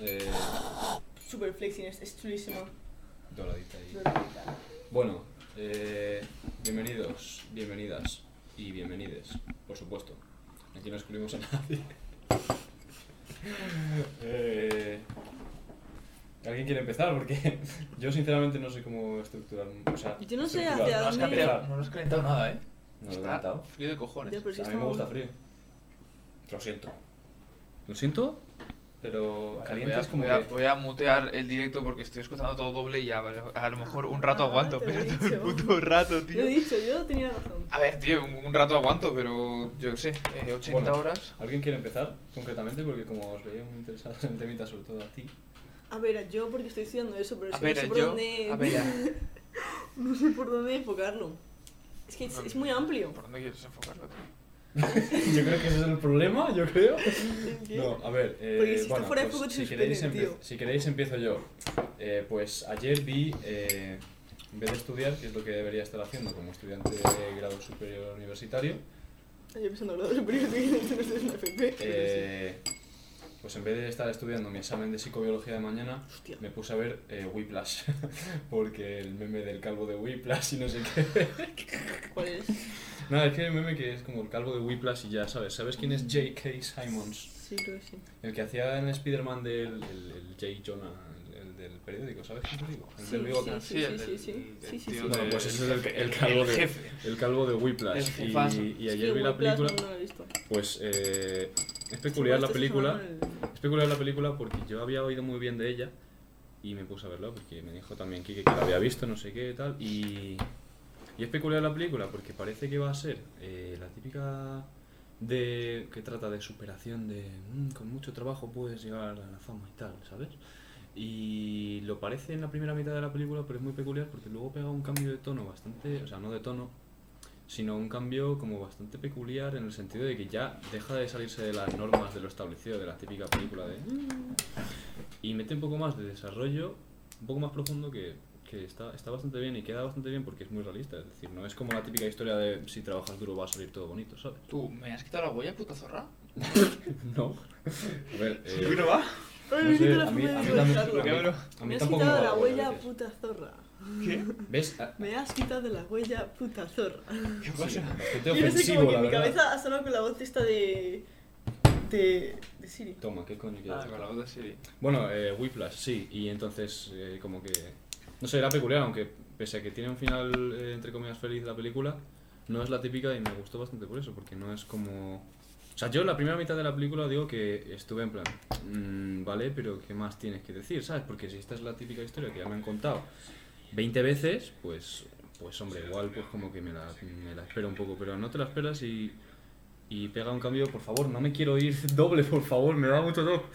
eh, super flexiness, es chulísimo. Doradita ahí. Doradita. Bueno, eh, bienvenidos, bienvenidas y bienvenides, por supuesto. Aquí no excluimos a nadie. Eh, ¿Alguien quiere empezar? Porque yo sinceramente no sé cómo estructurar. O sea, Yo no sé estructurar. hacia No has dónde- calentado, no has calentado nada, ¿eh? No lo he Está comentado. frío de cojones. Ya, pero si a mí está me gusta bueno. frío. Lo siento. Lo siento, pero caliente voy, a, es como voy a- que- voy a mutear el directo porque estoy escuchando todo doble y a, a lo mejor un rato Ah, aguanto, te lo pero he todo el dicho. puto rato, Lo he tío. dicho, yo tenía razón. A ver, tío, un, un rato aguanto, pero yo qué sé, eh, 80 Bueno. horas. ¿Alguien quiere empezar concretamente? Porque como os veía muy interesados en temita, sobre todo a ti. A ver, yo porque estoy estudiando eso, pero A es que no ver, sé por yo. dónde. A ver, No sé por dónde enfocarlo. Es que es, es muy amplio. ¿por dónde quieres enfocarlo, tío? Yo creo que ese es el problema, yo creo. ¿Qué? No, a ver, eh, Porque si está bueno, fuera de pues, foco te si, queréis suspenden, empie- tío. si queréis empiezo yo. Eh, pues ayer vi, eh, en vez de estudiar, que es lo que debería estar haciendo como estudiante de grado superior universitario, Yo pensando en grado superior, estoy no sé, es una FP. pero eh, pues en vez de estar estudiando mi examen de psicobiología de mañana, sí. Hostia. me puse a ver eh, Whiplash, porque el meme del calvo de Whiplash y no sé qué. ¿Cuál es? Nada, es que el meme que es como el calvo de Whiplash y ya sabes, ¿sabes quién es J.K. Simons? Sí, creo que sí. El que hacía en Spider-Man del el, el J. Jonah, el, el del periódico, ¿sabes qué te digo? El Sí, del bigote. sí, sí, el sí, del- sí. del Sí, sí, tío sí. de- Bueno, pues ese es el que- el calvo de- jefe. El calvo de Whiplash. El Y, jefazo. y Es ayer que vi la Whiplash película. No, no la he visto. Pues eh, es peculiar la Este se película. llama el- Es peculiar la película porque yo había oído muy bien de ella y me puse a verla porque me dijo también Kike que la había visto, no sé qué tal. Y, y es peculiar la película porque parece que va a ser eh, la típica de que trata de superación de "Mm, con mucho trabajo puedes llegar a la fama y tal, ¿sabes? Y lo parece en la primera mitad de la película, pero es muy peculiar porque luego pega un cambio de tono bastante, o sea, no de tono, sino un cambio como bastante peculiar en el sentido de que ya deja de salirse de las normas de lo establecido, de la típica película de... "Mm", Y mete un poco más de desarrollo, un poco más profundo que, que está, está bastante bien y queda bastante bien porque es muy realista, es decir, no es como la típica historia de si trabajas duro va a salir todo bonito, ¿sabes? ¿Tú me has quitado la huella, puta zorra? No. A ver, eh, ¿Qué no va? Ay, no me sé, quito la a mí, forma a de mí también- cortarlo. Lo que a mí- hablo. a mí Me has tampoco quitado de va la a huella, veces. puta zorra. ¿Qué? ¿Ves? Ah, Me has quitado de la huella, puta zorra. ¿Qué sí, pasa? bastante Yo no sé cómo ofensivo, la que en mi verdad. cabeza ha sonado con la voz esta de. de. de Siri. Toma, ¿qué coño quieres? Ah, con la voz de Siri. Bueno, eh, Whiplash, sí, y entonces eh, como que... No sé, era peculiar, aunque pese a que tiene un final, eh, entre comillas, feliz la película, no es la típica y me gustó bastante por eso, porque no es como... O sea, yo la primera mitad de la película digo que estuve en plan, "Mm, vale, pero ¿qué más tienes que decir? ¿Sabes? Porque si esta es la típica historia que ya me han contado 20 veces, pues, pues hombre, igual pues como que me la, me la espero un poco, pero no te la esperas y, y pega un cambio, por favor, no me quiero ir doble, por favor, me da mucho toque.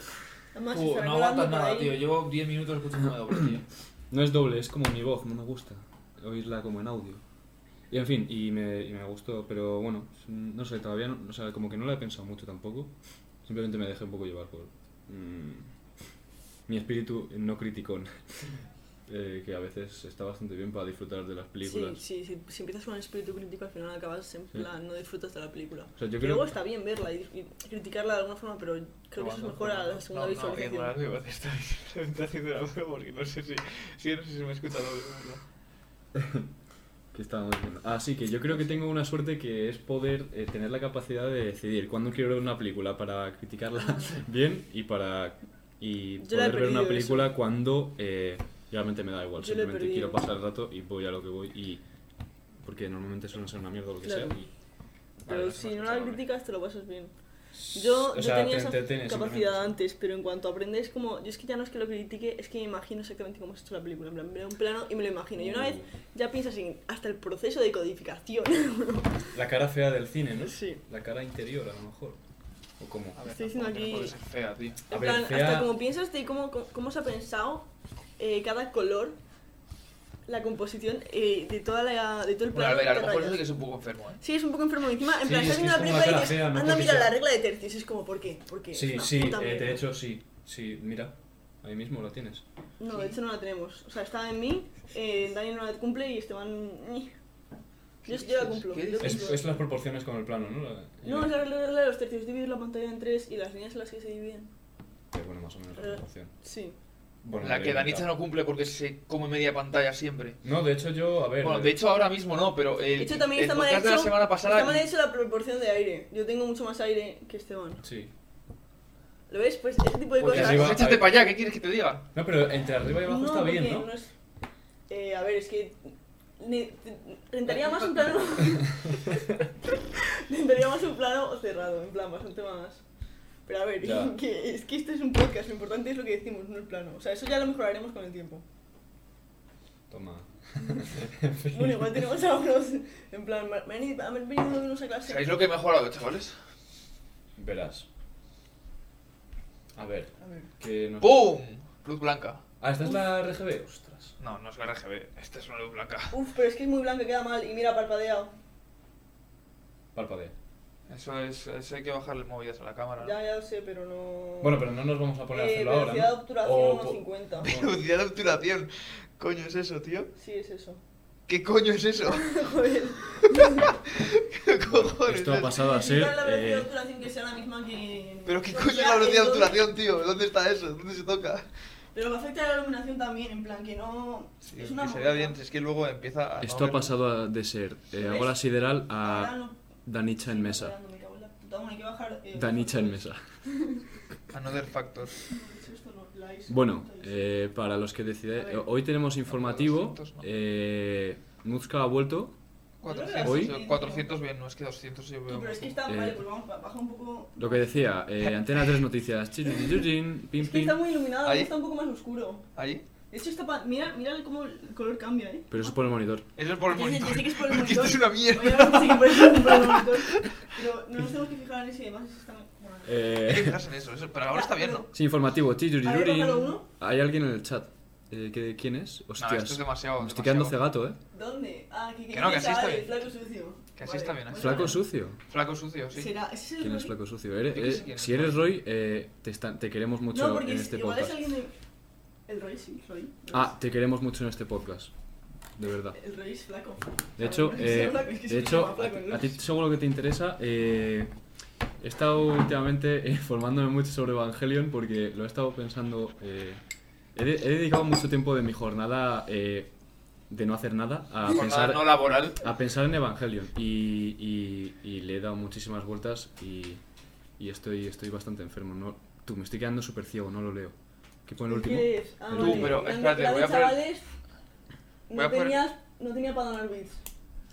Además, Tú, estará no colando aguantas por nada, ahí. tío. Llevo 10 minutos escuchando doble, tío. No es doble, es como mi voz, no me gusta oírla como en audio. Y en fin, y me, y me gustó, pero bueno, no sé, todavía, no, o sea, como que no la he pensado mucho tampoco. Simplemente me dejé un poco llevar por mm, mi espíritu no criticón, eh, que a veces está bastante bien para disfrutar de las películas. Sí, sí, sí, si empiezas con el espíritu crítico al final acabas en plan, no disfrutas de la película. O sea, yo Que luego creo está bien verla y, y criticarla de alguna forma, pero creo que eso es mejor a la segunda visualización. No, no, ignorar mi voz, estoy simplemente haciendo la broma porque no sé si, sí, no sé si me he escuchado bien o no. que estábamos diciendo. Ah, sí, que yo creo que tengo una suerte que es poder eh, tener la capacidad de decidir cuándo quiero ver una película para criticarla bien y para y Yo la he poder ver una perdido película cuando eh, realmente me da igual. Yo la he Simplemente perdido. quiero pasar el rato y voy a lo que voy y porque normalmente suelen ser una mierda o lo que Claro. sea. y- Pero Vale, eso si no es la responsable. criticas te lo pasas bien. Yo, O yo sea, tenía te esa entretienes, capacidad simplemente. antes, pero en cuanto aprendes como... Yo es que ya no es que lo critique, es que me imagino exactamente cómo es hecho la película. En plan, veo un plano y me lo imagino. Y una Mm. vez ya piensas en hasta el proceso de codificación. La cara fea del cine, ¿no? sí. La cara interior a lo mejor. ¿O cómo? A ver, Estoy diciendo tampoco, que aquí- No puede ser fea, tío. A En ver, plan, fea- hasta como piensas de cómo, cómo, cómo se ha pensado eh, cada color, la composición eh, de, toda la, de todo el Bueno, a plano. ver, a lo te mejor rayas. eso que es un poco enfermo, ¿eh? Sí, es un poco enfermo. Encima, en Sí, plan, es estás que viendo la es como película una y cara dices, fea, no anda, porque mira sea- la regla de tercios. Es como, ¿por qué? ¿Por qué? Es Sí, una sí, puta eh, mierda. de hecho sí. Sí, mira. Ahí mismo lo tienes. No, de hecho no la tenemos. O sea, está en mí, eh, Dani no la cumple y Esteban... ñi. Yo, yo la cumplo. ¿Qué yo dices? Es, cumplo. es las proporciones con el plano, ¿no? La- No, es la regla regla de los tercios. Dividir la pantalla en tres y las líneas en las que se dividen. Que, bueno, más o menos la Eh. proporción. Sí. Bueno, la me que lo he Danitza no inventado. cumple porque se come media pantalla siempre. No, de hecho yo, a ver. eh, Bueno, me- de hecho ahora mismo no, pero el, De hecho, también el está mal podcast hecho. de la semana pasada... Está mal hecho la proporción de aire. Yo tengo mucho más aire que Esteban. Sí. ¿Lo ves? Pues ese tipo de Pues cosas. arriba- échate para allá, ¿qué quieres que te diga? No, pero entre arriba y abajo no, está bien, porque ¿no? es- eh, a ver, es que. ne- te- Rentaría más un plano. rentaría más un plano cerrado, en plan, bastante más. Pero a ver, Ya. que- es que este es un podcast, lo importante es lo que decimos, no el plano. O sea, eso ya lo mejoraremos con el tiempo. Toma. Bueno, igual tenemos a unos. En plan, me han, ido- han venido unos a clase. ¿Sabéis lo que he mejorado, chavales? Verás. A ver, A ver. que no. ¡Pum! Luz blanca. Ah, esta es la RGB. Ostras. No, no es una RGB, esta es una luz blanca. Uf, pero es que es muy blanca, queda mal. Y mira, parpadeado. Parpadea. Eso es, eso hay que bajarle movidas a la cámara. Ya, ya lo sé, pero no. Bueno, pero no nos vamos a poner a Eh, hacerlo ahora. velocidad ¿no? de obturación O unos po- 50. Velocidad de obturación. Coño es eso, tío. Sí, es eso. ¿Qué coño es eso? Joder. ¿Qué cojones Esto ha es? pasado a ser. Quitar la velocidad de eh, obturación que sea la misma que. Pero qué o coño es sea, la velocidad de entonces- obturación, tío. ¿Dónde está eso? ¿Dónde se toca? Pero que afecta a la iluminación también, en plan que no. es una. se movida. vea bien, es que luego empieza a. Esto ha pasado a- de ser eh, Agora Sideral Ahora a no. Danicha Ah, en Estoy mesa. parando, me cago en la puta. Bueno, hay que bajar. eh, Danicha en mesa. Another Factor. esto no, la ISO, Bueno, la ISO. eh, para los que A deciden, ver. hoy tenemos informativo. 200, ¿no? Eh, Muzka ha vuelto. 400, Hoy. 400 eh, bien, no es que 200 yo Tú, veo. pero es que está. eh, Vale, pues vamos, ba- baja un poco. Lo que decía, eh, Antena 3 Noticias. Chi, chi, chi, chin, pim, Es que pim. está muy iluminado, Ahí. está un poco más oscuro. ¿Ahí? De hecho, está. pa- Mira, mira cómo el color cambia, eh. Pero eso es por el monitor. Eso es por el Ya sé- ya monitor. sé que es por el Porque monitor. esto es una mierda. Obviamente sí que por eso es un problema, entonces, Pero no nos tenemos que fijar en ese y demás. Eso está. Bueno, Hay que Eh, fijarse en eso, eso- Pero ahora está bien, ¿no? sí, informativo. Chi, chi, chi, A ver, chin. bájalo uno. Hay alguien en el chat. Eh, ¿qué- ¿Quién es? No, esto es Hostias. demasiado. me estoy quedando demasiado. cegato, eh. ¿Dónde? Ah, que, Que no, que así está ah, el bien. Flaco sucio. Que así está bien, así Flaco sucio. Flaco sucio, sí. ¿Será? ¿Ese es el ¿Quién es Roy? Flaco Sucio? Eres- Yo que sé eh, quién es si eres Flaco. Roy, eh, te, está- te queremos mucho No, porque en es- este igual podcast. es alguien de... El Roy, sí, Roy. Roy. Ah, te queremos mucho en este podcast. De verdad. El Roy es flaco. De hecho, Flaco, eh, flaco, es que se de hecho llama flaco, ¿no? a, a ti seguro que te interesa. eh, he estado últimamente eh, formándome mucho sobre Evangelion porque lo he estado pensando. eh, he, de- he dedicado mucho tiempo de mi jornada eh, de no hacer nada a Jornada pensar, no laboral. a pensar en Evangelion. Y, y- y le he dado muchísimas vueltas y, y estoy, estoy bastante enfermo. No, tú, me estoy quedando súper ciego, no lo leo. ¿Qué pone el último? ¿Qué es? Ah, Tú, vale. pero La- espérate, la de voy a poner- chavales, no voy a poner- tenías... No tenía para donar bits.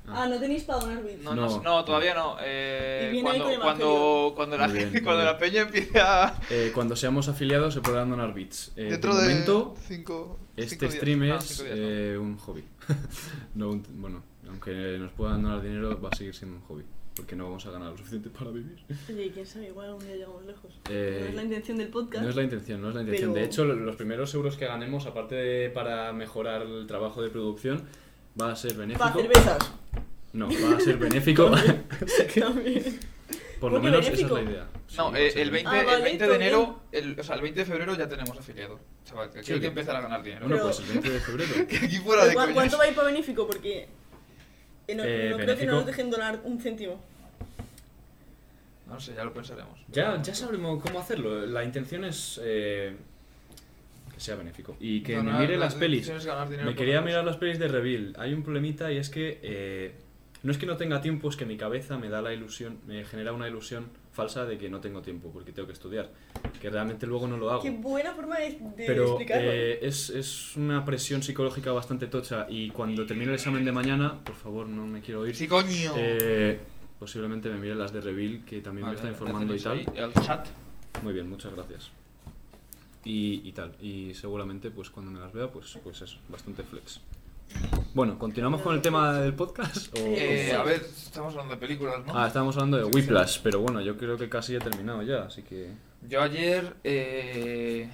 Ah, no tenéis para donar bits. No, no, No. no, todavía no. Eh, Y viene ahí con cuando, el cuando, Evangelio. cuando, la, Muy bien, gente- muy cuando bien. la peña empieza a- Eh, cuando seamos afiliados se podrán donar bits. Eh, Dentro de de momento, 5 este stream Ah, es eh, un hobby. No un- bueno, aunque nos puedan donar dinero, va a seguir siendo un hobby. Porque no vamos a ganar lo suficiente para vivir. Oye, quién sabe, igual algún día llegamos lejos. Eh, no es la intención del podcast. No es la intención, no es la intención. Pero- De hecho, lo- los primeros euros que ganemos, aparte de para mejorar el trabajo de producción, va a ser benéfico. Para cervezas. No, va a ser benéfico. También. Por lo Porque menos benéfico. esa es la idea. Sí, No, va a eh, ser el benéfico. 20, Ah, el vale, 20 de todo enero, el, o sea, el 20 de febrero ya tenemos afiliado. Chaval, que aquí Sí, hay que que- empezar a ganar dinero. Bueno, pues el 20 de febrero. Que aquí fuera de ¿Cu- coñas. ¿Cuánto va a ir para benéfico? Porque eh, Eh, no, no creo que benéfico. no nos dejen donar un céntimo. No sé, ya lo pensaremos. Ya, ya sabremos cómo hacerlo. La intención es eh, que sea benéfico. Y que No, me no, mire la- las la pelis. intención es ganar dinero Me por quería la mirar las pelis de Reveal. Hay un problemita y es que eh, no es que no tenga tiempo, es que mi cabeza me da la ilusión, me genera una ilusión falsa de que no tengo tiempo porque tengo que estudiar. Que realmente luego no lo hago. Qué buena forma de, de Oh. Pero explicarlo. eh, es, es una presión psicológica bastante tocha y cuando termine el examen de mañana, por favor, no me quiero ir. Sí, coño. Eh, posiblemente me mire las de Reveal, que también Vale, me está ya informando y tal. tenéis ahí El chat. Muy bien, muchas gracias. Y, y tal. Y seguramente, pues cuando me las vea, pues, pues eso, bastante flex. Bueno, ¿continuamos con el tema del podcast? o- Eh, Sí. a ver, estamos hablando de películas, ¿no? Ah, estábamos hablando de Whiplash, pero bueno, yo creo que casi he terminado ya, así que... Yo ayer. Eh...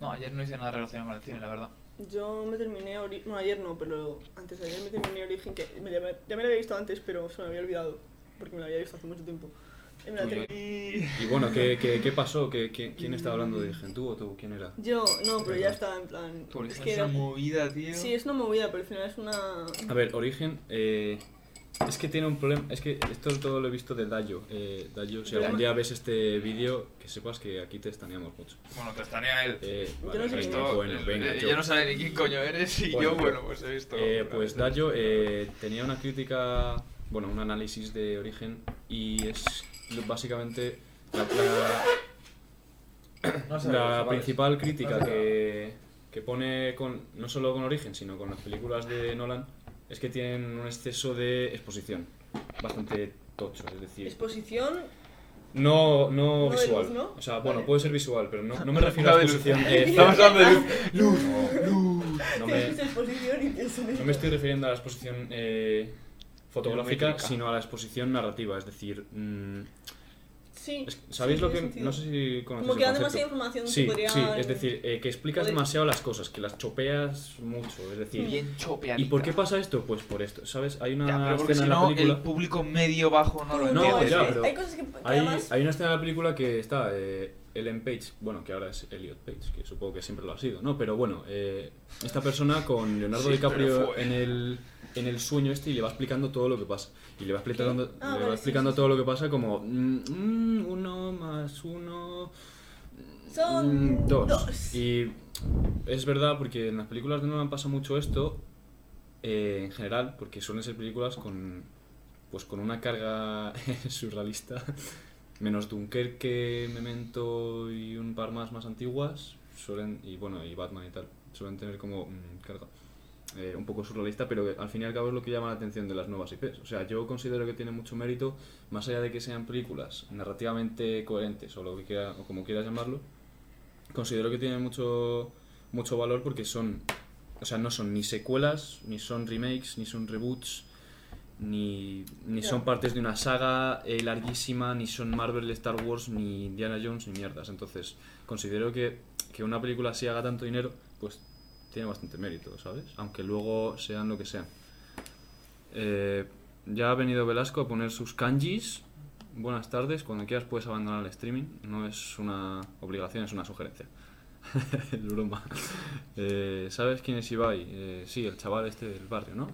No, ayer no hice nada relacionado con el cine, la verdad. Yo me terminé Ori- Bueno, ayer no, pero antes de ayer me terminé Origen, que me la- ya me lo había visto antes, pero se me había olvidado. Porque me lo había visto hace mucho tiempo. Y me la Uy, terminé. Y bueno, ¿qué, qué, qué pasó? ¿Qué, qué- quién estaba hablando de Gen? ¿Tú o tú? ¿Quién era? Yo, no, pero ya estaba en plan. Tu es origen que es era- una movida, tío. Sí, es una movida, pero al final es una. A ver, Origen... eh, Es que tiene un problema. Es que esto todo lo he visto de Dayo. Eh, Dayo, si algún día ves este vídeo, que sepas que aquí te estaneamos mucho. Bueno, te estanea él. Eh, Yo vale, no sé venga, quién Esto, bueno, venga, eh, yo. ya no sabe ni quién coño eres y Bueno, yo, yo. bueno, pues he visto. Eh, pues Dayo eh, tenía una crítica, bueno, un análisis de origen y es lo- básicamente la, la- No la chavales. principal crítica No sé. que, que pone con, no solo con origen, sino con las películas de Nolan es que tienen un exceso de exposición bastante tocho, es decir, Exposición. no, no, No de visual. luz, ¿no? O sea, Vale. bueno, puede ser visual, pero no, no me refiero a Claro, de luz. exposición. eh, Estamos hablando de luz. Luz, No. luz. no Tienes me, esta exposición y pienso en No me esto. estoy refiriendo a la exposición eh, fotográfica, Biométrica. sino a la exposición narrativa. Es decir, mm, Sí. es- ¿sabéis sí, lo tiene que.? sentido. No sé si conoces Como el que concepto. dan demasiada información Sí, tutorial. sí, es decir, eh, que explicas Joder. demasiado las cosas, que las chopeas mucho. Es decir, Bien chopeadita. ¿y por qué pasa esto? Pues por esto, ¿sabes? Hay Ya, una pero porque escena si en la no, el película. público medio bajo no lo Tú No, entiende. es ya, que pero hay cosas que, que Hay, además. hay una escena en la película que está eh, Ellen Page, bueno, que ahora es Elliot Page, que supongo que siempre lo ha sido, ¿no? Pero bueno, eh, esta persona con Leonardo Sí, pero DiCaprio fue. en el, en el sueño este y le va explicando todo lo que pasa. Y le va explicando, le Ah, vale, va sí, explicando sí, sí. todo lo que pasa como mm, mm, uno más uno... Son mm, dos. dos. Y es verdad porque en las películas de Nolan pasa mucho esto, eh, en general, porque suelen ser películas con, pues con una carga surrealista, menos Dunkerque, Memento y un par más más antiguas, suelen, y bueno, y Batman y tal, suelen tener como mm, carga eh, un poco surrealista, pero que al fin y al cabo es lo que llama la atención de las nuevas IPs. O sea, yo considero que tiene mucho mérito, más allá de que sean películas narrativamente coherentes o, lo que quiera, o como quieras llamarlo, considero que tiene mucho, mucho valor porque son o sea, no son ni secuelas, ni son remakes, ni son reboots, ni, ni son Ya. partes de una saga eh, larguísima, ni son Marvel, Star Wars, ni Indiana Jones, ni mierdas. Entonces, considero que, que una película así haga tanto dinero, pues tiene bastante mérito, ¿sabes? Aunque luego sean lo que sean. Eh, ya ha venido Velasco a poner sus kanjis. Buenas tardes, cuando quieras puedes abandonar el streaming. No es una obligación, es una sugerencia. es broma. Eh, ¿Sabes quién es Ibai? Eh, sí, el chaval este del barrio, ¿no?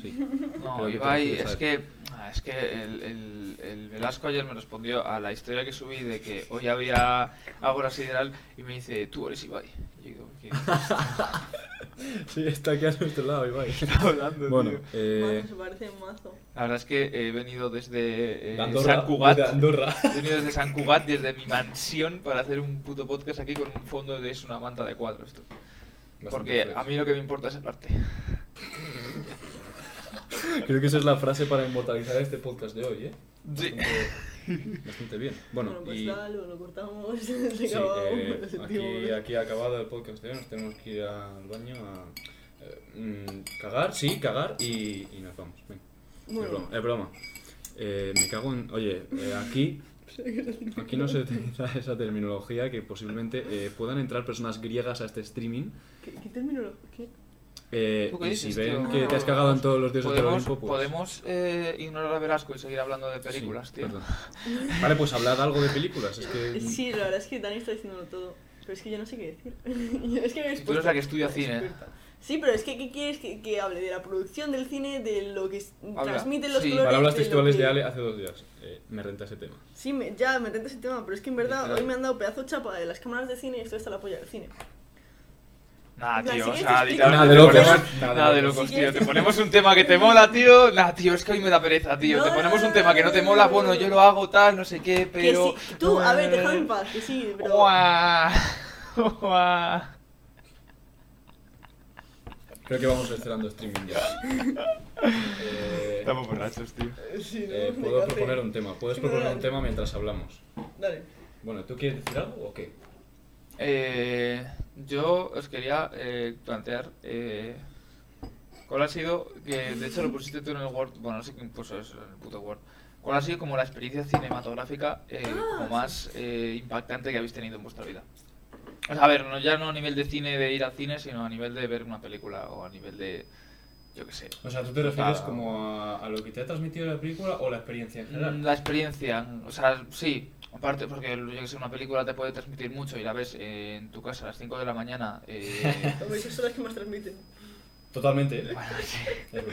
Sí. No, Creo que te Ibai, refieres a es él. que, ah, es que el, el- el Velasco ayer me respondió a la historia que subí de que hoy había Ágora Sideral y me dice, tú eres Ibai. Y yo digo, ¿qué Sí, está aquí a nuestro lado, Ibai. estás hablando, Bueno, tío? eh, Mazo, se parece un mazo. La verdad es que he venido desde eh, de San Cugat. de Andorra. He venido desde San Cugat, desde mi mansión, para hacer un puto podcast aquí con un fondo de es una manta de cuadros. tú. Porque a mí lo que me importa es el arte. Creo que esa es la frase para inmortalizar este podcast de hoy, ¿eh? Sí. Bastante, bastante bien. Bueno, Bueno, pues y... nada, luego lo cortamos. Se Sí, acabó, eh, lo sentimos. aquí, aquí ha acabado el podcast de hoy. Nos tenemos que ir al baño a eh, mm, cagar, sí, cagar y, y nos vamos. Venga. Es broma. Bueno, es broma. Eh, me cago en. Oye, eh, aquí. Aquí no se utiliza esa terminología que posiblemente eh, puedan entrar personas griegas a este streaming. ¿qué, qué término? ¿Qué? eh, ¿Tú qué y si dices, ven tío? que te has cagado en todos los dioses del Podemos, Olimpo, pues. podemos eh, ignorar a Velasco y seguir hablando de Sí, películas, tío. perdón. Vale, pues hablad algo de películas. Es que. Sí, la verdad es que Dani está diciéndolo todo. Pero es que yo no sé qué decir. Yo es que me he Y tú eres la que estudia cine. expuesto. Sí, pero es que ¿qué quieres que, que hable? De la producción del cine, de lo que s- Habla. transmiten los Sí. colores. Palabras de lo textuales que- de Ale hace dos días. Eh, me renta ese tema. Sí, me- ya me encanta ese tema, pero es que en verdad Literal. hoy me han dado pedazo de chapa de las cámaras de cine y esto está la polla del cine. Nah, Así tío, o que sea, te literalmente explico. te Nada de locos. ponemos- Nada de Nada de locos. Si locos, tío. quieres Te te- ponemos un tema que te mola, tío. Nah, tío, es que hoy me da pereza, tío. No, Te ponemos no, un no, tema que no te mola, no, bueno, no. yo lo hago tal, no sé qué, pero. Que sí, tú, a ver, déjame en paz, que sí, pero... Guau. Guau. Creo que vamos cerrando streaming ya. Eh, borrachos, tío. Sí, ¿no? eh, De puedo café. proponer un tema. Puedes Sí, proponer dale. un tema mientras hablamos. Dale. Bueno, ¿tú quieres decir algo o qué? Eh, yo os quería eh, plantear eh, cuál ha sido, que de hecho lo pusiste tú en el Word, bueno, no sé quién puso eso en el puto Word, cuál ha sido como la experiencia cinematográfica eh, Ah, como más eh, impactante que habéis tenido en vuestra vida. O sea, a ver, no, ya no a nivel de cine, de ir al cine, sino a nivel de ver una película o a nivel de, yo qué sé, O sea, ¿tú te refieres Ah. como a, a lo que te ha transmitido la película o la experiencia en Mm, general? La experiencia, o sea, sí, aparte porque yo que sé, una película te puede transmitir mucho y la ves eh, en tu casa a las 5 de la mañana. eh, Hombre, esas son las que más transmiten. Totalmente. ¿eh? Bueno, sí. Es verdad.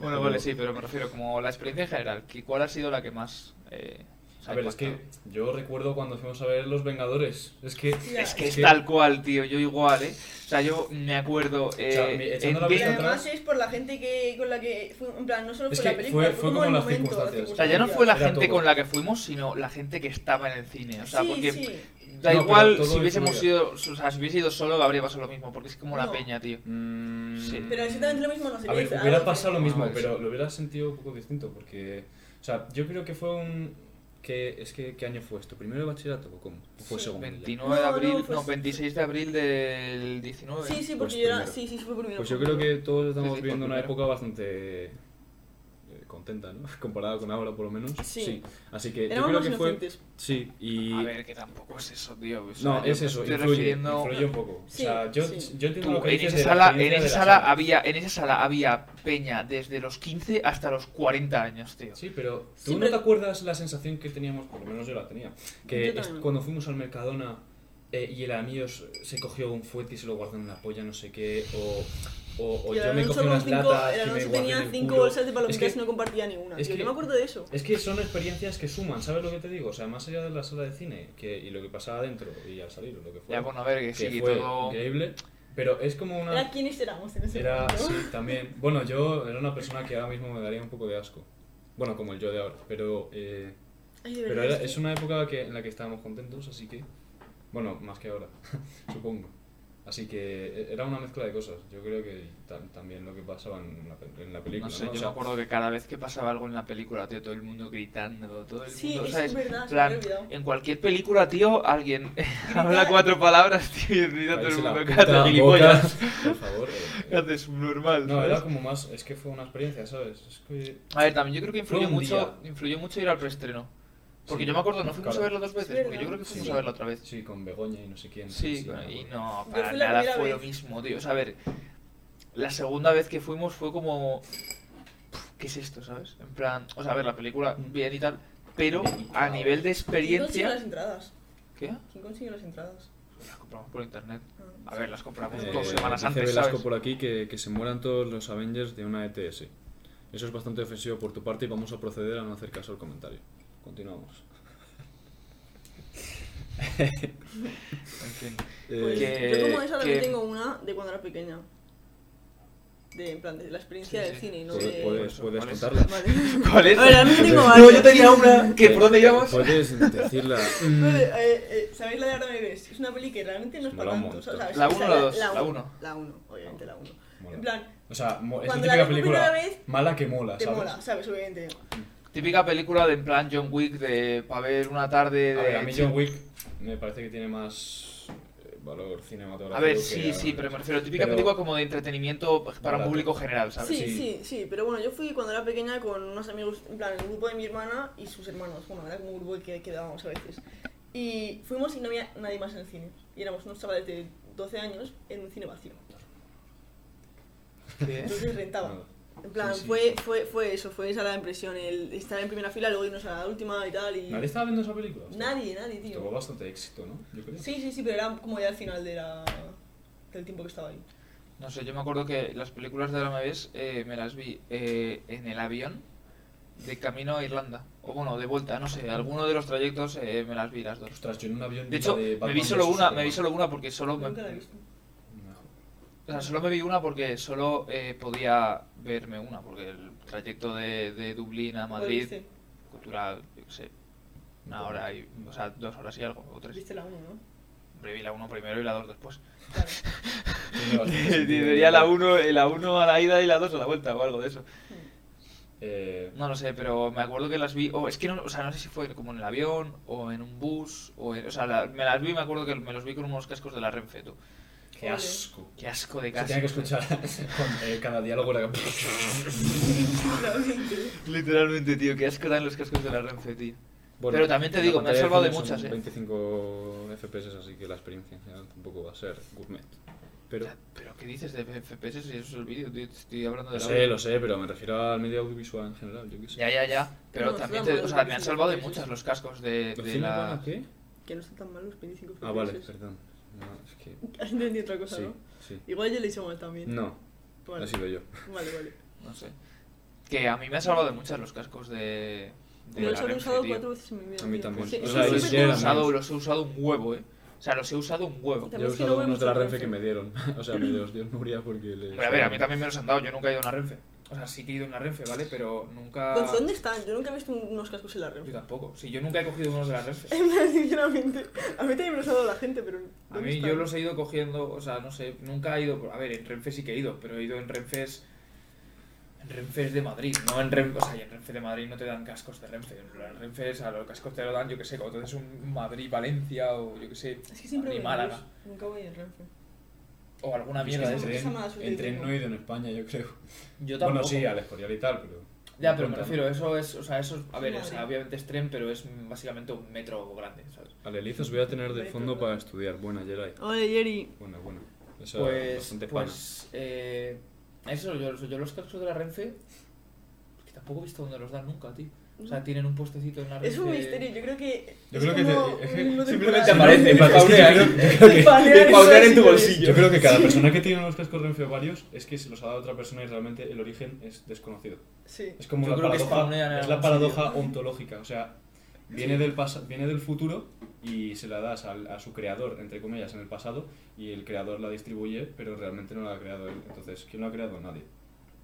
Bueno, vale, sí, pero me refiero como la experiencia en general. que ¿Cuál ha sido la que más... eh, os A ha ver, es que impactado? yo recuerdo cuando fuimos a ver Los Vengadores. Es que. Ya. Es que es que- tal cual, tío. Yo igual, ¿eh? O sea, yo me acuerdo... sea, eh, mi- echando en la Y vista Vin- atrás- además es por la gente que con la que fue, en plan, no solo Es fue que la película, fue- fue, fue como, como el las momento, circunstancias. O sea, ya no fue la Era gente todo. con la que fuimos, sino la gente que estaba en el cine. O sea, sí, porque sí. da No, pero igual todo si hubiésemos influye. ido, o sea, si hubiese ido solo, habría pasado lo mismo, porque es como la No. peña, tío. mm, Sí. Pero exactamente lo mismo no se A ver, dice, hubiera algo que- pasado lo mismo, Ah, sí. pero lo hubiera sentido un poco distinto, porque... O sea, yo creo que fue un... Que, es que, ¿qué año fue esto? ¿Primero de bachillerato o cómo? ¿O fue Sí. segundo? ya? 29 de No, no, abril, no, pues- 26 de abril del 19. Sí, sí, porque Pues yo era. primero. Sí, sí, fue primero. Pues yo creo que todos estamos Sí, sí, por viviendo una primero. época bastante eh, contenta, ¿no? Comparada con ahora, por lo menos. Sí. Así que yo Éramos creo más que fue... inocentes. Sí, y... A ver, que tampoco es eso, tío. o sea, no, yo es me eso, Estoy influye, refiriendo... influye un poco. Sí, o sea, yo, sí. yo entiendo Tú, lo que en dices esa de la sala, en experiencia esa de la sala había, en esa sala había peña desde los 15 hasta los 40 años, tío. Sí, pero ¿tú Sí, no pero- te acuerdas la sensación que teníamos, por lo menos yo la tenía, que Yo es- también. cuando fuimos al Mercadona eh, y el amigo s- se cogió un fuete y se lo guardó en la polla, no sé qué, o, o, o Y yo el me Alonso cogí con unas cinco- latas el que me Alonso guardé tenía en el cinco culo. bolsas de palomitas es y que, no compartía ninguna. es tío, que- yo me acuerdo de eso. es que son experiencias que suman, ¿sabes lo que te digo? O sea, más allá de la sala de cine que, y lo que pasaba adentro y al salir, o lo que fue, Ya, bueno, a ver, que que sí, fue todo... increíble, pero es como una... Era quienes éramos en ese Era, momento. sí, también. Bueno, yo era una persona que ahora mismo me daría un poco de asco. Bueno, como el yo de ahora. Pero, eh, Ay, de pero verdad, era- es que- es una época que, en la que estábamos contentos, así que. Bueno, más que ahora, supongo. Así que eh, era una mezcla de cosas. Yo creo que tam- también lo que pasaba en la, pe- en la película. No sé, ¿no? O yo me sea, acuerdo que cada vez que pasaba algo en la película, tío, todo el mundo gritando, todo el Sí, mundo, es ¿sabes? verdad, En se me había plan, olvidado. en cualquier película, tío, alguien habla cuatro palabras, tío, y grita todo cállese el la mundo, puta cállate, boca, gilipollas. Por favor. eh, ¿Qué haces? Normal, No, ¿sabes? era como más. Es que fue una experiencia, ¿sabes? Es que. A ver, también yo creo que influyó Fue un mucho, influyó mucho ir al preestreno. Porque Sí, yo me acuerdo, no fuimos claro. a verlo dos veces, porque verdad. yo creo que fuimos Sí. a verlo otra vez. Sí, con Begoña y no sé quién. Sí, me y acuerdo. no, Yo para fui la nada primera fue lo vez. mismo, tío. O sea, a ver, la segunda vez que fuimos fue como. "Pf, ¿Qué es esto, sabes? En plan, o sea, a ver, la película Mm. bien y tal, pero a ¿Quién consiguió nivel de las experiencia. entradas? ¿Qué? ¿Quién consiguió las entradas? Las compramos por internet. Ah, A ver, las compramos Eh, dos semanas dice antes, Velasco ¿sabes? por aquí que, que se mueran todos los Avengers de E una ETS. Eso es bastante ofensivo por tu parte y vamos a proceder a no hacer caso al comentario. Continuamos. En fin. Pues Eh, que- yo como esa que- también tengo una de cuando era pequeña. De, en plan, de la experiencia Sí, del sí. cine, no Pues, ¿puedes, de... puedes- ¿cuál puedes es? contarla? Vale. ¿Cuál es? A ver, a mí tengo No, varias. yo tenía una. ¿Qué? ¿Por Eh, dónde íbamos? pues- Puedes decirla. Vale, eh, eh, ¿Sabéis la de ahora me ves? Es una peli que realmente no es para Mola un tanto. o sea, montón. ¿sabes? ¿La O sea, uno o la dos? La uno. uno. La 1, obviamente la 1. Mola. En plan, O sea, mo- es la Cuando la típica ves por película primera vez, mala que mola, te ¿sabes? mola, ¿sabes? Obviamente. Típica película de en plan John Wick, de. para ver una tarde de. A ver, a mí John Wick me parece que tiene más eh, valor cinematográfico. A ver, que sí, la- sí, pero me refiero, típica Pero- película como de entretenimiento para un Barato. público general, ¿sabes? Sí, Sí. sí, sí, pero bueno, yo fui cuando era pequeña con unos amigos, en plan, el grupo de mi hermana y sus hermanos, bueno, era como un grupo que quedábamos a veces. Y fuimos y no había nadie más en el cine. Y éramos unos chavales de 12 años en un cine vacío. ¿Qué? Entonces rentaba. ¿Eh? Nada. En plan, Sí, sí. Fue, fue, fue eso, fue esa la impresión, el estar en primera fila, luego irnos a la última y tal. Y... ¿Nadie estaba viendo esa película? nadie, nadie, Tuvo tío. bastante éxito, ¿no? Yo creo. Sí, sí, sí, pero era como ya al final de la... del tiempo que estaba ahí. No sé, yo me acuerdo que las películas de Ahora me ves eh, me las vi eh, en el avión de camino a Irlanda. O bueno, de vuelta, no sé, alguno de los trayectos eh, me las vi las dos. Ostras, yo en un avión De hecho, la me vi Batman solo versus una, me vi Superman. solo una porque solo me, Nunca la he visto. o sea, solo me vi una porque solo eh, podía verme una, porque el trayecto de, de Dublín a ¿Cuál Madrid, viste? cultural, yo qué sé, una hora y, o sea, dos horas y algo, o tres. Viste la 1, ¿no? Me vi la uno primero y la dos después. Claro. Tiene bastante sentido. Diría la 1 la uno a la ida y la 2 a la vuelta o algo de eso. Eh, No lo sé, pero me acuerdo que las vi. O es que no, o sea, no sé si fue como en el avión o en un bus. O, en- o sea, la- me las vi y me acuerdo que me los vi con unos cascos de la Renfe, tú. qué Ole. asco. Qué asco de Se casco. tiene que escuchar con, eh, cada diálogo era Literalmente, tío, qué asco dan los cascos de la Renfe, tío. Bueno, Pero también te la digo, me han pantalla salvado de fondo muchas, son eh. 25 FPS, así que la experiencia en general tampoco va a ser gourmet. Pero, Pero qué dices de FPS si eso es el vídeo, tío. Te estoy hablando de lo la. sé, lo sé, pero me refiero al medio audiovisual en general, yo qué sé. Ya, ya, ya. Pero No, también, está te, mal, o sea, lo me han que salvado de dices. muchas los cascos de, ¿Los de cines la. van a qué? Que no están tan malos los 25 Ah, vale, FPS. perdón. No, es que... Has entendido otra cosa, Sí, ¿no? sí. Igual yo le hice mal también. No, Vale. he sido yo. Vale, vale. No sé. Que a mí me ha salvado de muchas los cascos de. de Yo la solo he Renfe, usado tío. cuatro veces en mi vida. A mí tío. también. Sí, O sí, sea, sí, yo los, sí, sí sí. he eran usado, más. los he usado un huevo, eh. O sea, los he usado un huevo. También Yo he es que no usado veo unos de mucho la Renfe que me Renfe. dieron. O sea, me los dio Nuria porque le. Hombre, a ver, a mí también me los han dado, yo nunca he ido a una Renfe. O sea, sí que he ido a una Renfe, ¿vale? Pero nunca. Gonzo, ¿Dónde están? Yo nunca he visto unos cascos en la Yo Renfe. tampoco. Sí, yo nunca he cogido unos de la Renfe. En plan, Sinceramente, a mí también me los ha dado la gente, pero. A ¿dónde mí están? yo los he ido cogiendo, o sea, no sé, nunca he ido. por- A ver, en Renfe sí que he ido, pero he ido en Renfes. En Renfes de Madrid, no en Renfe. O sea, y en Renfe de Madrid no te dan cascos de Renfe. En plan, Renfe, o sea, los cascos te lo dan, yo que sé, cuando te haces un Madrid-Valencia o yo que sé. Es que siempre voy Ni en Málaga. bus, Nunca voy en Renfe. O alguna Es que mierda de en esa- esas. esa tren- mala suerte En tren tengo. no he ido en España, yo creo. Yo tampoco. Bueno, sí, al Escorial y tal, pero. Ya, pero me Cuenta. refiero, eso es, o sea, eso es, a ver, o Madrid. sea, obviamente es tren, pero es básicamente un metro grande, ¿sabes? Al Eliz os voy a tener de fondo para estudiar. Buena, Jerai. Oye, Jerry. Buena, buena. Esa Pues, bastante pana. pues eh, eso, yo, yo los cascos de la Renfe, pues, que tampoco he visto dónde los dan nunca, tío. O sea, tienen un puestecito en la Renfe. Es un misterio, yo creo que. Yo es creo que como te- un mundo simplemente temporal. aparece, en plan, es que yo creo- yo creo que- Paulear paulear en eso, tu sí, bolsillo. Yo creo que cada persona que tiene unos cascos Renfe o varios es que se los ha dado otra persona y realmente el origen es desconocido. Sí. Es como Yo la creo que paradoja, spawnean en es la algún paradoja ontológica, o sea, viene del pas- viene del futuro y se la das al- a su creador entre comillas en el pasado y el creador la distribuye, pero realmente no la ha creado él. Entonces, ¿quién lo ha creado? Nadie.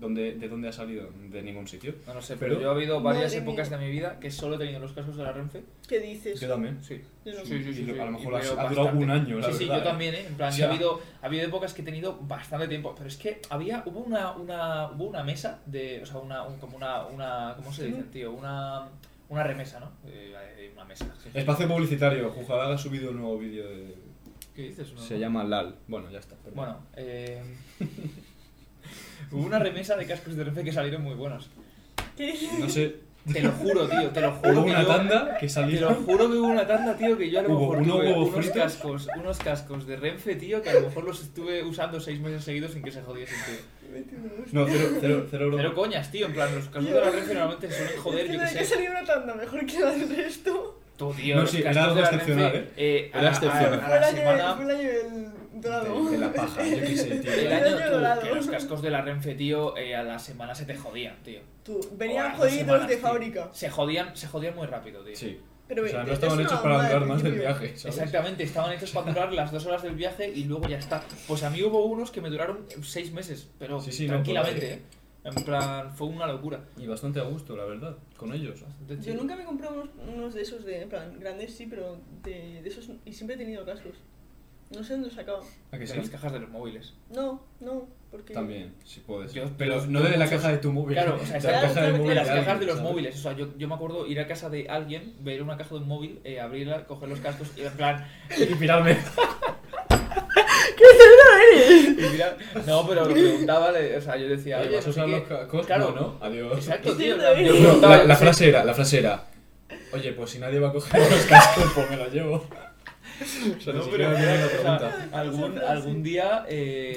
¿Dónde, ¿De dónde ha salido? De ningún sitio. No, no sé, pero, Pero- yo he habido varias Madre épocas mía. de mi vida que solo he tenido los cascos de la Renfe. ¿Qué dices? Yo también. Sí. Yo no. Sí, sí, sí, Y lo- sí, a lo y mejor ha- veo ha durado bastante. un año, la sí, sí, verdad, yo ¿eh? también, ¿eh? En plan, O yo sea- ha habido, ha habido épocas que he tenido bastante tiempo, pero es que había, hubo una, una, hubo una mesa de, o sea, una, un- como una, una, ¿cómo se dice, tío? Una, una remesa, ¿no? Eh, una mesa. sí, sí. Espacio publicitario, Jujadal ha subido un nuevo vídeo de... ¿Qué dices? No, Se no. llama LAL. Bueno, ya está. perdón. Bueno, eh... hubo una remesa de cascos de Renfe que salieron muy buenos. ¿Qué dices? No sé, Te lo juro, tío, te lo juro hubo que una yo... tanda que Te salió... lo juro que hubo una tanda, tío, que yo a lo Hubo mejor uno tuve huevo unos frito. cascos, unos cascos de Renfe, tío, que a lo mejor los estuve usando seis meses seguidos sin que se jodiesen, tío. No, cero, cero, cero broma. Pero coñas, tío, en plan, los cascos de la Renfe normalmente suelen joder, es que yo la qué de que sé. salió una tanda mejor que la del resto. Tú, tío, No, los sí, era cascos algo de la excepcional, Renfe, eh, a- Era a- excepcional. A, Fue el la año- Fue semana... el año del dorado. De, de la paja, yo qué sé, tío. El año año, tú, dorado. que los cascos de la Renfe, tío, eh, a la semana se te jodían, tío. Tú, O a venían las jodidos semanas, de tío. fábrica. Se jodían, se jodían muy rápido, tío. Sí. Pero o sea, ve- no eso estaban hechos nada para mal al durar más del principio. viaje, ¿sabes? Exactamente, estaban hechos para durar las dos horas del viaje y luego ya está. Pues a mí hubo unos que me duraron seis meses, pero Sí, sí, no, tranquilamente, pues, ¿eh? En plan, fue una locura. Y bastante a gusto, la verdad, con ellos. Bastante Yo chido. nunca me he comprado unos, unos de esos de, en plan, grandes sí, pero de, de esos y siempre he tenido cascos. No sé dónde los sacaba. ¿A que De sí? las cajas de los móviles. No, no, porque... También, si puedes. Yo- pero yo- no de la muchos- caja de tu móvil. Claro, o sea, de la claro, caja de claro, móvil De las alguien, cajas de los ¿sabes? móviles, o sea, yo, yo me acuerdo ir a casa de alguien, ver una caja de un móvil, eh, abrirla, coger los cascos y en plan. Y pirarme. ¡Qué cerdo eres! y mirar- No, pero lo preguntaba, le- o sea, yo decía. Oye, Oye, ¿vas a no sé usar los qué. cascos? Claro. No, no, adiós. Exacto, Sí, tío. lo yo vi. No, preguntaba, la, yo la sé- frase era, la frase era. Oye, pues si nadie va a coger los cascos, pues me los llevo. O sea, No, ni siquiera pero me la o sea, pregunta. algún, algún día. eh,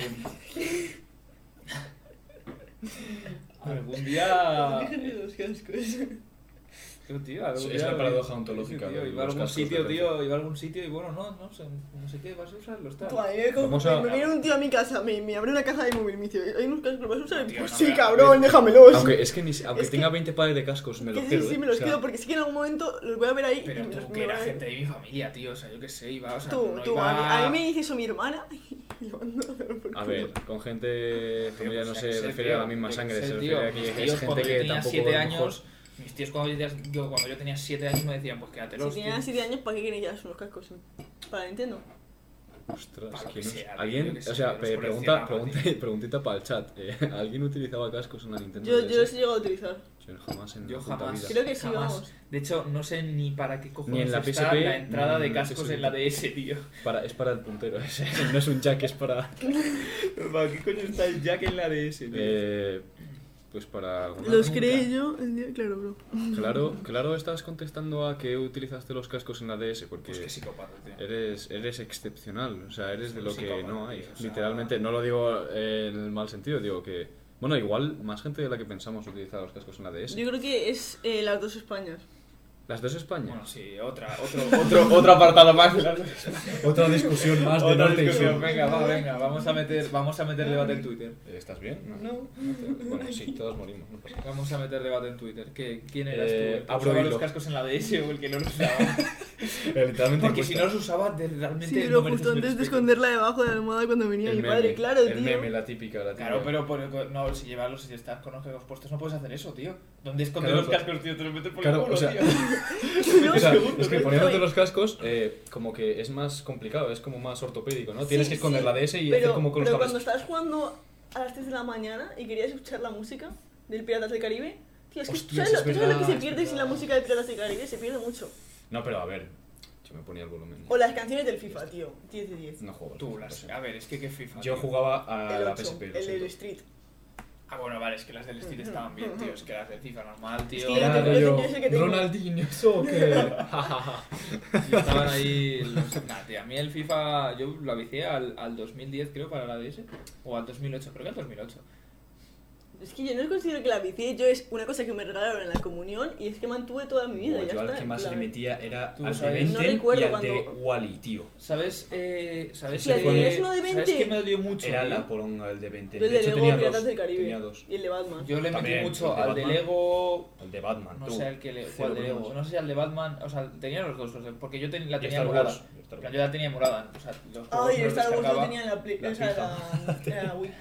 algún Ah, día. Dije de los cascos. Tío, tío, algún Sí, es día la lo- paradoja ontológica tío, de iba a los algún cascos de sitio, Renfe. tío, iba a algún sitio y bueno, no, no sé, no sé qué, vas a usarlo, está. Tú, a mí me, Vamos conf- a- eh, me viene un tío a mi casa, me, me abre una caja de móvil y me dice, ¿hay unos cascos que vas a usar? Tío, pues no, sí, me- cabrón, déjamelos. Aunque, es que ni si- aunque Es que- tenga 20 pares de cascos, me Que los sí, quedo. sí, ¿eh? me los O sea, quedo porque sí que en algún momento los voy a ver ahí y Pero me los tú, me que era van a- gente de mi familia, tío, o sea, yo qué sé, iba, o sea, Tú, no tú, iba... a, mí, a mí me dice eso mi hermana y yo ando a dar por A culo. ver, con gente familia no Pues, se yo qué sé, refiere a la tío, misma yo qué sangre, sé, se tío, refiere a mis que tíos es gente cuando yo que tenía tampoco siete a lo mejor- años, mis tíos cuando yo tenía- yo cuando yo tenía 7 años me decían, pues Si quédatelos, tenían tío. 7 años, ¿para qué quieren llevarse unos cascos? Para Nintendo. Ostras, Para que lo no pues que sé. sea, yo alguien, que sé, o sea, los pe- coleccionaba, pregunta, pregunta, tío. preguntita para el chat. eh, ¿Alguien utilizaba cascos en la Nintendo Yo, yo los DS? he llegado a utilizar. Yo jamás en Yo la puta jamás. vida. Creo que sí, Jamás. vamos. De hecho, no sé ni para qué cojones Ni en la está PSP, la entrada ni de en la cascos PSP. en la DS, tío. Para, es para el puntero ese. No es un jack, es para. ¿Para qué coño está el jack en la DS, tío? eh, pues para. alguna- Los nunca. creé yo el día, claro, bro. Claro, claro, estás contestando a que utilizaste los cascos en la DS porque. Pues qué psicópata, tío. Eres, eres excepcional, o sea, eres de lo Sí, que cabrón, no hay. tío, o sea- Literalmente, no lo digo eh, en el mal sentido, digo que... Bueno, igual más gente de la que pensamos utiliza los cascos en la DS. Yo creo que es eh, las dos Españas. Las dos Españas. Bueno, sí, otra, otro, otro, Otro apartado más. Otra discusión más de otra norte y discusión. sur. Venga, va, venga, vamos a meter, vamos a meter debate en Twitter. ¿Estás bien? te- Bueno, sí, todos morimos. no pasa nada. Vamos a meter debate en Twitter. ¿Qué, ¿Quién eras Eh, tú? ¿El que abro usaba hilo. los cascos en la DS o el que no los usaba? Eh, Literalmente Porque si no encuesta. los usaba, de- realmente Sí, no pero mereces justo mi antes de respeto. esconderla debajo de la almohada cuando venía El mi meme, padre, claro, el tío. meme, la típica, la típica. Claro, pero por el- no, si llevas los, si estás con los cascos puestos no puedes hacer eso, tío. ¿Dónde escondes Claro, los pero- cascos, tío? Te los metes por claro, el culo, o sea- tío. O sea, Segundo, es que pero- poniéndote los cascos, eh, como que es más complicado, es como más ortopédico, ¿no? Tienes Sí, que esconder sí, la DS y pero, hacer como con los pero cuando cables. estabas jugando a las 3 de la mañana y querías escuchar la música del Piratas del Caribe, tío, es que tú Hostias, sabes, es lo, tú sabes lo que verdad, se es pierde sin la verdad. música del Piratas del Caribe, se pierde mucho. No, pero a ver, yo me ponía el volumen. O las canciones del FIFA, tío, 10 de 10. No juego. al Tú, FIFA, las, lo a siento. ver, es que qué FIFA. Yo tío. jugaba a el la 8, PSP, lo el del siento. Street. Ah, bueno, vale, es que las del Street estaban bien, tío. Es que las del FIFA normal, tío. que Era yo- rollo, yo- yo sé que tengo. Ronaldinho, soccer. Ja, ja, ja. Y estaban ahí. Los... Nah, tío, a mí el FIFA, yo lo avicé al, al 2010, creo, para la DS. O al 2008, creo que al 2008. Es que yo no considero que la bici, yo es una cosa que me regalaron en la comunión y es que mantuve toda mi vida. Buah, ya Yo está, al que más en le plan. metía era Tú al de sabes. No Benten y recuerdo al de cuando- Wally, tío. ¿Sabes? Eh, ¿Sabes? Sí, eh, tenías uno de ¿Sabes 20? que me dolió mucho? Era tío? la poronga el de Benten. Yo el De de hecho Lego, tenía Piratas dos. del Caribe. Tenía dos. Y el de Batman. Yo le metí También, mucho el de al de Batman. Lego. El de Batman, No tú. sé al que le. Cero ¿Cuál de Lego? problemas. No sé si al de Batman. O sea, tenía los dos. los de- Porque yo ten- la Y tenía Star emulada. Wars. En plan, Yo la tenía emulada. O sea, los juegos Ay, me los Star Wars lo descargaba. tenía en la Play. la o sea, la, en la Wii.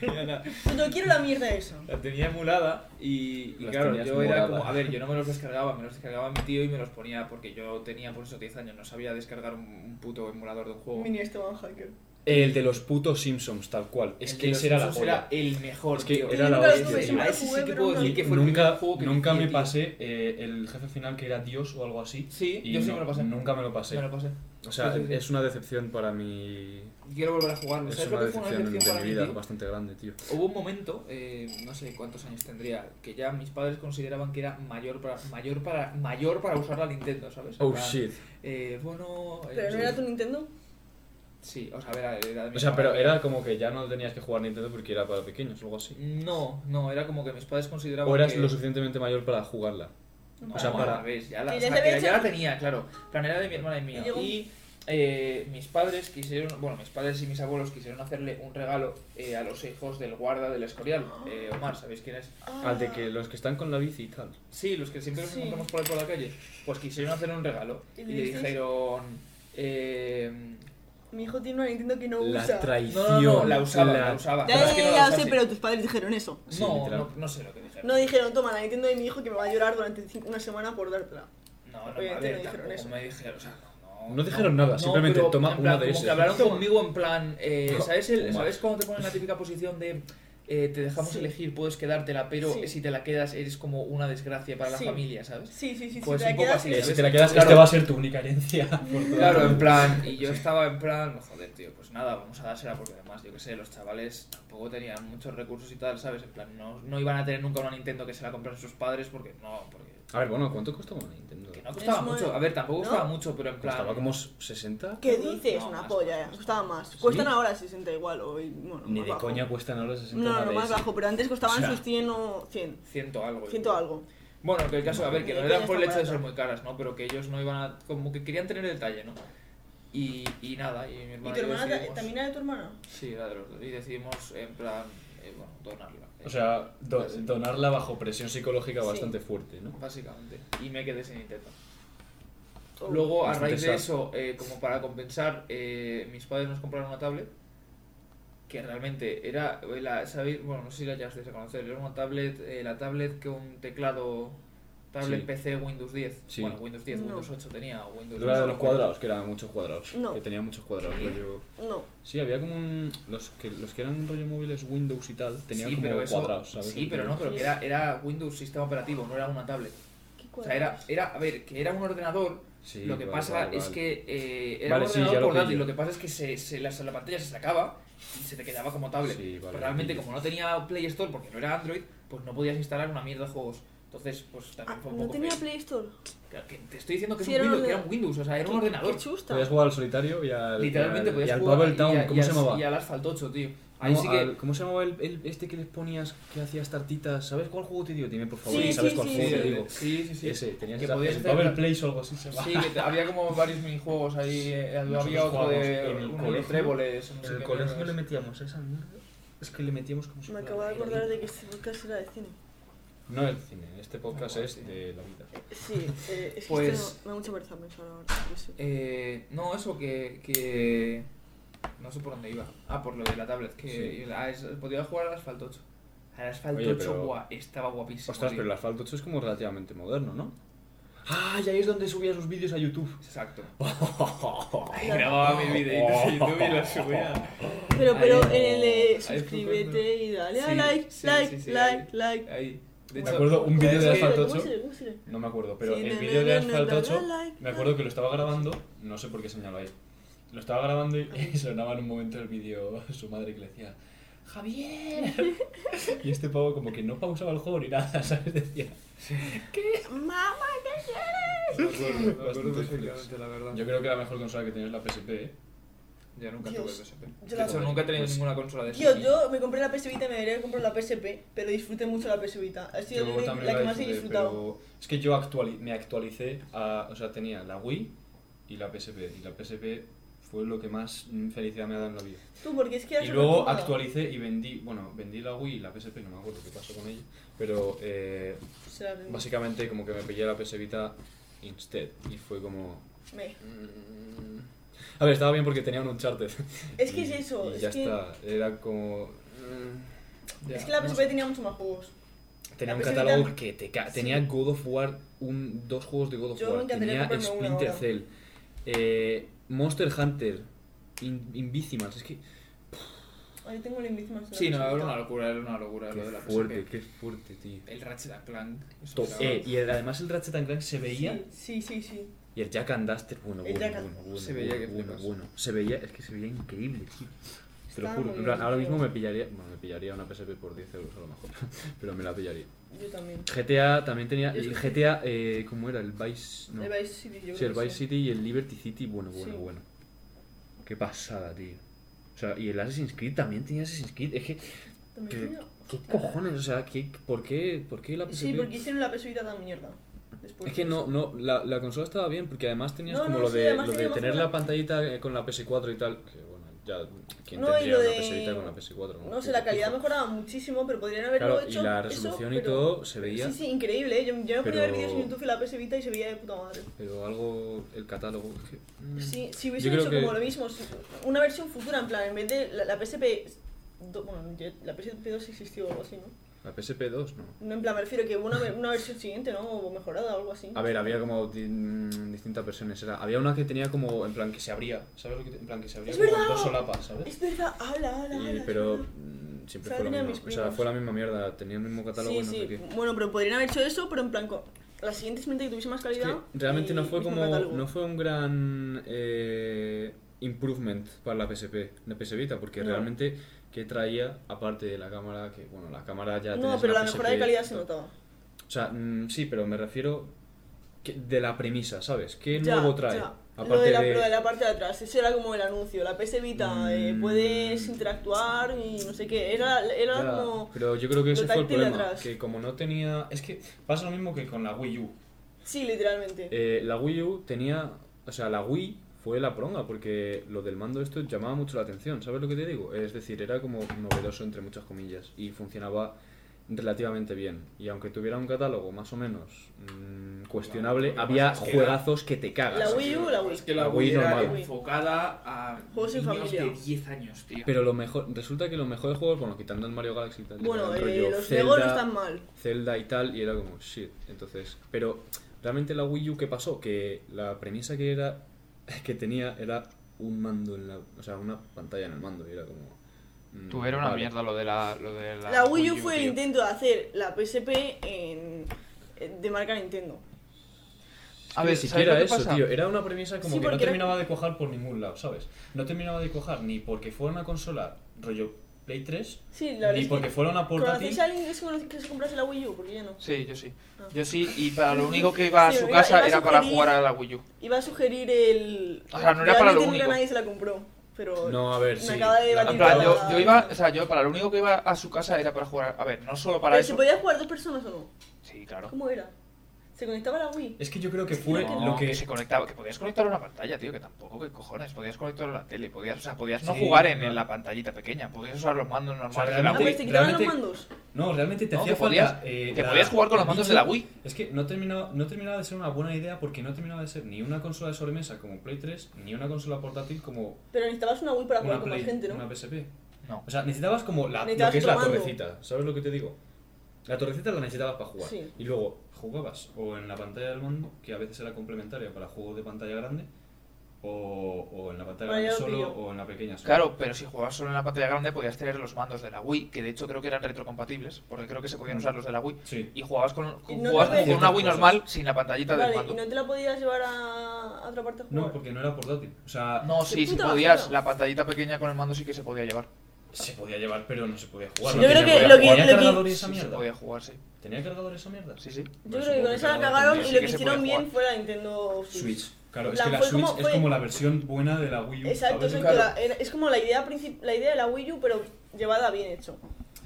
Yo quiero la mierda esa. La tenía emulada y, y Las claro, tenías yo era emulada. como, a ver, yo no me los descargaba, me los descargaba mi tío y me los ponía porque yo tenía por esos 10 años, no sabía descargar un, un puto emulador de un Oh. juego. Mini Esteban Hacker. El de los putos Simpsons, tal cual. Es El que de los ese era la Simpsons joya. Era el mejor, Es que tío. era Yo la nunca lo hostia, tuve, tío. siempre A lo ese jugué, sí que pero puedo no- decir que fue el nunca primer juego que nunca hice, me tío. pasé eh, el jefe final que era Dios o algo así. Sí, y yo sí no- me lo pasé. Nunca me lo pasé. Me lo pasé. O sea, Sí, sí, sí. es una decepción para mí. Quiero volver a jugarlo. Es ¿Sabes una lo que fue una decepción decepción de para mi mí, vida tío? bastante grande, tío. Hubo un momento, eh, no sé cuántos años tendría, que ya mis padres consideraban que era mayor para mayor para mayor para usar la Nintendo, ¿sabes? En Oh plan, shit. eh, bueno, eh, Pero no era tu Nintendo. Sí, o sea, a ver, era de mi O sea, padre. pero era como que ya no tenías que jugar Nintendo porque era para pequeños, algo así. No, no, era como que mis padres consideraban O eras que... lo suficientemente mayor para jugarla. No, o sea, al para- revés, ya la, Sí, o ya sea, se había que ya hecho. la tenía, claro. Plan era de mi hermana y mía. Y llegó- Y eh, mis padres quisieron, bueno, mis padres y mis abuelos quisieron hacerle un regalo eh, a los hijos del guarda del Escorial, eh, Omar, ¿sabéis quién es? Ah. Al de que los que están con la bici y tal. Sí, los que siempre nos Sí. encontramos por ahí por la calle. Pues quisieron hacerle un regalo ¿Y y le le disteis? dijeron. Eh, Mi hijo tiene una Nintendo que no La usa. traición. no, no, no, la usaba, la, la- usaba. Ya, Pero es ya, que no ya, la ya usaba sé, así. pero tus padres dijeron eso. Sí, No, literal. no, no sé lo que dijeron. No dijeron, toma la Nintendo de mi hijo que me va a llorar durante cinco- una semana por dártela. No, no, Oye, a te ver, lo dijeron tampoco eso. me dijeron, o sea, no, No dijeron nada, simplemente pero toma en plan, una de como esas. que hablaron Toma. conmigo en plan, eh, ¿sabes, el, Toma. ¿sabes cuando te ponen la típica posición de eh, te dejamos Sí. elegir, puedes quedártela, pero Sí. si te la quedas eres como una desgracia para Sí. la familia, ¿sabes? Sí, sí, sí, Pues si te la un poco quedas, así, sí, Eh, sí. si te la quedas, Claro. esta va a ser tu única herencia. por todo Claro, el en mundo. plan, y yo estaba en plan, joder, tío, pues nada, vamos a dársela porque además, yo que sé, los chavales tampoco tenían muchos recursos y tal, ¿sabes? En plan, no, no iban a tener nunca una Nintendo que se la comprasen sus padres porque no, porque A ver, bueno, ¿cuánto costó una Nintendo? que no costaba Es muy- mucho, a ver, tampoco ¿No? costaba mucho, pero en plan... Costaba como 60. ¿Qué dices? No, una más, polla, más, ya. más. Costaba más. Cuestan ahora 60 igual, o bueno, Ni más de bajo. coña pues, cuestan ahora 60 No, no, no, una más DS. bajo, pero antes costaban O sea, sus 100 o 100. Ciento algo. yo 100 creo. algo. Bueno, que el caso, a ver, que no Ni de era coña por el está hecho de barata. ser muy caras, ¿no? Pero que ellos no iban a... Como que querían tener detalle, ¿no? Y, y nada, y mi hermana... ¿Y tu yo hermana ta- decidimos- también era de tu hermana? Sí, era de los dos. Y decidimos, en plan, eh, bueno, donarla. O sea, do- donarla bajo presión psicológica Sí. bastante fuerte, ¿no? Básicamente. Y me quedé sin Nintendo. Oh. Luego, a Bastante raíz de sad. eso, eh, como para compensar, eh, mis padres nos compraron una tablet que realmente era, eh, la, ¿sabéis? Bueno, no sé si la llegasteis a conocer, era una tablet, eh, la tablet con un teclado, tablet Sí. PC Windows 10, Sí. bueno, Windows 10, No. Windows 8 tenía, o Windows Era de 10. los cuadrados, que eran muchos cuadrados. No. Que tenía muchos cuadrados. rollo- No. Sí, había como un. Los que, los que eran rollo móviles Windows y tal, tenían Sí, como pero eso- cuadrados, ¿sabes? Sí, pero no, pero que era, era Windows sistema operativo, no era una tablet. ¿Qué O sea, era, era, a ver, que era un ordenador, Sí, lo que vale, pasa vale, es vale. que eh, era Vale, un sí, ordenador ya lo portátil, pillo. lo que pasa es que se, se- la, la pantalla se sacaba y se te quedaba como tablet. Sí, vale, Pero lo realmente pillo. como no tenía Play Store porque no era Android, pues no podías instalar una mierda de juegos. Entonces, pues Ah, también fue un no poco. tenía feo. Play Store. Claro, que te estoy diciendo que, es Sí, un era un Windows, que era ordenador. un Windows, o sea, era un Qué- ordenador. Qué chusta. Podías jugar al solitario y al. Literalmente y al- podías Y al jugar Bubble Town, y a- y ¿cómo al- se llamaba? Y al Asphalt 8, tío. Ahí No, sí que. al- ¿Cómo se llamaba el, el- este que les ponías que hacías tartitas? ¿Sabes cuál juego te dio? Dime por favor, Sí, que sabes sí, cuál sí, juego sí. te digo. Sí, sí, sí. Ese, tenías Que esa- podías el hacer Bubble la- Place o algo así se llama. Sí, que te- había como varios minijuegos ahí. eh, había otro jugábamos de en el uno de colegio. los tréboles. No sé En el qué colegio mierdas. le metíamos a esa mierda. Es que le metíamos como si Me fuera acabo de heroína. acordar de que este podcast era de cine. No el cine, este podcast No, es sí. de la vida. Sí, eh, es que Pues- esto no- me da mucha vergüenza pensar ahora. yo sé. Eh, no, eso que, que. No sé por dónde iba. Ah, por lo de la tablet. Que ah, es- podía jugar al Asphalt 8. Al Asphalt Oye, 8 pero- guau, estaba guapísimo. Ostras, tío. pero el Asfalto 8 es como relativamente moderno, ¿no? Ah, ya es donde subía sus vídeos a YouTube. Exacto. Ay, Grababa mis videitos en YouTube y los subía. Pero, pero Ahí- en el de ahí fue suscríbete y dale a Sí, like, sí, like, sí, sí, like, like. Ahí. Eh, De Me hecho, acuerdo un vídeo de ¿sabes qué? Asphalt ¿Cómo 8. sigue? ¿Cómo sigue? No me acuerdo, pero Sí, el na, vídeo na, de na, Asphalt na, 8, na, like, me acuerdo like. que lo estaba grabando, no sé por qué señalo ahí. Lo estaba grabando y, y sonaba en un momento el vídeo su madre que le decía, ¡Javier! Y este pavo como que no pausaba el juego ni nada, ¿sabes? Decía, Mamá, Me acuerdo, me acuerdo Bastante perfectamente, la verdad. yo creo que la mejor consola que tenías es la PSP, ¿eh? Yo nunca Dios. tuve PSP. Yo de la- hecho, nunca he tenido Pues- ninguna consola de Tío, Sony. yo me compré la PS Vita y me debería comprar la PSP, pero disfruté mucho la PS Vita. Ha sido la, que- la que más he disfruté, disfrutado. pero es que yo actuali- me actualicé a, o sea, tenía la Wii y la PSP, y la PSP fue lo que más mm, felicidad me ha dado en la vida. Tú, porque es que era Y súper luego cómoda. actualicé y vendí, bueno, vendí la Wii y la PSP, no me acuerdo qué pasó con ella, pero eh, Se la rendí. básicamente como que me pillé la PS Vita instead y fue como... Me- mm. A ver, estaba bien porque tenía un Uncharted. Es que Y- es eso, Y es ya que- está, era como... mm, Ya, Es que la no PSP sé. tenía muchos más juegos. Tenía La un PS catálogo Vita- que te ca- tenía God of War, un, dos juegos de God of Yo me War, encantaría tenía comprarme una Splinter ahora. Cell, eh, Monster Hunter, In- Invisimals, es que Ahí tengo el Invincible. Sí, no, era una locura, era una locura qué lo de la PSP. fuerte, qué fuerte, tío. El Ratchet and Clank. eso To- era- eh, y el- además el Ratchet and Clank se veía Sí, sí, sí. y el Jack and Duster, bueno, El bueno, Jack bueno, and- bueno, Se veía que bueno, bueno, flipas. bueno. se veía, es que se veía increíble, tío. Te lo Estaba juro, muy en plan, bien, ahora tío. mismo me pillaría, bueno, me pillaría una PSP por 10 euros a lo mejor, pero me la pillaría. Yo también. GTA también tenía, Es el que- GTA, eh, ¿cómo era? El Vice, no. El Vice City, yo creo Sí, el que Vice City y el Liberty City, bueno, bueno, Sí. bueno. Qué pasada, tío. O sea, y el Assassin's Creed también tenía Assassin's Creed. Es que, También ¿qué, Eh, tenía- qué cojones? O sea, ¿qué, por, qué, ¿por qué la Sí, PSP? porque hicieron la PS Vita tan mierda. Después. Es que no, no, la, la consola estaba bien porque además tenías No, como no, lo sí, de, además lo de tenía más tener la una- pantallita eh, con la PS4 y tal. Que bueno, ya, ¿quién No, y tendría lo una de- PS con la PS4? No sé, la calidad mejoraba muchísimo, pero podrían haberlo Claro, y hecho. la eso, resolución y pero- todo se veía, Sí, sí, increíble, ¿eh? Yo, yo me podía ver Pero- vídeos en YouTube y la PS Vita y se veía de puta madre. pero algo, el catálogo. es que, mm. Sí, si Yo hubiesen creo hecho que- como lo mismo, si- una versión futura, en plan, en vez de la, la PSP. do- bueno, ya- la PSP2 existió o algo así, ¿no? La PSP2, no. No, en plan, me refiero que una, ver- una versión siguiente, ¿no? O mejorada o algo así. A ver, había como di- mm, distintas versiones. Era, había una que tenía como, en plan, que se abría, ¿sabes lo que te- En plan, que se abría ¡Es como verdad! dos solapas, ¿sabes? Es verdad, habla, habla, Y- habla. pero mm, siempre Solo fue lo tenía mismo. mis O sea, primos. fue la misma mierda, tenía el mismo catálogo Sí, y no sé sí. qué. Bueno, pero podrían haber hecho eso, pero en plan, con- la siguiente simplemente que tuviese más Es que calidad. realmente y no fue mismo como, catálogo. no fue un gran eh, improvement para la PSP, la PS Vita, porque No. realmente que traía, aparte de la cámara, que bueno, la cámara ya No, tenías pero la PSP mejora de calidad se tal. notaba. O sea, mm, sí, pero me refiero que- de la premisa, ¿sabes? ¿Qué Ya, nuevo trae? ya. Aparte Lo de, la, de- lo de la parte de atrás, eso era como el anuncio, la PS Vita, eh, Mm. puedes interactuar y no sé qué, era, era Ya, como... pero yo creo que lo ese fue el táctil problema, atrás. que como no tenía... Es que pasa lo mismo que con la Wii U. Sí, literalmente. Eh, la Wii U tenía... O sea, la Wii fue la pronga, porque lo del mando esto llamaba mucho la atención, ¿sabes lo que te digo? Es decir, era como novedoso entre muchas comillas y funcionaba relativamente bien. Y aunque tuviera un catálogo más o menos mm, cuestionable, lo que había pasa es que era- juegazos que te cagas. La Wii U o la Wii. Es que la La Wii, Wii era normal. enfocada a Juegos en niños familia. de 10 años, tío. Pero lo mejor, resulta que los mejores juegos, bueno, quitando el Mario Galaxy y tal, bueno, el eh, rollo los Zelda- Lego no están mal. Zelda y tal, y era como, shit. Entonces, pero realmente la Wii U, ¿qué pasó? Que la premisa que era que tenía era un mando en la. O sea, una pantalla en el mando, y era como. mm, Tú era una vale. mierda lo de la, lo de la, La, Wii U fue el tío. intento de hacer la PSP en, en- de marca Nintendo. Es A que ver, ni ¿sabes siquiera lo que eso, pasa? tío. eh. Era una premisa como Sí, que no porque era- terminaba de cuajar por ningún lado, ¿sabes? No terminaba de cuajar ni porque fuera una consola rollo Play 3, Sí, la verdad ni es porque que... fuera una portátil. ¿Conocéis a alguien que se, conoce- que se comprase la Wii U? Porque yo no. Sí, yo sí. Ah. Yo sí, y para lo único que iba a Sí, su iba- iba casa a era para sugerir- jugar a la Wii U. Iba a sugerir el... O sea, no era para lo Realmente nunca único. nadie se la compró, pero... No, a ver, me sí. acaba de la- debatir En plan, toda yo, la- yo iba, o sea, yo para lo único que iba a su casa era para jugar. A, a ver, no solo para ¿Pero eso. se podía jugar dos personas o no? Sí, claro. ¿Cómo era? ¿Se conectaba a la Wii? Es que yo creo que fue No, lo que. se conectaba, que podías conectar una pantalla, tío, que tampoco, que cojones, podías conectar a la tele, podías, o sea, podías no Sí, jugar en, claro. en la pantallita pequeña, podías usar los mandos normales Ah, realmente- de la pues Wii. te quitaban los realmente- mandos. No, realmente te No, hacía que podías- falta. eh, que la- podías jugar con los el mandos bicho. de la Wii. Es que no terminaba, no terminaba de ser una buena idea porque no terminaba de ser ni una consola de sobremesa como Play 3, ni una consola portátil como Pero necesitabas una Wii para jugar una, con Play, más gente, ¿no? una PSP. No. O sea, necesitabas como la, lo Necesitabas que es la otro mando. torrecita. ¿Sabes lo que te digo? La torrecita la necesitabas para jugar. Sí. Y luego jugabas o en la pantalla del mando, que a veces era complementaria para juegos de pantalla grande, o, o en la pantalla Vaya grande solo, tío. o en la pequeña solo. Claro, pero si jugabas solo en la pantalla grande podías tener los mandos de la Wii, que de hecho creo que eran retrocompatibles, porque creo que se podían usar los de la Wii. Sí. Y jugabas con, con- Mm. Y no jugabas te como con ves- una Wii cosas. normal sin la pantallita del Vale, mando. ¿y no te la podías llevar a, a otra parte a jugar? No, porque no era portátil. O sea, No, ¡Qué sí, sí puta podías. basura! La pantallita pequeña con el mando sí que se podía llevar. se podía llevar, pero no se podía jugar. Sí, No yo creo tenía que cargador. lo que- ¿Tenía lo que- cargador esa Sí, se mierda? podía jugar, sí. ¿Tenía cargador esa mierda? Sí, sí. Yo Pero creo que con supongo esa la que cagaron y también lo sí que que se hicieron puede bien jugar. fue la Nintendo Switch. Claro, es La- que la fue Switch como- es fue- como la versión buena de la Wii U. Exacto, ¿sabes? exacto. la- era- es como la idea, princip- la idea de la Wii U, pero llevada bien hecho.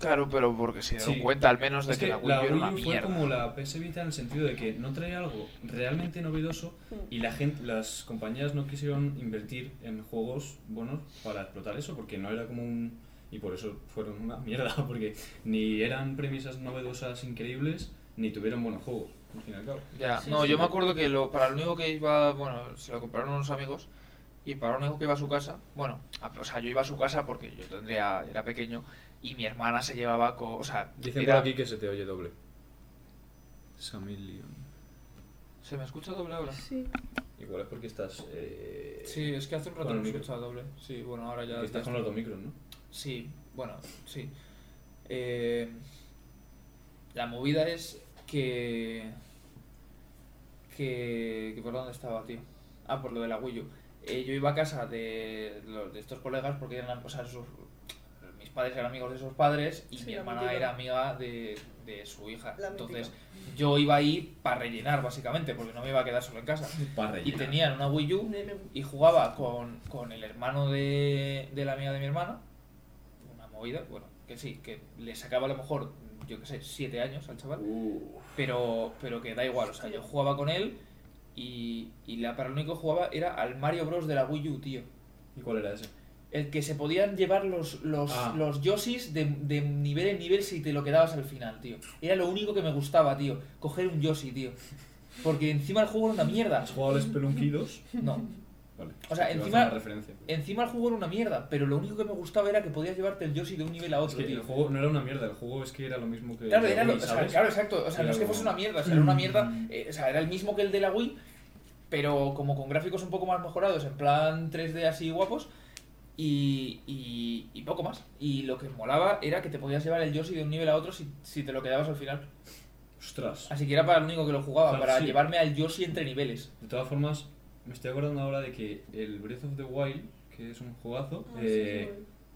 Claro, pero porque se dieron Sí. cuenta al menos de Es que, la Wii U era una fue mierda. como la PS Vita en el sentido de que no traía algo realmente novedoso y la gente, las compañías no quisieron invertir en juegos buenos para explotar eso porque no era como un y por eso fueron una mierda porque ni eran premisas novedosas increíbles ni tuvieron buenos juegos al fin y al cabo. Ya, Sí, no, sí. yo me acuerdo que lo, para lo único que iba, bueno, se lo compraron unos amigos y para lo único que iba a su casa, bueno, a- o sea, yo iba a su casa porque yo tendría, era pequeño y mi hermana se llevaba, co- o sea, Dicen por era- aquí que se te oye doble. Samilion. ¿se me escucha doble ahora? Sí. Igual es porque estás eh, Sí, es que hace un rato Con el no me micro. escuchaba doble. Sí, bueno, ahora ya. que estás ya con está. los dos micros, ¿no? Sí, bueno, sí. Eh, la movida es que, que. que ¿Por dónde estaba, tío? Ah, por lo de la Wii U. Eh, yo iba a casa de, los- de estos colegas porque eran. O sea, sus- mis padres eran amigos de sus padres y Sí, mi la hermana mítica. era amiga de, de su hija. La Entonces, yo iba ahí para rellenar, básicamente, porque no me iba a quedar solo en casa. Y tenían una Wii U y jugaba con, con el hermano de, de la amiga de mi hermana. Una movida, bueno, que sí, que le sacaba a lo mejor, yo qué sé, siete años al chaval. Pero, pero que da igual, o sea, yo jugaba con él y, y la, para lo único que jugaba era al Mario Bros. de la Wii U, tío. ¿Y cuál era ese? El que se podían llevar los, los, Ah. los Yoshis de, de nivel en nivel si te lo quedabas al final, tío. Era lo único que me gustaba, tío. Coger un Yoshi, tío. Porque encima el juego era una mierda. ¿Has jugado al Spelunky 2? No. Vale. Mm. O sea, Te iba a hacer encima- una referencia. Encima el juego era una mierda, pero lo único que me gustaba era que podías llevarte el Yoshi de un nivel a Es otro, que el tío. juego no era una mierda, el juego es que era lo mismo que. Claro, el de era lo- Wii, o sea, ¿sabes? claro, exacto. O sea, Era no es que como- fuese una mierda, o sea, era una mierda. eh, o sea, era el mismo que el de la Wii, pero como con gráficos un poco más mejorados, en plan 3D así guapos. Y, y, y poco más. Y lo que molaba era que te podías llevar el Yoshi de un nivel a otro si, si te lo quedabas al final. Ostras. Así que era para lo único que lo jugaba, Claro, para sí. llevarme al Yoshi entre niveles. De todas formas, me estoy acordando ahora de que el Breath of the Wild, que es un jugazo, Ah, eh,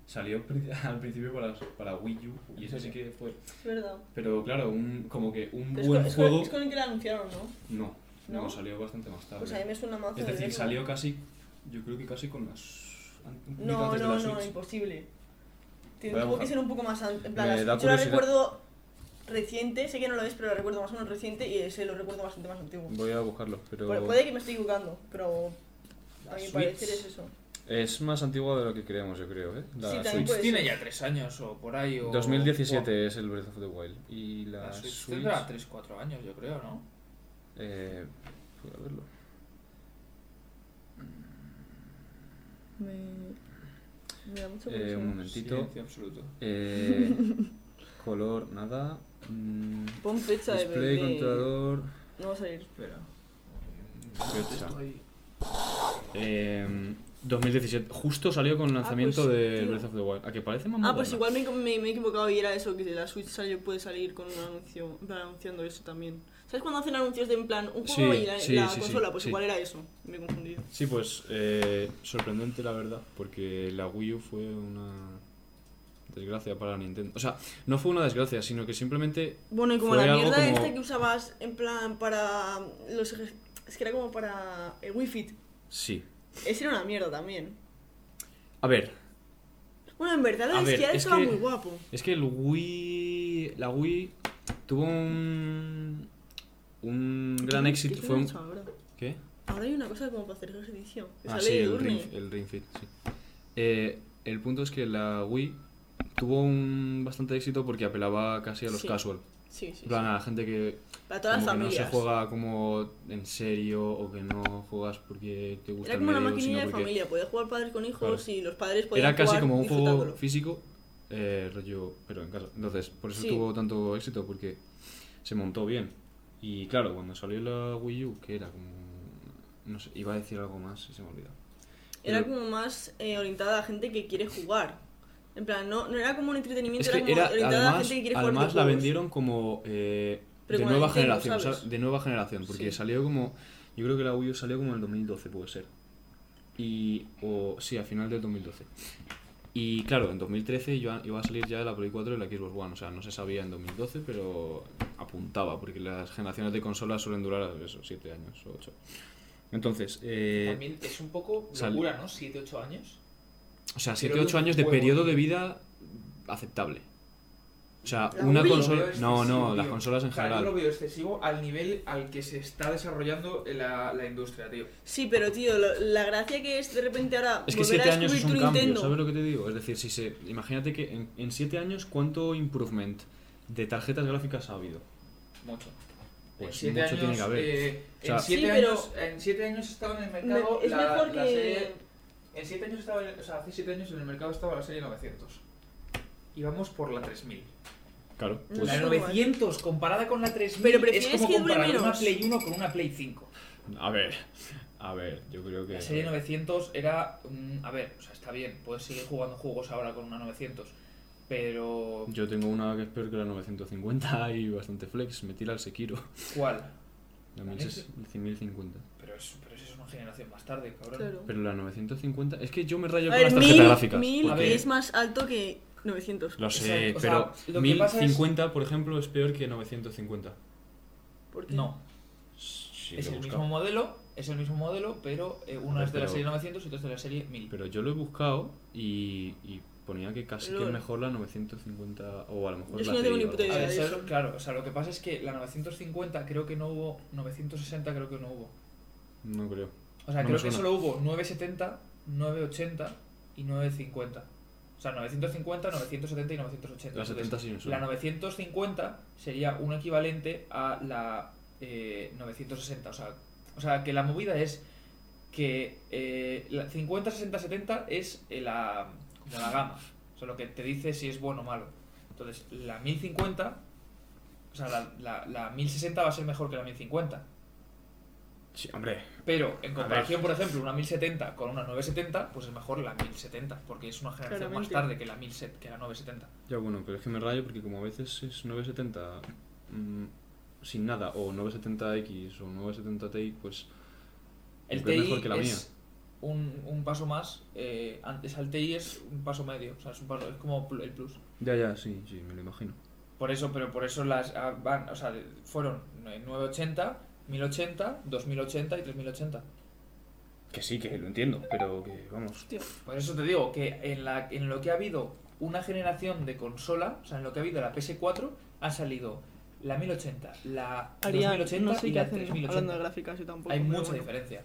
salió pri- al principio para, para Wii U y ¿En eso sí serio? que fue. es verdad. Pero claro, un, como que un Pero es, buen con, es con- juego. es con el que la anunciaron, ¿no? No, no, ¿No? salió bastante más tarde. Pues a mí me suena mazo. es de decir, verlo. salió casi. Yo creo que casi con las. an- un poquito No, antes de no, la no, Switch. imposible. Voy Tiene- a Tuvo buscar. que ser un poco más antes. En plan, Me la- da yo la curiosidad. recuerdo reciente, sé que no lo es, pero la recuerdo más o menos reciente y ese lo recuerdo bastante más antiguo. Voy a buscarlo, pero. Pu- Puede que me estoy equivocando, pero a La mi Switch. parecer es eso. Es más antigua de lo que creemos, yo creo, ¿eh? La Sí, también Switch. puede Tiene ser. ya tres años o por ahí. O, 2017 es el Breath of the Wild. Y o- la, la Switch Switch. tendrá 3-4 años, yo creo, ¿no? Eh, voy a verlo. Me, me da mucho Eh, un momentito. Silencio absoluto. Eh, color, nada. Mm, Pon fecha de display, bebé. controlador. No va a salir. Espera. Fecha. Eh, 2017. Justo salió con el lanzamiento pues, de tío. Breath of the Wild. ¿A que parece más Ah, pues moderna? igual me, me- me he equivocado y era eso, que la Switch salió, puede salir con un anuncio, en plan, anunciando eso también. ¿Sabes cuando hacen anuncios de en plan un juego Sí, y la, sí, la sí, sí, consola? pues sí. igual era eso, me he confundido. Sí, pues eh, sorprendente la verdad, porque la Wii U fue una Desgracia para Nintendo. O sea, no fue una desgracia, sino que simplemente Bueno, y como Fue la algo mierda como- esta que usabas en plan para los ejer- es que era como para el Wii Fit. sí. Ese era una mierda también. A ver, Bueno, en verdad A el ver, esquiar es estaba que- muy guapo. es que el Wii, la Wii tuvo un un gran ¿Qué éxito, tenemos fue un ahora? ¿Qué? Ahora hay una cosa como para hacer ejercicio. Que Ah, sale sí, de el Durne. Ring, el Ring Fit, sí. Eh, el punto es que la Wii tuvo un bastante éxito porque apelaba casi a los Sí. casual. Sí, sí, En plan, sí. a la gente que, Para todas las como que no se familias. juega como en serio o que no juegas porque te gusta era el como una medio, maquinilla de sino porque familia. Podías jugar padres con hijos Claro. y los padres podían era casi jugar como un juego disfrutándolo. físico, eh, rollo, pero en casa. Entonces, por eso Sí. tuvo tanto éxito, porque se montó bien. Y claro, cuando salió la Wii U, que era como. No sé, iba a decir algo más y se me olvidó. Era Pero- como más eh, orientada a la gente que quiere jugar. En plan, no, no era como un entretenimiento, Es que era como era, orientada a la además, gente que quiere jugar además la videojuegos. vendieron como eh, Pero de como la nueva Nintendo, generación, o sea, ¿sabes? de nueva generación, porque Sí. salió como, yo creo que la Wii U salió como en el 2012, puede ser. Y, o, sí, a final del 2012. Y claro, en 2013 iba, iba a salir ya la Play 4 y la Xbox One, o sea, no se sabía en 2012, pero apuntaba, porque las generaciones de consolas suelen durar eso, 7 años o 8. Entonces, eh, También es un poco sal- locura, ¿no? 7, 8 años. o sea, Pero 7 8 un años de juego, periodo de tío. vida aceptable. O sea, La una Wii. consola. Yo lo veo No, no, excesivo, las tío. consolas en O sea, yo lo general. veo excesivo al nivel al que se está desarrollando la, la industria, tío. Sí, pero tío, lo- la gracia que es de repente ahora Es que volver a 7 años es descubrir tu un cambio, Nintendo. ¿sabes lo que te digo? Es decir, si se. Imagínate que en 7 años, ¿cuánto improvement de tarjetas gráficas ha habido? Mucho. Pues En siete mucho tiene que haber. eh, O sea- en, siete Sí, pero- años, en siete años estaba en el Me- mercado. es la- mejor la que. serie- en siete años estaba, en- o sea, hace siete años en el mercado estaba la serie 900. Y vamos por la 3000. Claro. No Pues, sé. la 900 comparada con la 3000 Pero es prefieres como que dure comparar una menos. Play 1 con una Play 5. a ver. A ver, yo creo que. La serie 900 era. mm, a ver, o sea, está bien, puedes seguir jugando juegos ahora con una 900. Pero. Yo tengo una que es peor que la 950 y bastante flex. Me tira al Sekiro. ¿Cuál? La ¿La 1050. Pero, es, pero eso es una generación más tarde, cabrón. Claro. Pero la 950. Es que yo me rayo A con ver, las tarjetas 1000, gráficas. 1000 porque- es más alto que 900. Lo sé, Exacto, o pero sea, lo que pasa es- 1050, por ejemplo, es peor que 950. ¿Por qué? No, Sí, es lo he el buscado. mismo modelo, es el mismo modelo, pero eh, uno Hombre, es de la pero- serie 900 y otro es de la serie 1000. Pero yo lo he buscado y, y ponía que casi que Lol. mejor la 950 o a lo mejor Yo es la que no tengo TI ni o puta algo A idea. así. ver, eso- eso- claro, o sea, lo que pasa es que la 950 creo que no hubo, 960 creo que no hubo. No creo. O sea, No me creo que suena. solo hubo 970, 980 y 950. O sea, 950, 970 y 980. La Entonces, 70 sí me La suena. 950 sería un equivalente a la eh, 960. O sea, o sea, que la movida es que eh, la 50, 60, 70 es eh, la, como la gama. O sea, lo que te dice si es bueno o malo. Entonces, la 1050, o sea, la, la, la 1060 va a ser mejor que la 1050. Sí, hombre. Pero en comparación, por ejemplo, una 1070 con una 970, pues es mejor la 1070, porque es una generación más Claramente. tarde que la, 1070, que la 970. Ya bueno, pero es que me rayo porque como a veces es 970 mm, sin nada o 970X o 970 Ti, pues El Pero TI es mejor que la es mía. Un, un paso más. eh, antes al TI es un paso medio. O sea, es, un paso- es como pl- el plus. ya ya, sí, sí, me lo imagino. Por eso, pero por eso las ah, van, o sea, de- fueron eh, 980, 1080, 2080 y 3080. Que sí, que lo entiendo, pero que vamos. Por eso te digo que en, la, en lo que ha habido una generación de consola, o sea, en lo que ha habido la PS4, ha salido la 1080, la Haría, 2080 no sé y qué la hacen hablando de 3080. gráficas, yo tampoco. Hay pero mucha bueno. diferencia.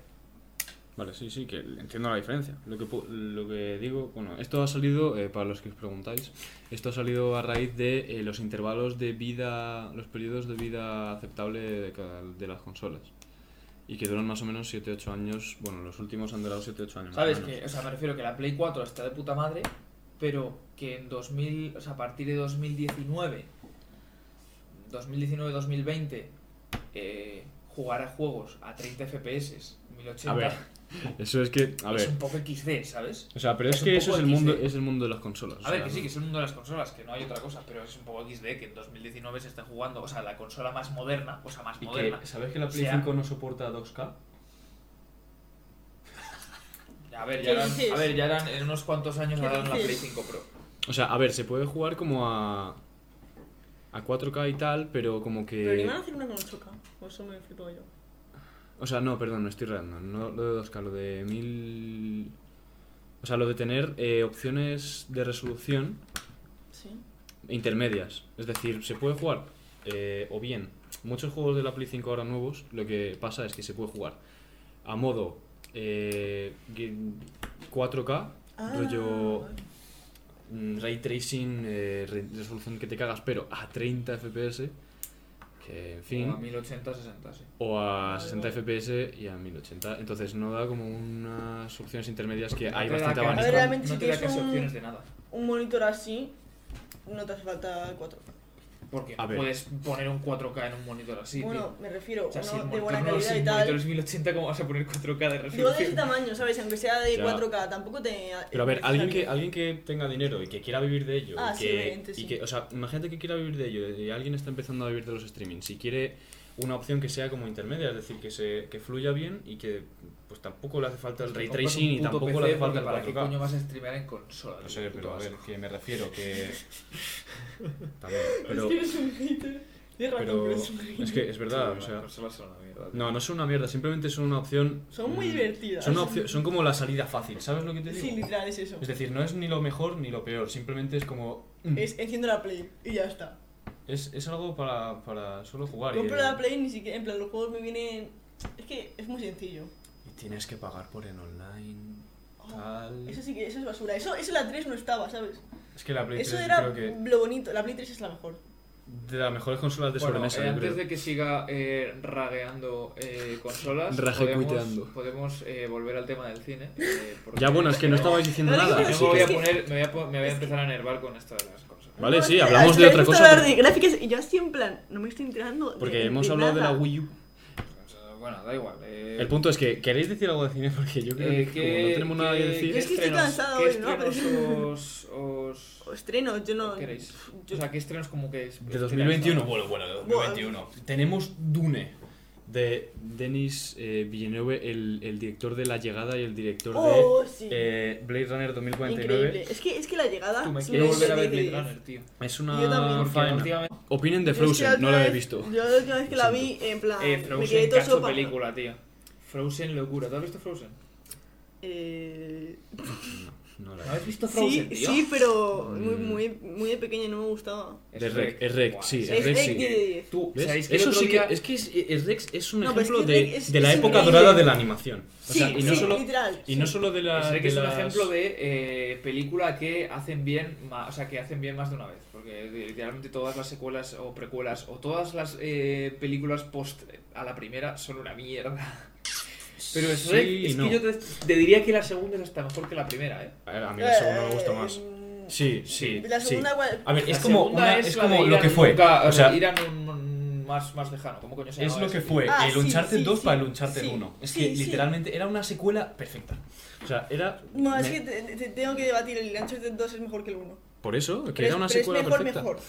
Vale, sí, sí, que entiendo la diferencia. Lo que, pu- lo que digo, bueno, esto ha salido, eh, para los que os preguntáis, esto ha salido a raíz de eh, los intervalos de vida, los periodos de vida aceptable de, ca- de las consolas. Y que duran más o menos 7-8 años, bueno, los últimos han durado 7-8 años. más o ¿Sabes? menos. Que, o sea, me refiero que la Play 4 está de puta madre, pero que en 2000, o sea, a partir de 2019, 2019-2020, eh, jugar a juegos a 30 FPS, 1080, A ver, Eso es que, a es ver, un poco XD, ¿sabes? o sea, pero es, es un que eso poco es el, XD. mundo, es el mundo de las consolas. o A ver, sea, que sí, no- que es el mundo de las consolas, que no hay otra cosa, pero es un poco XD que en 2019 se está jugando, o sea, la consola más moderna, o sea, más Y moderna. que, ¿sabes que la O Play sea- 5 no soporta 2K? A ver, ¿Qué ya eran, dices? a ver, ya eran en unos cuantos años ¿Qué ahora en la Play dices? 5 Pro. O sea, a ver, se puede jugar como a. a 4K y tal, pero como que. Pero ni van a hacer una con 8K, por eso me flipo yo. O sea, no, perdón, me estoy reando. No lo de 2K, lo de 1000. O sea, lo de tener eh, opciones de resolución Sí. intermedias. Es decir, se puede jugar eh, o bien. Muchos juegos de la Play 5 ahora nuevos, lo que pasa es que se puede jugar a modo eh, gui- 4K, Ah, rollo vale. mm, ray tracing, eh, re- resolución que te cagas, pero a 30 FPS. Que, en fin. O a 1080, 60, sí. o a Vale, 60 FPS y a 1080. Entonces no da como unas opciones intermedias que No hay te da bastante casi- A ver, abanico. realmente- No si te da tienes casi un- opciones de nada. Un monitor así, no te hace falta 4K. Porque A no ver. puedes poner un 4K en un monitor así. bueno, tío. me refiero, O sea, si el uno de monitor buena no- calidad si y el monitor es tal. 1080, ¿cómo vas a poner 4K de Digo de ese resolución? tamaño, ¿sabes? Aunque sea de Ya. 4K, tampoco te. Pero a ver, alguien que, alguien que tenga dinero y que quiera vivir de ello, Ah, y sí, que, obviamente, y sí. que- o sea, imagínate que quiera vivir de ello y alguien está empezando a vivir de los streamings y quiere una opción que sea como intermedia, es decir, que se que fluya bien y que pues tampoco le hace falta el ray Compras un tracing y puto tampoco PC le hace falta el porque ¿Para qué 4K. coño vas a streamear en consola? No tío, sé, puto pero a ver, asco? que me refiero que también, pero Es que eres un hater. Tienes razón, pero pero eres un hater. es que es verdad, o Las sea, consolas son una mierda. No, no son una mierda, simplemente son una opción. Son muy mm, divertidas. Son, una opción- son como la salida fácil, ¿sabes lo que te digo? Sí, literal, es eso. Es decir, no es ni lo mejor ni lo peor, simplemente es como. mm, Es enciendo la Play y ya está. Es, es algo para, para solo jugar. Compro y, la Play ni siquiera. En plan, los juegos me vienen. Es que es muy sencillo. y tienes que pagar por en online. Oh, Tal. Eso sí que eso es basura. Eso, eso en la 3 no estaba, ¿sabes? Es que la Play Eso 3 creo era que. lo bonito. La Play 3 es la mejor. De las mejores consolas de Bueno, sobremesa, eh, yo antes creo. de que siga eh, ragueando eh, consolas, Rajecuiteando. podemos, podemos eh, volver al tema del cine. eh, porque- Ya bueno, es que no estabais diciendo No, nada. digo, Yo así me voy que- pues, a poner, me voy a, po- me voy a empezar a enervar con esto de las consolas. Vale, No, sí, espera, hablamos de espera, otra justo cosa. hablar pero- de gráficas y yo así en plan, no me estoy enterando. de- Porque hemos hablado de la nada. Wii U. Bueno, da igual. eh, El punto es que, ¿queréis decir algo de cine? Porque yo creo eh, que ¿qué- como no tenemos nada que qué- decir. qué Es que estoy estrenos- cansado ¿Qué hoy, ¿no? estrenos os, os- O Estreno, yo no. queréis? yo- O sea, ¿qué estrenos como que es? Ah, De 2021, bueno, bueno, de Bueno. 2021. Tenemos Dune, de Denis eh, Villeneuve, el, el director de La Llegada y el director Oh, de sí. eh, Blade Runner 2049. Increíble. Es que, es que la llegada. Tú me es quiero una volver a ver serie Blade de- Runner, tío. Es Yo una también. Porque faena. últimamente Opinen de Yo es que Frozen, no otra la he vez- visto. Yo la última vez que la Lo vi, en plan. eh, Ah, me quedé Frozen, todo cacho sopa. película, tío. Frozen, locura. ¿Tú has visto Frozen? Eh, No la ¿No he has visto. visto Frozen, sí, tío? sí, pero muy, Mm. muy, muy de pequeña no me gustaba. De Rec, es Rec, Buah, sí, es es Es Rec, Rec sí. 10 de 10. Tú, ¿Ves? ¿sabes que el Eso otro sí día- que. Es que es, es Rex es un No, pero es ejemplo que de, Rec es- de la es época increíble. dorada de la animación. O sea, sí, y no sí, solo. liteal. Y no solo de la. Es, que de es un las- ejemplo de eh, película que hacen bien, ma- o sea, que hacen bien más de una vez, porque literalmente todas las secuelas o precuelas o todas las eh, películas post a la primera son una mierda. Pero es, Sí Rec, y es no. que yo te, te diría que la segunda es hasta mejor que la primera, ¿eh? A mí la segunda me gusta Eh, más. mm, Sí, sí. La sí. segunda, igual- A ver, es La como, segunda una- es es la como de lo ir que a fue. nunca- o sea, ir a un, un- más, más lejano, ¿cómo coño se es llama lo que ese? fue Ah, el sí, Uncharted sí, 2 sí. para el Uncharted Sí, 1. Es sí, que sí. literalmente era una secuela perfecta. O sea, era. No, es me- que te- te- tengo que debatir. El Uncharted 2 es mejor que el 1. Por eso, que Pero era es- una pero es secuela mejor, perfecta. mejor.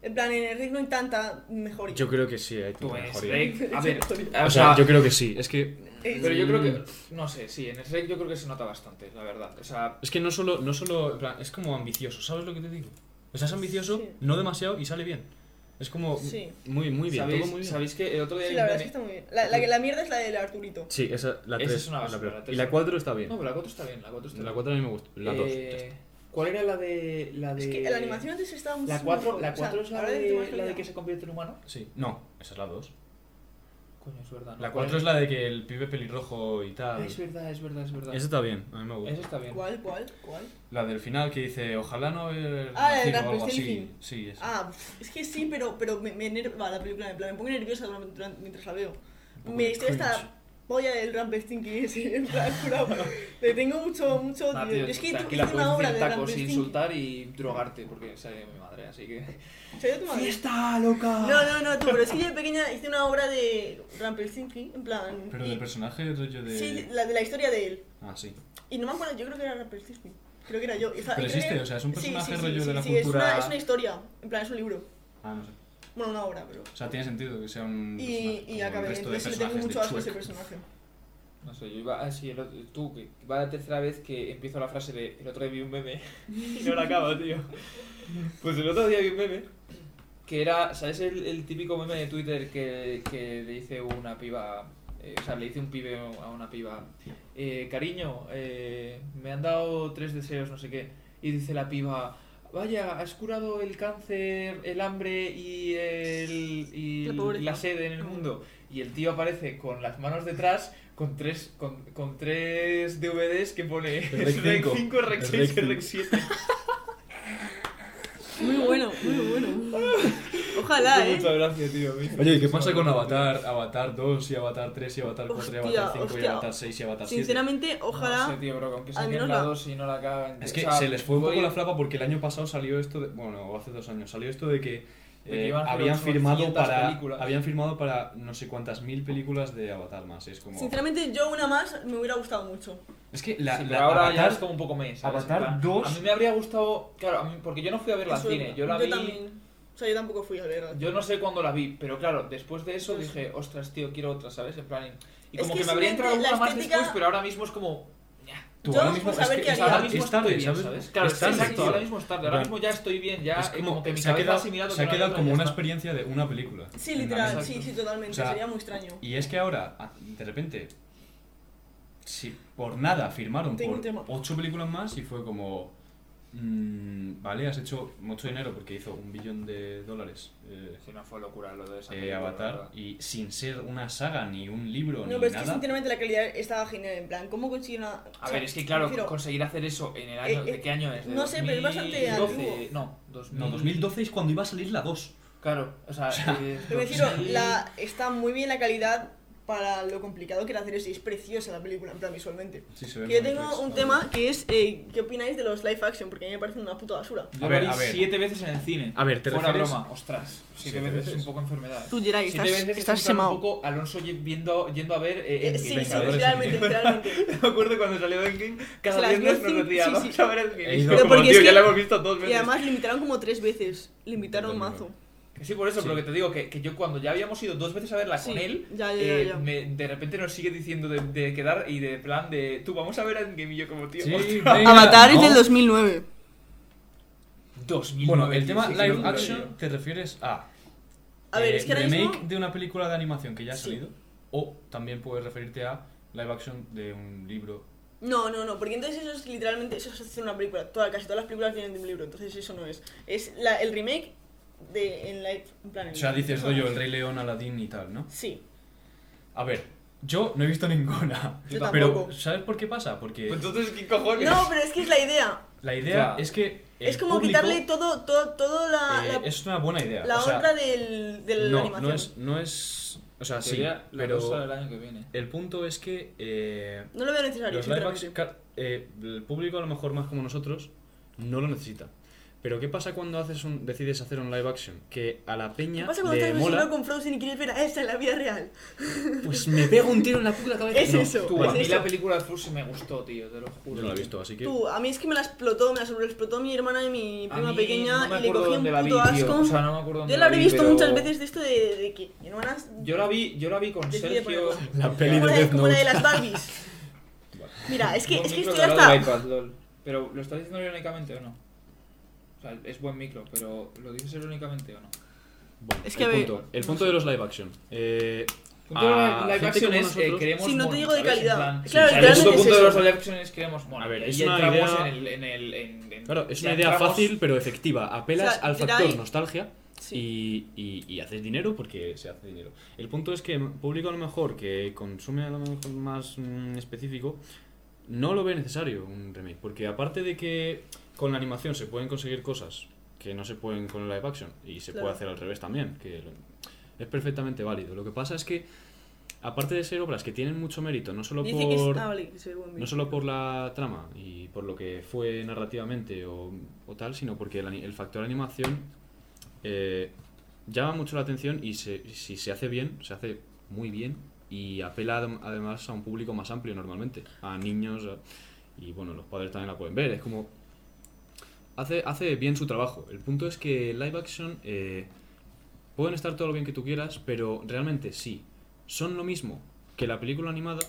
En plan, en el ritmo hay tanta mejoría. Yo creo que sí, hay tanta Pues mejoría. Rec, a ver, O sea, yo creo que sí. Es que, Eh, pero yo creo que, Mm. no sé, sí, en Shrek yo creo que se nota bastante, la verdad. O sea, es que no solo. No solo en plan, es como ambicioso, ¿sabes lo que te digo? O sea, es ambicioso, Sí. no demasiado y sale bien. Es como. Sí. Muy, muy bien, ¿sabéis, todo muy bien. sabéis que el otro día Sí, hay la un verdad es que meme- está muy bien. La, la, que- la mierda es la del Arturito. Sí, esa, la Esa 3. es una basura, la tres y la no. 4 está bien. No, pero la 4 está bien, la 4 está la bien. 4 a mí me gusta. La 2. Eh, ¿Cuál era la de. La de... Es que la animación antes estaba muy La 4, la 4 es la de, la de que se se... convierte en humano. Sí. No, esa es la 2. Coño, es verdad. ¿no? La ¿Cuál 4 es la de que el pibe pelirrojo y Ah, tal. Es verdad, es verdad, es verdad. Esa está bien, a mí me gusta. Eso está bien. ¿Cuál, cuál, cuál? La del final que dice, ojalá no haber Ah, la nacido", de Gran o algo así. Prestigium. Sí, esa. Ah, pf, es que sí, pero, pero me, me enerva la película. En plan, me pongo nerviosa durante, durante- mientras la veo. poco Me de estoy cringe. esta polla del Rampestinky ese. En plan, jurado. Le tengo mucho, mucho Ah, odio. tío, es que hice tranquila, una puedes obra decir de tacos sin Rampestinky. insultar y drogarte, porque sale mi madre, así que. ¿Se ha ido tu madre? ¡Fiesta, loca! No, no, no, tú, pero es que yo de pequeña hice una obra de Rampelsinki, en plan. Pero y- del personaje rollo de... Sí, la, de la historia de él. Ah, sí. Y no me acuerdo, yo creo que era Rampelsinki. Creo que era yo. Y estaba- Pero y creo existe, que- o sea, es un sí, personaje sí, sí, rollo sí, de la sí, es una- cultura- Es una, historia, en plan, es un libro. Ah, no sé. Bueno, una obra, pero. Pues O sea, tiene sentido que sea un... Y, y acabé, entonces le tengo mucho asco a ese personaje. No sé, yo iba. Ah, sí, el otro- tú, que que va la tercera vez que empiezo la frase de el otro día vi un meme y no la acabo, tío. Pues el otro día vi un meme que era, ¿sabes? El, el típico meme de Twitter que, que le dice una piba, eh, o sea, le dice un pibe a una piba, eh, cariño, eh, me han dado tres deseos, no sé qué, y dice la piba. Vaya, has curado el cáncer, el hambre y, el, y La pobreza. la sed en el mundo. Y el tío aparece con las manos detrás con tres, con, con tres DVDs que pone Rec Rec cinco. 5, Rec El 6 y Rec Rec 7. Muy bueno, muy bueno. Ojalá, eh. Muchas gracias, tío. me hizo Oye, ¿y qué mucha pasa con gracia. Avatar, Avatar 2 y Avatar 3 y Avatar 4 y Hostia, Avatar 5 y hostia. Avatar 6 y Avatar 7? Sinceramente, No ojalá. sé, tío, bro, que aunque al saquen menos la la- 2 y no la cagan. Es o que sea, se les fue un poco voy- la flapa porque el año pasado salió esto, de, bueno, o hace dos años, salió esto de que De que eh, iban a hacer habían 800 firmado para películas. habían firmado para no sé cuántas mil películas de Avatar más. Es como Sinceramente, yo una más me hubiera gustado mucho. es que la, Sí, la pero ahora ya Avatar- es como un poco mes. Avatar 2. A mí me habría gustado. Claro, a mí- porque yo no fui a verla al Eso- cine. Yo la vi. también. O sea, yo tampoco fui a ver. Yo no sé cuándo la vi, pero claro, después de eso Pues- dije, ostras, tío, quiero otra, ¿sabes? En plan. Y Es como que que, me habría simplemente entrado alguna la más estética- después, pero ahora mismo es como. ña. tú yo ahora no mismo puedo saber es qué que haría. ahora Ahora mismo es tarde, ¿sabes? Claro, es sí, tarde, sí, sí, tío. ahora mismo es tarde, ahora Plan, mismo ya estoy bien, ya es eh, como, que mi se ha cabeza quedado, ha asimilado se ha que no hay quedado otra, como ya una está. experiencia de una película. Sí, literal, Exacto. sí, sí, totalmente. O sea, Sería muy extraño. Y es que ahora, a- de repente, si por nada firmaron Tengo por un tema. ocho películas más y fue como, mm, vale, has hecho mucho dinero porque hizo un billón de dólares eh, Sí, no fue locura lo de esa eh, película, la Avatar Ah, verdad. y sin ser una saga ni un libro No, ni pero es que nada. sinceramente la calidad estaba genial. En plan, ¿cómo consiguieron una.? A ver, es que claro, prefiero- conseguir hacer eso en el año. Eh, eh, ¿De qué año es? ¿De no sé, pero es bastante 2012? antiguo. No, 2000. no, 2012 es cuando iba a salir la 2. Claro, o sea. eh, Pero me refiero, 2000. la, está muy bien la calidad para lo complicado que era hacer eso. Y es preciosa la película, en plan, visualmente. Sí, se ve Que yo muy tengo fresco. un tema que es: eh, ¿qué opináis de los live action? Porque a mí me parece una puta basura. Yo A la ver, vi a ver. siete veces en el cine. A ver, ¿te Fuera refieres- broma, ostras. Siete, ¿Siete veces es veces? un poco enfermedad. Tú, Geray, Siete estás- veces es estás en plan semao. un poco Alonso ye- viendo, yendo a ver. eh, Eh, Endgame. sí, sí, Vengadores, literalmente, literalmente. Me acuerdo cuando salió Endgame, Se cada las viernes vio nos cin- decía, sí, sí. vamos a ver Endgame. He ido Y es como- como, porque tío, es ya que- la hemos visto dos Y veces. además le invitaron como tres veces. Le invitaron Entonces, mazo. Que Sí, por eso, Sí. pero que te digo que, que yo cuando ya habíamos ido dos veces a verla Sí, con él, ya, ya, ya, eh, ya. me- de repente nos sigue diciendo de, de quedar y de plan de tú, vamos a ver Endgame y yo como tío. Sí, ostras, venga, Avatar es ¿no? del 2009. 2009, Bueno, el tío, tema sí, sí, live locura, action tío. te refieres a A ver, eh, es que ahora remake mismo. de una película de animación que ya ha Sí. salido o también puedes referirte a live action de un libro. No, no, no, porque entonces eso es literalmente. Eso es hacer una película. Toda, casi todas las películas vienen de un libro, entonces eso no es. Es la, el remake de. En live. En plan, O en- sea, dices eso no yo es. el Rey León, Aladdin y tal, ¿no? Sí, A ver, yo no he visto ninguna. Yo pero tampoco. ¿sabes por qué pasa? Porque Pues Entonces, ¿qué cojones? No, pero es que es la idea. la idea Ya. es que el es como público, quitarle todo, todo, todo la, eh, la, es una buena idea. la o sea, honra del, de la no, animación. no es no es o sea, sí, Sería la cosa del pero año que viene. el punto es que eh, No lo veo necesario, Los live sinceramente. action, ca- eh, el público a lo mejor más como nosotros no lo necesita. Pero ¿qué pasa cuando haces un, decides hacer un live action? Que a la ¿Qué peña pasa cuando le estás obsesionado mola, con Frozen y quieres ver a esa en la vida real? pues me pego un tiro en la puta cabeza. Es No, eso, Tú, es a mí eso. la película de Frozen me gustó, tío, te lo juro. Yo no la he visto, así que... Tú, a mí es que me la explotó, me la sobreexplotó mi hermana y mi A prima mí pequeña no me y le acuerdo cogí un dónde la vi, puto tío, asco. O sea, no me acuerdo dónde Yo la habré vi, visto pero- muchas veces de esto de, de que mi hermana es Yo la vi, yo la vi con Decide Sergio. ponerla. La peli como, de la, Death como la de Note. las Barbies. Mira, es que, Buen es que micro estoy que habla hasta... del iPad, lol. Pero, ¿lo estás diciendo irónicamente o no? O sea, es buen micro, pero ¿lo dices irónicamente o no? Bueno, Es que el a ver- punto, el punto de los live action. Eh, Punto de a live gente action como es eh, nosotros- queremos Sí, no te mono, digo de ¿sabes? En calidad. plan- Es O claro, sea, el segundo literalmente punto es de los eso. live action es queremos mono. A ver, y ahí es una entramos idea- en el... En el en, en- Claro, es ya una idea entramos- fácil pero efectiva. Apelas O sea, al Jirai- factor nostalgia Sí. y, y, y haces dinero porque se hace dinero. El punto es que el público a lo mejor que consume a lo mejor más mm, específico no lo ve necesario un remake. Porque aparte de que con la animación se pueden conseguir cosas que no se pueden con el live action y se Claro. puede hacer al revés también, que lo- es perfectamente válido. Lo que pasa es que aparte de ser obras que tienen mucho mérito, no solo Dice que es... por Ah, vale, que soy buen no micro. solo por la trama y por lo que fue narrativamente o, o tal, sino porque el, ani- el factor animación eh, llama mucho la atención y se- si se hace bien, se hace muy bien y apela adem- además a un público más amplio normalmente, a niños a- y bueno, los padres también la pueden ver, es como... Hace, hace bien su trabajo. El punto es que live action eh, pueden estar todo lo bien que tú quieras, pero realmente sí, son lo mismo que la película animada,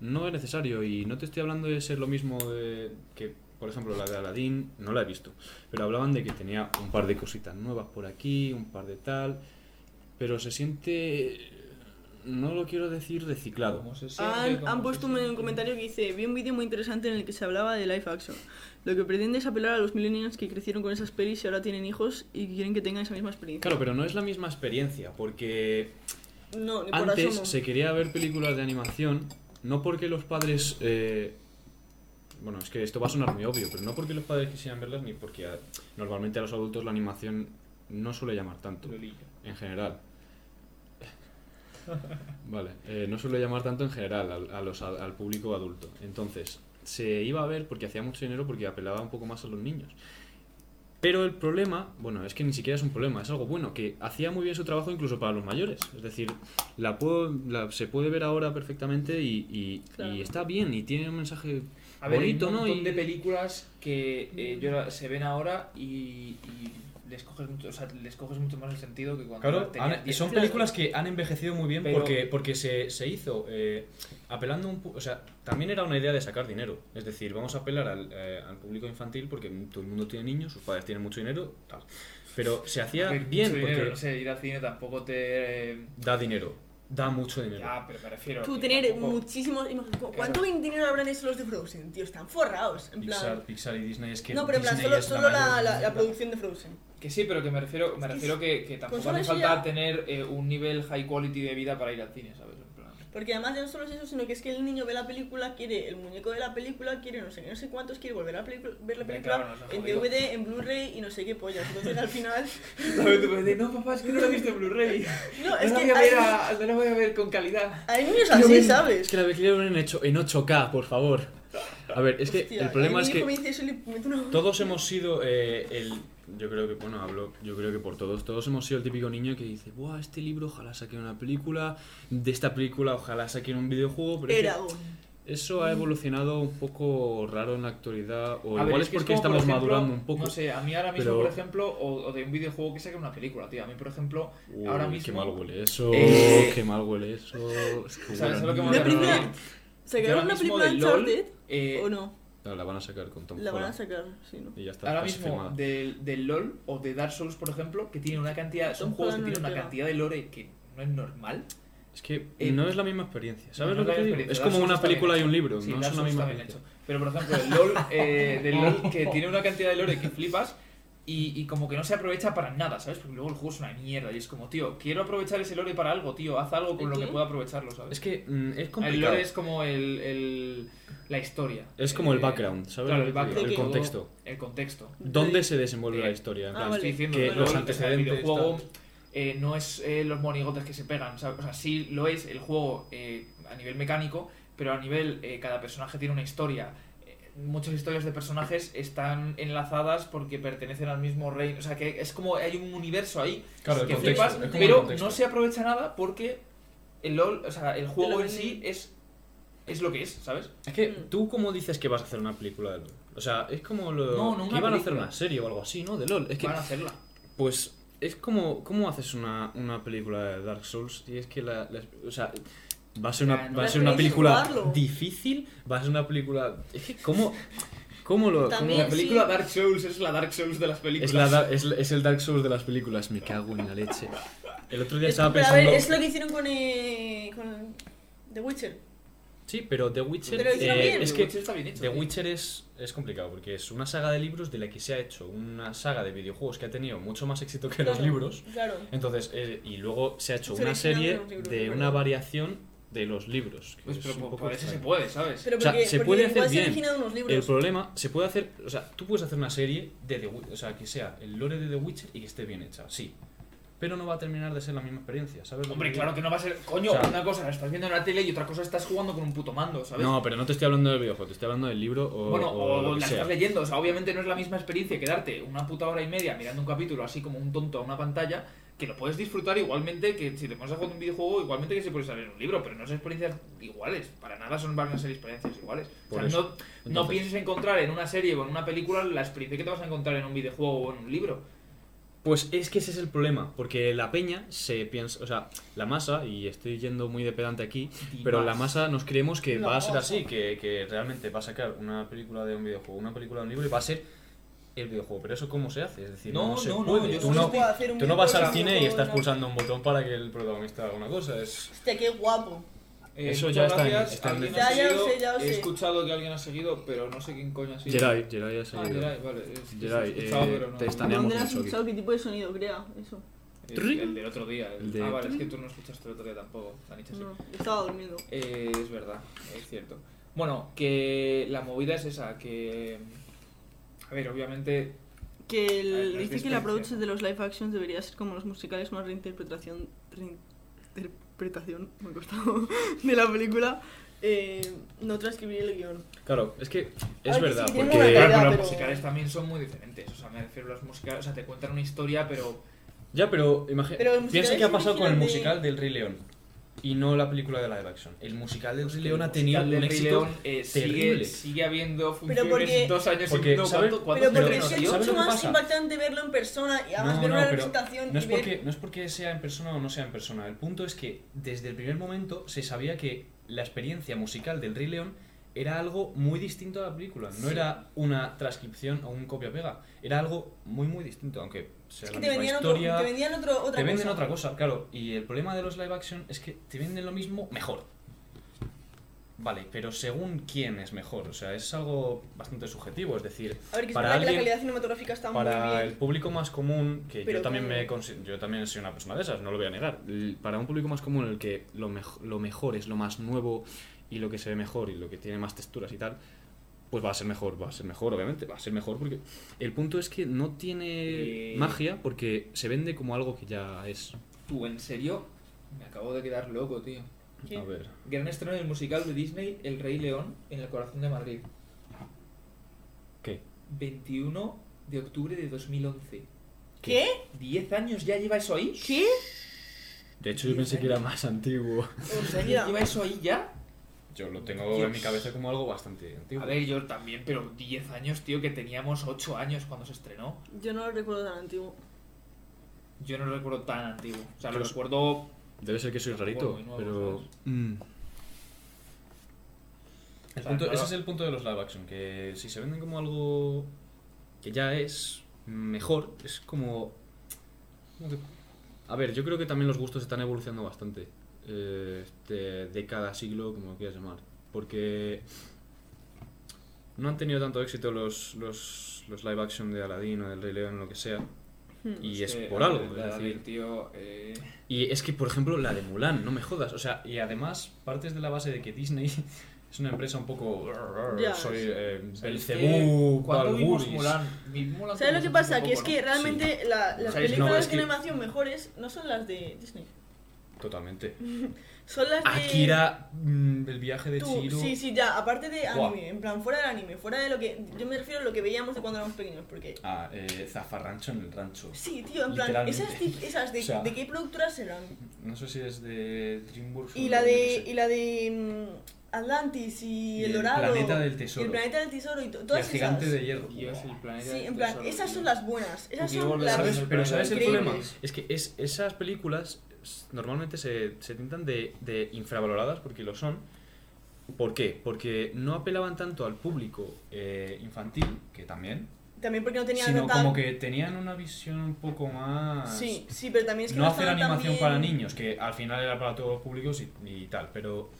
no es necesario y no te estoy hablando de ser lo mismo de que por ejemplo la de Aladdin no la he visto pero hablaban de que tenía un par de cositas nuevas por aquí un par de tal pero se siente no lo quiero decir reciclado Como se siente, Ah, Han, como han se puesto un, siente. comentario que dice, vi un vídeo muy interesante en el que se hablaba de live action. Lo que pretende es apelar a los millennials que crecieron con esas pelis y ahora tienen hijos y que quieren que tengan esa misma experiencia. claro pero no es la misma experiencia porque No, ni por Antes asomo. se quería ver películas de animación, no porque los padres. eh, bueno, es que esto va a sonar muy obvio, pero no porque los padres quisieran verlas, ni porque a- normalmente a los adultos la animación no suele llamar tanto, Lolillo. en general. Vale, eh, no suele llamar tanto en general al, a los ad- al público adulto. Entonces, se iba a ver porque hacía mucho dinero, porque apelaba un poco más a los niños. Pero el problema, bueno, es que ni siquiera es un problema, es algo bueno, que hacía muy bien su trabajo incluso para los mayores. Es decir, la puedo- la- se puede ver ahora perfectamente y, y- Claro. y está bien y tiene un mensaje A ver, bonito, hay un ¿no? montón Y- de películas que eh, yo la- se ven ahora y, y les coges mucho, o sea, les coges mucho más el sentido que cuando Claro, tenías han- 10. son películas que han envejecido muy bien Pero- porque, porque se, se hizo eh, apelando un... pu- O sea, también era una idea de sacar dinero. Es decir, vamos a apelar al, eh, al público infantil porque todo el mundo tiene niños, sus padres tienen mucho dinero, tal. Pero se hacía A ver, bien mucho porque dinero, no sé, ir al cine tampoco te eh, da dinero, da mucho dinero. ya, pero me refiero Tú que tener tampoco- muchísimos... ¿cu- ¿Cuánto dinero habrán hecho los de Frozen? Tío, están forrados. En plan... Pixar, Pixar y Disney es que... no, pero en plan, Disney solo, es solo la, mayor- la- la producción de Frozen. que sí, pero que me refiero, me que refiero que, que tampoco solo hace eso falta ya- tener eh, un nivel high quality de vida para ir al cine, ¿sabes? En plan, Porque además ya no solo es eso, sino que es que el niño ve la película, quiere el muñeco de la película, quiere no sé qué, no sé cuántos, quiere volver a pelicu- ver la Hombre, película claro, nos ha en jodido. DVD, en Blu-ray y no sé qué pollas. Entonces al final... ¿Sabes? Tú puedes decir, no, papá, es que no lo he visto en Blu-ray. No, No, es la que voy a ver hay, a- no lo voy a ver con calidad. hay niños así, Es ¿sabes? que la veían en, hecho- en 8K, por favor. A ver, es que Hostia, el problema a es mí mi hijo que... me dice eso y le meto una- Todos hemos sido eh, el. Yo creo que, bueno, hablo, yo creo que por todos, todos hemos sido el típico niño que dice, Buah, este libro ojalá saquen una película, de esta película ojalá saquen un videojuego, pero es que Eragon. eso ha evolucionado un poco raro en la actualidad, o A ver, igual es es que es porque como, por estamos ejemplo, madurando un poco. No sé, a mí ahora mismo, Pero- por ejemplo, o, o de un videojuego que saque una película, tío. A mí, por ejemplo, Uy, ahora qué mismo. mal huele eso, Eh, qué mal huele eso. Es que ¿Sabes huele a lo que a me La mierda. refiero? primera- Yo ahora ¿Sacarán una mismo película de de LOL, Uncharted eh, o no? No, la van a sacar con Tom La van a Holland. sacar, sí, ¿no? Y ya está, Ahora casi mismo, firmada. del, del LOL o de Dark Souls, por ejemplo, que tiene una cantidad. Son Tom juegos que Holland no tienen le una pega. cantidad de lore que no es normal. Es que eh, no es la misma experiencia, ¿sabes No lo que es la te digo? experiencia. Es Dark como Souls una está película y bien un hecho. libro, Sí, no Dark es una Souls misma está bien experiencia. hecho. Pero, por ejemplo, el LOL, eh, del LOL que tiene una cantidad de lore que flipas. Y, y como que no se aprovecha para nada, ¿sabes? Porque luego el juego es una mierda y es como, tío, quiero aprovechar ese lore para algo, tío, haz algo con lo que ¿Qué? pueda aprovecharlo, ¿sabes? Es que mm, es El complicado. lore es como el, el- la historia. Es como el Eh, background, ¿sabes? Claro, Lo el que te digo, background. el todo, contexto. El contexto. ¿Dónde se desenvuelve Eh, la historia? En ah, plan, vale. Estoy diciendo que el los LOL, antecedentes, El videojuego eh, no es eh, los monigotes que se pegan, ¿sabes? O sea, sí lo es el juego eh, a nivel mecánico, pero a nivel. eh, cada personaje tiene una historia. Eh, Muchas historias de personajes están enlazadas porque pertenecen al mismo reino. O sea, que es como hay un universo ahí Claro, el que contexto, flipas, es como el pero contexto. no se aprovecha nada porque el LOL, o sea, el Te juego lo en venden. sí es, es lo que es, ¿sabes? es que Mm. tú cómo dices que vas a hacer una película de LOL. O sea, es como lo No, no que una iban a hacer película. una serie o algo así, ¿no? De LOL. Es que Van a hacerla. pues es como cómo haces una, una película de Dark Souls y es que la, la- o sea, va a ser Ya, una no va a la ser una podéis película jugarlo. difícil, va a ser una película es que cómo cómo lo cómo- También- La Sí. película Dark Souls es la Dark Souls de las películas. es, la, da- es, es el Dark Souls de las películas, me cago en la leche. El otro día Es- estaba pero a pensando ver, es lo que hicieron con, eh, con The Witcher. Sí, pero The Witcher Pero hicieron eh, bien. es The que Witcher está bien hecho. The tío. Witcher es, es complicado porque es una saga de libros de la que se ha hecho una saga de videojuegos que ha tenido mucho más éxito que los Claro, libros. Claro. Entonces, eh, y luego se ha hecho Se una originó de serie los libros, de ¿verdad? una variación de los libros. que Pues, es pero un por, poco por eso se extraño. puede, ¿sabes? Pero O sea, porque, se porque puede igual hacer se bien. origina de unos libros. El problema, se puede hacer, o sea, tú puedes hacer una serie de The Witcher, o sea, que sea el lore de The Witcher y que esté bien hecha, sí. Pero no va a terminar de ser la misma experiencia, ¿sabes? lo Hombre, que te claro que no va a ser. Coño, O sea- una cosa la estás viendo en la tele y otra cosa estás jugando con un puto mando, ¿sabes? digo? No, pero no te estoy hablando del videojuego, te estoy hablando del libro o, bueno, o, o lo que la sea. estás leyendo, o sea, obviamente no es la misma experiencia quedarte una puta hora y media mirando un capítulo así como un tonto a una pantalla, que lo puedes disfrutar igualmente que si te pones a jugar un videojuego, igualmente que si puedes salir en un libro, pero no son experiencias iguales, para nada son van a ser experiencias iguales. Por o sea, eso. no, no Entonces- pienses encontrar en una serie o en una película la experiencia que te vas a encontrar en un videojuego o en un libro. Pues es que ese es el problema, porque la peña se piensa, o sea, la masa, y estoy yendo muy de pedante aquí, pero la masa nos creemos que va a ser así, que, que realmente va a sacar una película de un videojuego, una película de un libro y va a ser el videojuego, pero eso cómo se hace, es decir, no, No, se no, no, puede. yo tú, solo no, puedo hacer un tú no vas al videojuego, cine y no, estás no. pulsando un botón para que el protagonista haga una cosa, es... Hostia, qué guapo. Eh, Eso muchas ya está en- gracias. está en- Alguien Ya, ha ya lo seguido. sé, ya lo He sé. escuchado que alguien ha seguido, pero no sé quién coño ha sido. Geray, Geray ha Ah, seguido. Geray, vale. Es que Geray, se escuchaba, eh, pero no- te están- Planeamos ¿Dónde has mucho aquí. escuchado qué tipo de sonido crea eso? El, el del otro día. El de- Ah, vale, es que tú no escuchaste el otro día tampoco. la Nietzsche sí. No, estaba durmiendo. Eh, es verdad, es cierto. Bueno, que la movida es esa, que... A ver, obviamente... Que A ver, el, no es dice mi que el approach experiencia. de los live actions debería ser como los musicales, una reinterpretación, reinterpretación me ha costado, de la película, eh, no transcribir el guión. Claro, es que A es ver, que verdad, sí tiene una porque... calidad. pero las pero- musicales también son muy diferentes. O sea, me refiero a las musicales... O sea, te cuentan una historia, pero... Ya, pero imagina... Pero el musical Piensa es qué ha pasado con el original de- musical del Rey León y no la película de live action. El musical del Rey León ha Pues el tenido musical un del Rey éxito León, eh, sigue, terrible. sigue habiendo funciones porque- dos años porque, y no, ¿sabes? ¿cuánto- cuántos Pero porque estrenos, es tío? ¿Sabes mucho lo que más pasa? impactante verlo en persona y además No, ver no, una pero representación No y es, ver- porque, no es porque sea en persona o no sea en persona. El punto es que desde el primer momento se sabía que la experiencia musical del Rey León era algo muy distinto a la película. No era una transcripción o un copia-pega. Era algo muy, muy distinto. Aunque sea Es la que te misma vendían, historia. otro, te vendían otro, otra te venden cosa. otra cosa, claro. Y el problema de los live action es que te venden lo mismo mejor. Vale, pero según quién es mejor. O sea, es algo bastante subjetivo. Es decir, A ver, que es para verdad que la alguien- calidad cinematográfica está muy para bien. el público más común, que Pero yo también ¿cómo? me consi- yo también soy una persona de esas, no lo voy a negar. L- Para un público más común en el que lo, mej- lo mejor es lo más nuevo y lo que se ve mejor y lo que tiene más texturas y tal, pues va a ser mejor, va a ser mejor, obviamente, va a ser mejor porque el punto es que no tiene Y- magia porque se vende como algo que ya es. Tú, en serio, me acabo de quedar loco, tío. ¿Qué? A ver. Gran estreno del musical de Disney El Rey León en el corazón de Madrid. ¿Qué? 21 de octubre de 2011. ¿Qué? 10 años ya lleva eso ahí. ¿Qué? De hecho, yo pensé que era más antiguo. O sea, ya. ¿Lleva eso ahí ya? Yo lo tengo en mi cabeza como algo bastante antiguo. A ver, yo también, pero 10 años, tío, que teníamos 8 años cuando se estrenó. Yo no lo recuerdo tan antiguo. Yo no lo recuerdo tan antiguo. O sea, lo Pues- recuerdo. Debe ser que soy Algo rarito, muy nuevo, pero. ¿sabes? Mm. El O sea, punto- no ese lo- es el punto de los live action, que si se venden como algo que ya es mejor, es como... ¿cómo te- A ver, yo creo que también los gustos están evolucionando bastante eh, de, de cada siglo, como lo quieras llamar, porque no han tenido tanto éxito los, los, los live action de Aladdin o del Rey León, lo que sea, Hmm. y es Mm, que, por a algo. ver, es la- decir, tío, eh, y es que, por ejemplo, la de Mulan, no me jodas. O sea, y además partes de la base de que Disney es una empresa un poco... Ya, soy sí. eh, ¿sabes qué? Belcebú, ¿Cuándo vimos Balguris. Mulan? Vi Mulan ¿Sabes lo como que hace pasa? Que poco, es que ¿no? realmente la- las ¿Sabes? No, películas es de que- animación mejores no son las de Disney. Totalmente. Son las de... Akira, mm, el viaje de Tú, Chihiro... sí, sí, ya, aparte de anime, Buah. en plan, fuera del anime, fuera de lo que... Yo me refiero a lo que veíamos de cuando éramos pequeños, porque... Ah, eh, Zafarrancho en el rancho. Sí, tío, en plan, Literalmente. esas, tip- esas de, O sea, ¿de qué productoras eran? No sé si es de DreamWorks o Y la de, no sé. y la de mm, Atlantis y, Y El el Dorado. planeta del Y tesoro. el planeta del tesoro y to- Y el todas gigante esas. de hierro. Dios, el planeta Sí, del en plan, tesoro, esas tío. son las buenas. Esas Porque son volver a las... ¿Sabes? ¿Sabes? Pero ¿sabes el Increíbles. problema? Es que es, esas películas s- normalmente se, se tintan de, de infravaloradas, porque lo son. ¿Por qué? Porque no apelaban tanto al público eh, infantil, que también, También porque no tenían sino tanta- como que tenían una visión un poco más... Sí, sí, pero también es que no hacer estaban tan animación bien- para niños, que al final era para todos los públicos y, y tal, pero...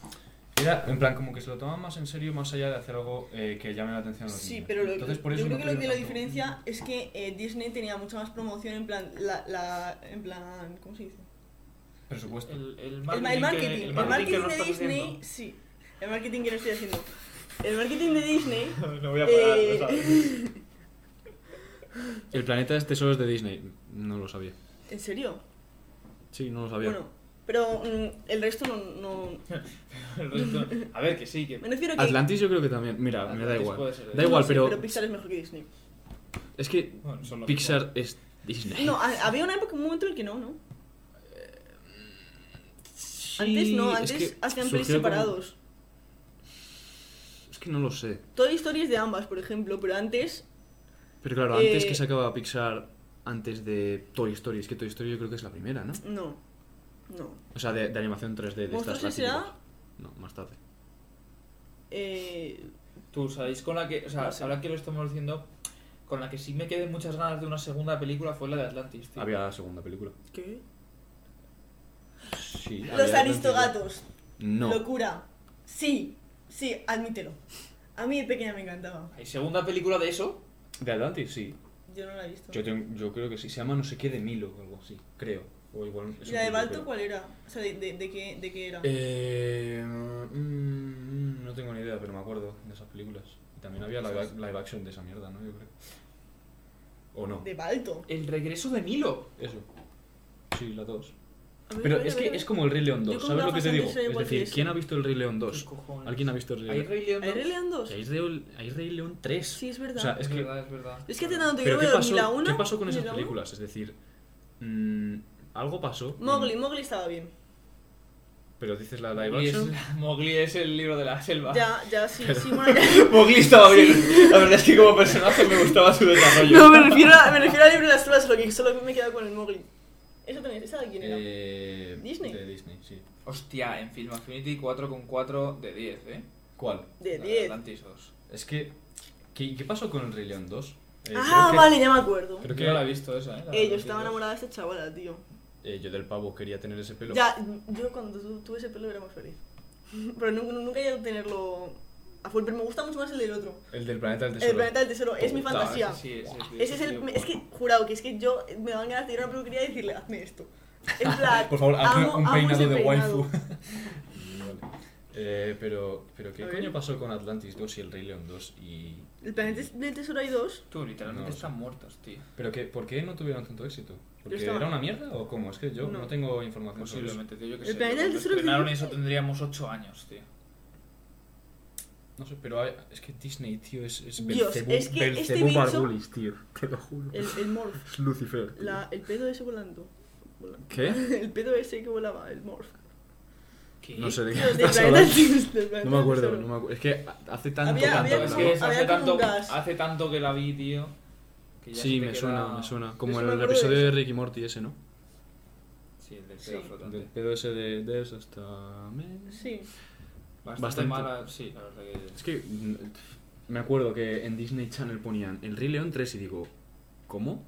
Era, en plan, como que se lo tomaban más en serio, más allá de hacer algo eh, que llame la atención a los Sí, niños. pero lo- Entonces, por eso yo no creo que lo que lo tuvieron tanto- diferencia es que eh, Disney tenía mucha más promoción en plan, la, la, en plan, ¿cómo se dice? Presupuesto. El, el El ma- marketing, el marketing, que- el el marketing que marketing no de estás Disney, haciendo. sí, el marketing que no estoy haciendo. El marketing de Disney, No voy a parar, eh, o sea, El planeta de tesoros de Disney. No lo sabía. ¿en serio? Sí, no lo sabía. Bueno, pero mm, el resto no, no... el resto- A ver, que sí, que. Me refiero a que... Atlantis yo creo que también. Mira, me da Atlantis igual. puede ser, da ¿eh? No igual, sé, pero, pero Pixar es mejor que Disney. es que Bueno, son los Pixar es Disney. No, ha- había una época, un momento en el que no, ¿no? Sí, Antes no, es antes que hacían pelis surgió como- separados. Es que no lo sé. Toda historia es de ambas, por ejemplo, pero antes Pero claro, Eh, antes que sacaba Pixar antes de Toy Story. Es que Toy Story yo creo que es la primera, ¿no? No. No. O sea, de, de animación 3D de estas ¿Monstruos clásicas. S.A.? No, más tarde. Eh, Tú, ¿sabéis con la que, o sea, ahora que lo estamos diciendo, con la que sí me quedé muchas ganas de una segunda película fue la de Atlantis, tío. Había la segunda película. ¿Qué? Sí. había Los la aristogatos. antigua. No. Locura. Sí. Sí, admítelo. A mí de pequeña me encantaba. ¿Hay segunda película de eso? De Atlantis, sí. Yo no la he visto. Yo, tengo- yo creo que sí. Se llama no sé qué de Milo o algo así. Creo. O igual. es ¿Y un la de truco, Balto pero- cuál era? O sea, ¿de, de, de qué, de qué era? Eh, mm, mm, no tengo ni idea, pero me acuerdo de esas películas. Y también había live, ac- live action de esa mierda, ¿no? Yo creo. ¿O no? De Balto. El regreso de Milo. Eso. Sí, la 2. A ver, Pero a ver, es a ver, que a ver. es como el Rey León Yo 2, con ¿sabes lo que gafas te antes digo? era Es igual que decir, eso. ¿quién ha visto el Rey León ¿Qué 2? cojones? ¿Alguien ha visto el Rey ¿Hay León Rey León? ¿Hay Rey León 2? Hay Rey, hay Rey León 3. Sí, es verdad. Eh, o sea, es Es que. verdad, es verdad. es que te tanto que Pero no ¿qué veo ni la pasó, 1. ¿qué pasó con esas películas? Es decir, mm, algo pasó. Mowgli, Mowgli estaba bien. Pero dices la live Mowgli es, action. Mowgli es el libro de la Ah. selva. Ya, ya, sí, sí, bueno, ya- Mowgli estaba bien. La verdad es que como personaje me gustaba su desarrollo. No, me refiero, a, me refiero al libro de las flores, lo que solo me he quedado con el Mowgli. ¿Eso también? ¿Esa de quién era? eh, Disney. De Disney, sí. Hostia, en Film Affinity 4,4 de 10, ¿eh? ¿Cuál? de La 10. Atlantis 2. Es que. ¿Qué, qué pasó con el Rey León 2? Eh, ah, creo que- vale, ya me acuerdo. Creo Yo que no la he visto esa, Eh, ¿eh? La yo Atlantis estaba 2. enamorada de esta chavala, tío. eh, yo del pavo quería tener ese pelo. Ya, yo cuando tu- tuve ese pelo era más feliz. Pero nunca, nunca llegué a tenerlo a full, pero me gusta mucho más el del otro. El del planeta del El tesoro. del planeta del tesoro, es mi Puta, fantasía. Sí, ese, Ese es el. me- Es que, jurado, que es que yo me dan ganas de ir a una peluquería y decirle, hazme esto. En plan, Por favor, hazme amo- un amo peinado ese de peinado. waifu. Mm, Vale. Eh, pero, pero ¿qué A ver. coño pasó con Atlantis 2 y el Rey León 2? Y... El planeta del tesoro hay dos. Tú, literalmente No. están muertos, tío. ¿Pero qué, por qué no tuvieron tanto éxito? ¿Porque estaba- era una mierda o cómo? Es que yo no, No. tengo información sobre eso. Posiblemente, tío, yo que El sé. planeta del Cuando tesoro es estrenaron difícil. eso tendríamos 8 años, tío. No sé, pero hay- es que Disney, tío, es, es Dios, es que este bicho- Bargulis, tío. Te lo juro. El, el morph. Es Lucifer. tío. La, el pedo ese volando. Vola- ¿Qué? El pedo ese que volaba, el morph. ¿Qué? No sé de qué Tío, del estás planeta hablando. del- del planeta No me acuerdo, del no tesoro. me acuerdo. Es que hace tanto, Había- tanto había que Es no como- que es- había hace, como un tanto, gas. hace tanto que la vi, tío. que ya Sí, se te me queda- suena, me suena. Yo Como sí me el acuerdo de episodio de eso. Ricky Morty ese, ¿no? Sí, el del Sí. pedo flotante. Del pedo ese de, de eso hasta... Sí. Bastante, Bastante. mala, sí, la verdad que. Es que mm, me acuerdo que en Disney Channel ponían El Rey León 3 y digo, ¿cómo?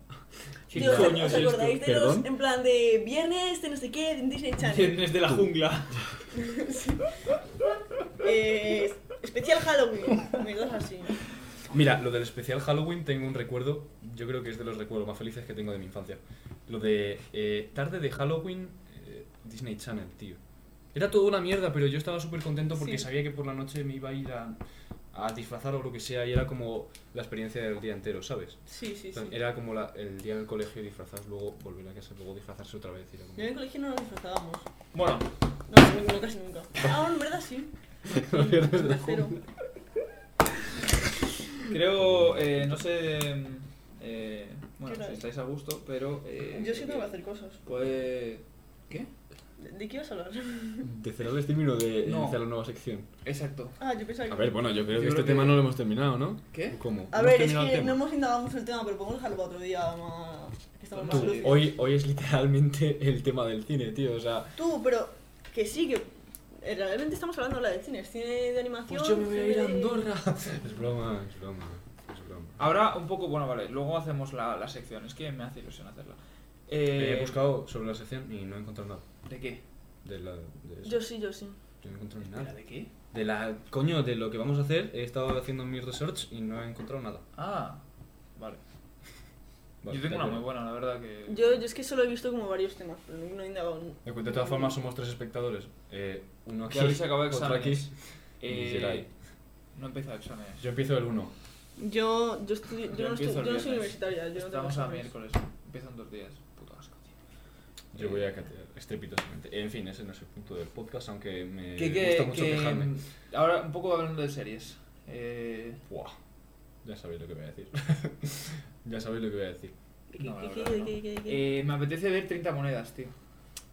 ¿Qué Tío, coño ¿os es esto? acordáis de ¿Perdón? los en plan de viernes de no sé qué, de Disney Channel? Viernes de la jungla. eh, especial Halloween, cosas así. Mira, lo del especial Halloween tengo un recuerdo, yo creo que es de los recuerdos más felices que tengo de mi infancia. Lo de eh, tarde de Halloween, eh, Disney Channel, tío. Era toda una mierda, pero yo estaba súper contento porque Sí. sabía que por la noche me iba a ir a, a disfrazar o lo que sea y era como la experiencia del día entero, ¿sabes? Sí, sí, sí. Era como la- el día del colegio disfrazar, luego volver a casa, luego disfrazarse otra vez. y era como- Yo en el colegio no nos disfrazábamos. Bueno, No, no, no, casi nunca. Ah, en verdad sí. Los viernes de la Cero. creo. eh, no sé. eh, bueno, ¿Qué tal? si estáis a gusto, pero. eh, Yo sí tengo que hacer cosas. Pues. ¿Qué? ¿De- ¿De qué ibas a hablar? De cerrar el estímulo de No. iniciar la nueva sección. Exacto. Ah, yo pensaba que. A ver, bueno, yo creo Yo que creo este que- tema no lo hemos terminado, ¿no? ¿Qué? ¿Cómo? A ¿No hemos ver, es terminado que el no tema? hemos indagado mucho el tema, pero podemos dejarlo para otro día más. Que estamos más Tú, lúcidos. Hoy, hoy es literalmente el tema del cine, tío. O sea, Tú, pero que sí, que eh, realmente estamos hablando ahora de cine, es cine de animación. Pues cine de- es broma, es broma, es broma. Ahora un poco. Bueno, vale, luego hacemos la, la sección. Es que me hace ilusión hacerla. Eh, He buscado sobre la sección y no he encontrado nada. ¿De qué? De la, de eso. Yo sí, yo sí. Yo no he encontrado ni Espera, nada. ¿De qué? De la. Coño, de lo que vamos a hacer, he estado haciendo mi research y no he encontrado nada. Ah, vale. Vale, Yo tengo te una cuento. muy buena, la verdad que. eh, Yo, yo es que solo he visto como varios temas, pero no he indagado. en- De, de todas formas, somos tres espectadores. Eh, uno aquí, Ya habéis acabado otro aquí. exámenes. Y Eh, Geray. no he empezado exámenes. Yo empiezo el 1. Yo, yo, estudio- yo, Yo no, estu- empiezo yo no el soy viernes. universitaria, yo no Estamos tengo a exámenes. miércoles. Empiezan dos días. Puto asco, tío. Yo Eh, voy a catear estrepitosamente. En fin, ese no es el punto del podcast, aunque Eh, me que, que- gusta mucho que- mm, quejarme. Ahora un poco hablando de series. Eh, Buah, ya sabéis lo que voy a decir. ya sabéis lo que voy a decir. ¿De qué- No, la qué- verdad qué- no. qué- qué- qué? eh, me apetece ver 30 monedas, tío.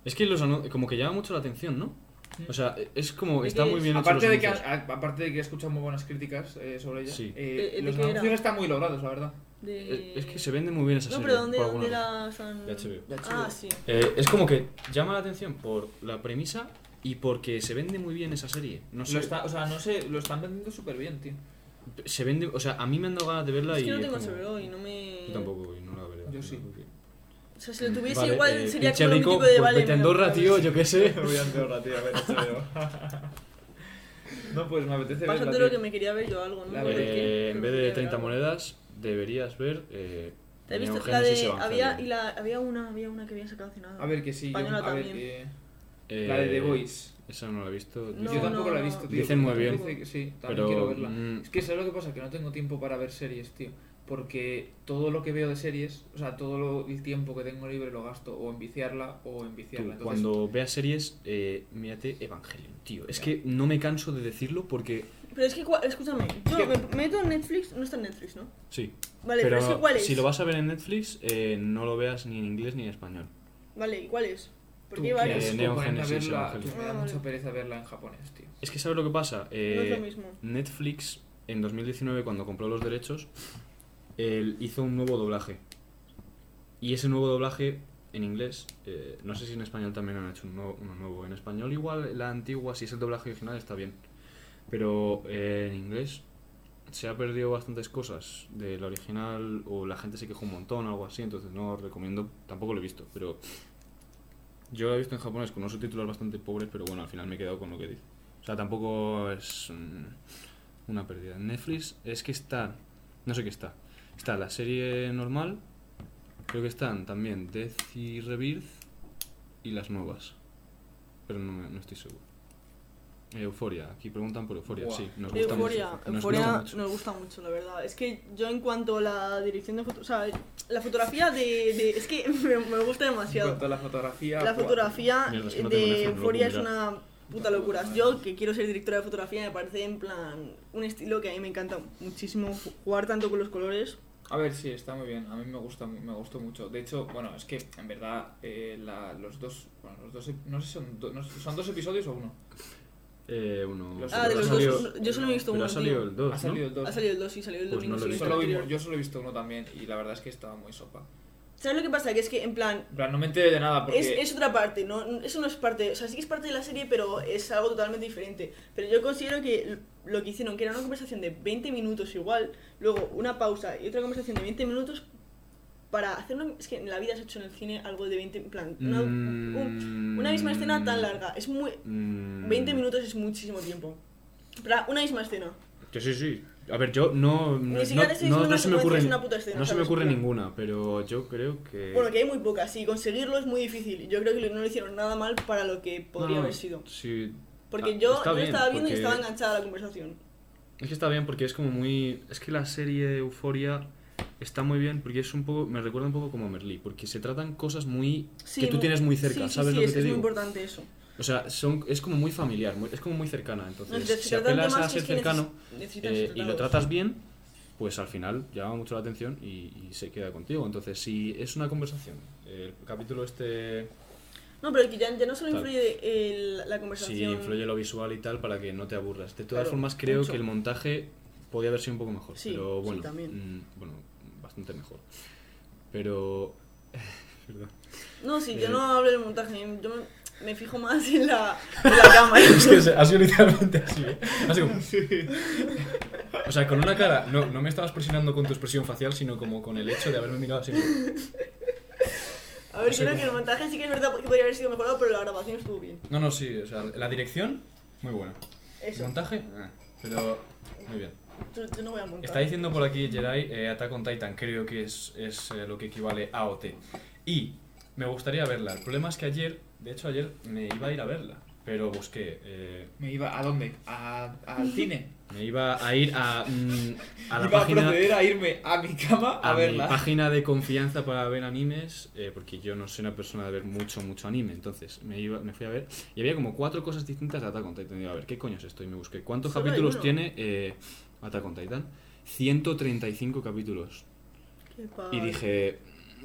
Es que los anun- como que llama mucho la atención, ¿no? O sea, es como, ¿De está qué muy Mm. es? bien hecho Aparte los de, que, anuncios. a- aparte de que he escuchado muy buenas críticas eh, sobre ella, Sí. eh, Eh, ¿de los qué era? anuncios están muy logrados, la verdad. De... Es, es que se vende muy bien esa No, serie. pero ¿dónde, por dónde alguna razón. la están...? De HBO. De Ah, HBO. sí. Eh, es como que llama la atención por la premisa y porque se vende muy bien esa serie. No sé, Lo está, o sea, no sé, lo están vendiendo súper bien, tío. se vende, o sea, a mí me han dado ganas de verla Es y que no es tengo como- HBO y no me... Yo tampoco, y no la veré. Yo sí. O sea, si lo tuviese Vale, igual eh, sería pinche como rico, un tipo de... pues vale, vete a me lo Andorra, pago. tío, yo qué sé. Voy a Andorra, tío, a ver, esto veo. No, pues me apetece verla, Pásate lo que tío. me quería ver yo algo, ¿no? La Pero verdad es que- Eh, en vez de pero quería ver 30 algo. monedas, deberías ver. Eh, ¿Te has visto la Neogénesis de... Evangelion. Había, y la, había, una, había una que había sacado hace nada. A ver, que sí, yo, Española a ver, también. que... Eh, La de The Voice. Esa no la he visto. No, yo Dice- tampoco la he no. visto, tío. Dicen muy bien. Dice que sí, también pero. quiero verla. mm, Es que ¿sabes lo que pasa? Que no tengo tiempo para ver series, tío. Porque todo lo que veo de series, o sea, todo lo- el tiempo que tengo libre lo gasto o en viciarla o en tú, viciarla. Entonces, cuando veas series, eh, mírate Evangelion, tío. Es que no me canso de decirlo porque. Pero es que, cua- escúchame, yo me meto en Netflix, no está en Netflix, ¿no? Sí. Vale, pero, es que ¿cuál es? si lo vas a ver en Netflix, eh, no lo veas ni en inglés ni en español. Vale, ¿y ¿cuál es? tú, Porque hay que varios. asco Eh, Neon ponerme a Genesis verla, Evangelion. que me da Ah, mucha vale. pereza verla en japonés, tío. Es que, ¿sabes lo que pasa? No es Eh, lo mismo. Netflix, en 2019, cuando compró los derechos, él hizo un nuevo doblaje. Y ese nuevo doblaje en inglés, eh, no sé si en español también han hecho un nuevo- uno nuevo. En español, igual la antigua, si es el doblaje original, está bien. Pero eh, en inglés se ha perdido bastantes cosas del original, o la gente se quejó un montón, algo así. Entonces, no os recomiendo, tampoco lo he visto, pero. Yo lo he visto en japonés con unos subtítulos bastante pobres, pero bueno, al final me he quedado con lo que dice. O sea, tampoco es mm, una pérdida. En Netflix es que está, no sé qué está. Está la serie normal, creo que están también Death y Rebirth y las nuevas. Pero no, me- no estoy seguro. Euforia, aquí preguntan por Euforia, Buah. sí, nos gusta Euforia, mucho. Nos Euforia gusta nos, mucho. gusta mucho, la verdad. Es que yo en cuanto a la dirección de foto, o sea, la fotografía de, de- es que me, me gusta En demasiado. cuanto a la fotografía... La buah, fotografía Mierda, es que no tengo el de ejemplo, Euforia es mira. una puta locura. Yo que quiero ser directora de fotografía me parece en plan un estilo que a mí me encanta muchísimo jugar tanto con los colores. A ver, sí, está muy bien. A mí me gusta, mu- me gustó mucho. De hecho, bueno, es que en verdad eh, la- los dos, bueno, los dos, ep- no sé, si son, do- no sé, son dos episodios o uno. Eh, uno, Los Ah, de pero los ha salido- dos, yo solo he visto pero uno. ha salido tío. el 2, ha salido el dos. Ha salido el 2, sí, salió el Pues domingo. no lo he sí, visto. Solo el vi- anterior. yo solo he visto uno también y la verdad es que estaba muy sopa. ¿Sabes lo que pasa? Que es que en plan En plan, no me enteré de nada Ah, porque Es, es otra parte, no, eso no es parte, o sea, sí que es parte de la serie, pero es algo totalmente diferente. Pero yo considero que lo que hicieron, que era una conversación de 20 minutos igual, luego una pausa y otra conversación de 20 minutos para hacer una... Es que en la vida se ha hecho en el cine algo de 20... En plan, una, un- una misma escena Mm. tan larga, es muy... 20 20 minutos es muchísimo tiempo. Para una misma escena. Que sí, sí. A ver, yo no. No, Ni siquiera no- estoy no- diciendo no una se me secuencia, ocurre, es una puta escena, no se me ¿sabes? ocurre Claro. ninguna, pero yo creo que. Bueno, que hay muy pocas y conseguirlo es muy difícil. Yo creo que no lo hicieron nada mal para lo que podría No, haber sido. Sí. Porque Ah, yo, está yo bien, estaba viendo y porque- estaba enganchada a la conversación. Es que está bien porque es como muy. Es que la serie Euforia está muy bien porque es un poco. Me recuerda un poco como a Merlí, porque se tratan cosas muy. Sí, que tú muy- tienes muy cerca, sí, sí, ¿sabes sí, lo que es, te es digo? muy importante eso. O sea, son, es como muy familiar, muy- es como muy cercana. Entonces, No, se si tratan apelas temas a que ser es que cercano neces- necesitas este eh, y lo tratarlos. tratas bien, pues al final llama mucho la atención y, y se queda contigo. Entonces, si es una conversación, el capítulo este No, pero que ya, ya no solo Claro. influye el- la Sí, conversación. influye lo visual y tal para que no te aburras. De todas Claro, formas, creo mucho. que el montaje podía haber sido un poco mejor. Sí, pero sí, bueno, también. mm, bueno, bastante mejor. Pero. perdón. No, sí, Eh. yo no hablo del montaje, yo me, me fijo más en la, en la cámara. Es que se- ha sido literalmente así, ¿eh? Ha sido como- O sea, con una cara. No, no me estabas presionando con tu expresión facial, sino como con el hecho de haberme mirado así. A ver, Sí. creo que el montaje sí que es verdad que podría haber sido mejorado, pero la grabación estuvo bien. No, no, sí. O sea, la dirección, muy buena. El Eso, montaje, eh, pero. Muy bien. yo, yo no voy a montar. Está diciendo por aquí Jedi eh, Attack on Titan, creo que es, es, eh, lo que equivale a OT. Y me gustaría verla. El problema es que ayer, de hecho ayer me iba a ir a verla, pero busqué. eh, me iba a dónde? A- al cine. me iba a ir a, mm, a la iba a página, proceder a irme a mi cama a, a mi verla. página de confianza para ver animes, eh, porque yo no soy una persona de ver mucho, mucho anime. Entonces me, iba, me fui a ver y había como cuatro cosas distintas de Attack on Titan. Y digo, a ver, ¿qué coño es esto? Y me busqué. ¿Cuántos Solo hay capítulos uno. tiene eh, Attack on Titan? 135 capítulos. Qué Y padre. dije. mm,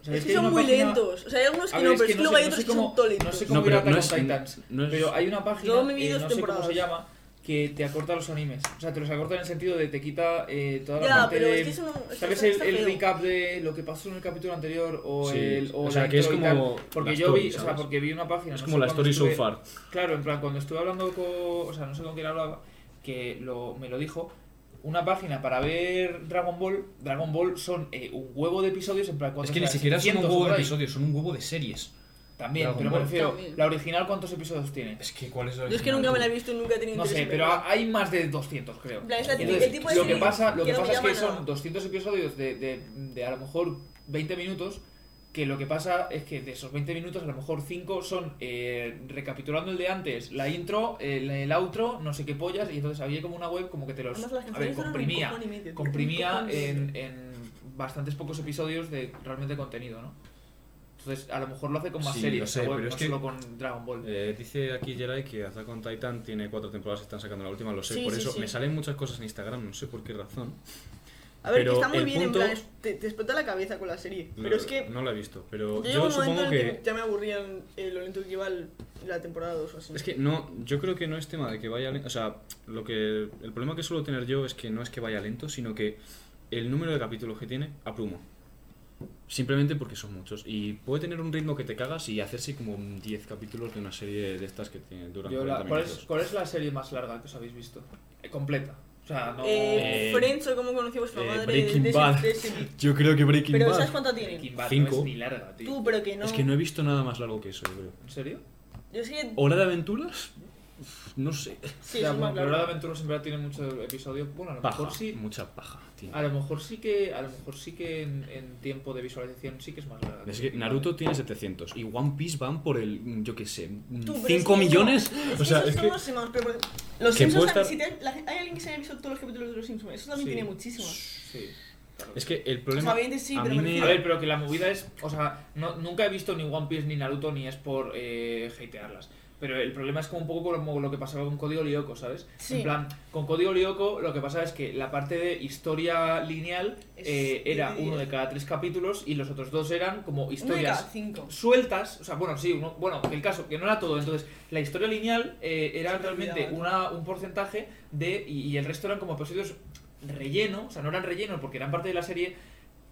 O sea, Es que hay son una muy página- lentos. O sea, hay algunos A que ver, no, es pero que es que no luego sé- hay otros no sé que son cómo- todos lentos. no sé cómo- ir a Attack on Titans. no es- Pero hay una página. Yo me vi eh, dos no sé cómo temporadas. se llama. que te acorta los animes. O sea, te los acorta en el sentido de te quita eh, toda la Ya, parte pero de... es que eso no. es que Tal vez está- el, está el feo. recap de lo que pasó en el capítulo anterior o Sí, el o o la sea, que es intro y tal. como porque la yo vi, story, o sea, ¿sabes? porque vi una página Es no como sé la cuándo story so estuve- far. Claro, en plan cuando estuve hablando con, o sea, no sé con quién hablaba, que lo, me lo dijo una página para ver Dragon Ball, Dragon Ball son eh, un huevo de episodios en plan cuántos Es que ni eran? siquiera son un 700 huevo de por ahí. episodios, son un huevo de series. También, Dragon pero me Ball. refiero, También. la original cuántos episodios tiene? Es que, ¿cuál es la Yo es que original, nunca me la he tú? visto y nunca he tenido No interés sé, en pero verla. ha- hay más de 200, creo. En plan, es la típica- Entonces, el tipo de lo que serie pasa, lo que no me pasa es que llama nada. son 200 episodios de, de, de a lo mejor 20 minutos, que lo que pasa es que de esos 20 minutos a lo mejor 5 son eh, recapitulando el de antes, la intro, el, el outro, no sé qué pollas, y entonces había como una web como que te los... Además, las a ver, canciones duran un comprimía, cojón y medio, un comprimía cojón y medio. en, en bastantes pocos episodios de realmente contenido, ¿no? Entonces, a lo mejor lo hace con más Sí, series, lo sé, esa web, pero es no que- solo con Dragon Ball. Eh, dice aquí Jerai que Attack on Titan tiene cuatro temporadas y están sacando la última, lo sé. Sí, por sí, eso sí. me salen muchas cosas en Instagram, no sé por qué razón. A ver, que Pero está muy el bien, punto- en plan, es- te, te explota la cabeza con la serie. Lo- Pero es que No la he visto, pero yo yo, llevo un momento supongo en el que que. ya me aburrían eh, lo lento que iba el- la temporada 2 o así. Es que no, yo creo que no es tema de que vaya lento. O sea, lo que, el problema que suelo tener yo es que no es que vaya lento, sino que el número de capítulos que tiene abruma. Simplemente porque son muchos. Y puede tener un ritmo que te cagas y hacerse como 10 capítulos de una serie de estas que tiene, duran Yo la- 40 ¿cuál, minutos. es, cuál es la serie más larga que os habéis visto? Eh, completa. O sea, no. Eh, Eh, Friends o cómo conocí a vuestra eh, madre. Breaking de ese- Bad. de ese- Yo creo que Breaking Pero Bad. ¿sabes cuánto tiene? Breaking Bad cinco. no es ni larga, tío. Tú, pero que no. Es que no he visto nada más largo que eso, yo creo. ¿En serio? Yo es que. ¿Hora de aventuras? Uf, No sé. Sí, O sea, es más bueno, pero Hora de claro. Aventura siempre tiene muchos episodios. Bueno, a lo Paja. mejor sí. Mucha paja, tío. A lo mejor sí que. A lo mejor sí que en, en tiempo de visualización sí que es más larga. Es que Naruto tiene 700 y One Piece van por el, yo qué sé, Tú, pero 5 es que millones. no, es o sea, que es esos que. son los Simpsons, pero por- Los Que Simpsons, puede estar- si te- la- hay alguien que se haya visto todos los capítulos de los Simpsons, eso también Sí. tiene muchísimos. Sí. claro. Es que el O problema. sea, obviamente sí, a pero mí me me- A refiero- ver, pero que la movida es. O sea, no, nunca he visto ni One Piece ni Naruto ni es por eh, hatearlas. Pero el problema es como un poco como lo que pasaba con Código Lyoko, ¿sabes? Sí. En plan, con Código Lyoko lo que pasaba es que la parte de historia lineal Es- eh, era y- uno de cada tres capítulos y los otros dos eran como Uno de cada historias cinco. sueltas, o sea, bueno, sí, uno- bueno, el caso, que no era todo, entonces la historia lineal eh, era Se te realmente una, un porcentaje de, y, y el resto eran como episodios relleno, o sea, no eran relleno porque eran parte de la serie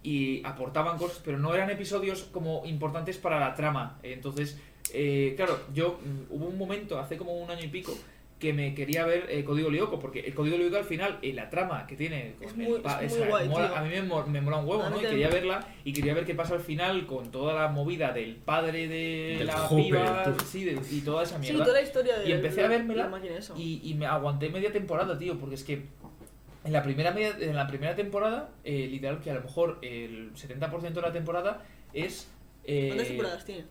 y aportaban cosas, pero no eran episodios como importantes para la trama, entonces, eh, claro, yo mm, hubo un momento, hace como un año y pico, que me quería ver eh, Código Lyoko, porque el Código Lyoko al final, eh, la trama que tiene, con Es el muy- pa- es o muy sea, guay, mola- tío. a mí me, mo- me mola un huevo, A mí ¿no? Y también. quería verla y quería ver qué pasa al final con toda la movida del padre de Del la Hopper, piba tú. sí, de- y toda esa Sí, mierda. toda la historia de Y empecé la- a vérmela la máquina esa. y, y me aguanté media temporada, tío, porque es que en la primera, media- en la primera temporada, eh, literal, que a lo mejor el 70% de la temporada es... eh, ¿Cuántas temporadas tiene?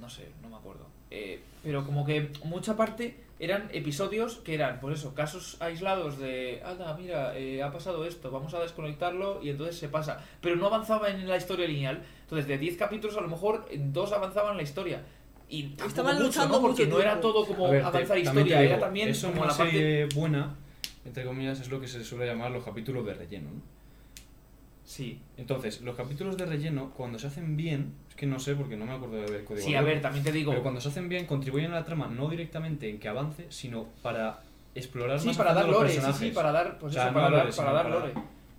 no sé, no me acuerdo. Eh, pero como que mucha parte eran episodios que eran, por eso, casos aislados de, anda, mira, eh, ha pasado esto, vamos a desconectarlo y entonces se pasa. Pero no avanzaba en la historia lineal. Entonces, de 10 capítulos, a lo mejor, eh, dos avanzaban en la historia. Y tampoco Estaban mucho, luchando ¿no? Porque mucho no era tiempo. todo como A ver, te- avanzar también te historia, digo, era también eso en como una la parte... serie buena, entre comillas, es lo que se suele llamar los capítulos de relleno, ¿no? Sí, Entonces, los capítulos de relleno, cuando se hacen bien, es que no sé porque no me acuerdo de ver código. sí, a Lyoko, ver, también te digo... Pero cuando se hacen bien, contribuyen a la trama no directamente en que avance, sino para explorar Sí, más para a fondo dar los lore, sí, personajes. sí, para dar, pues O sea, eso, no para, lore, dar, sino para dar para- lore.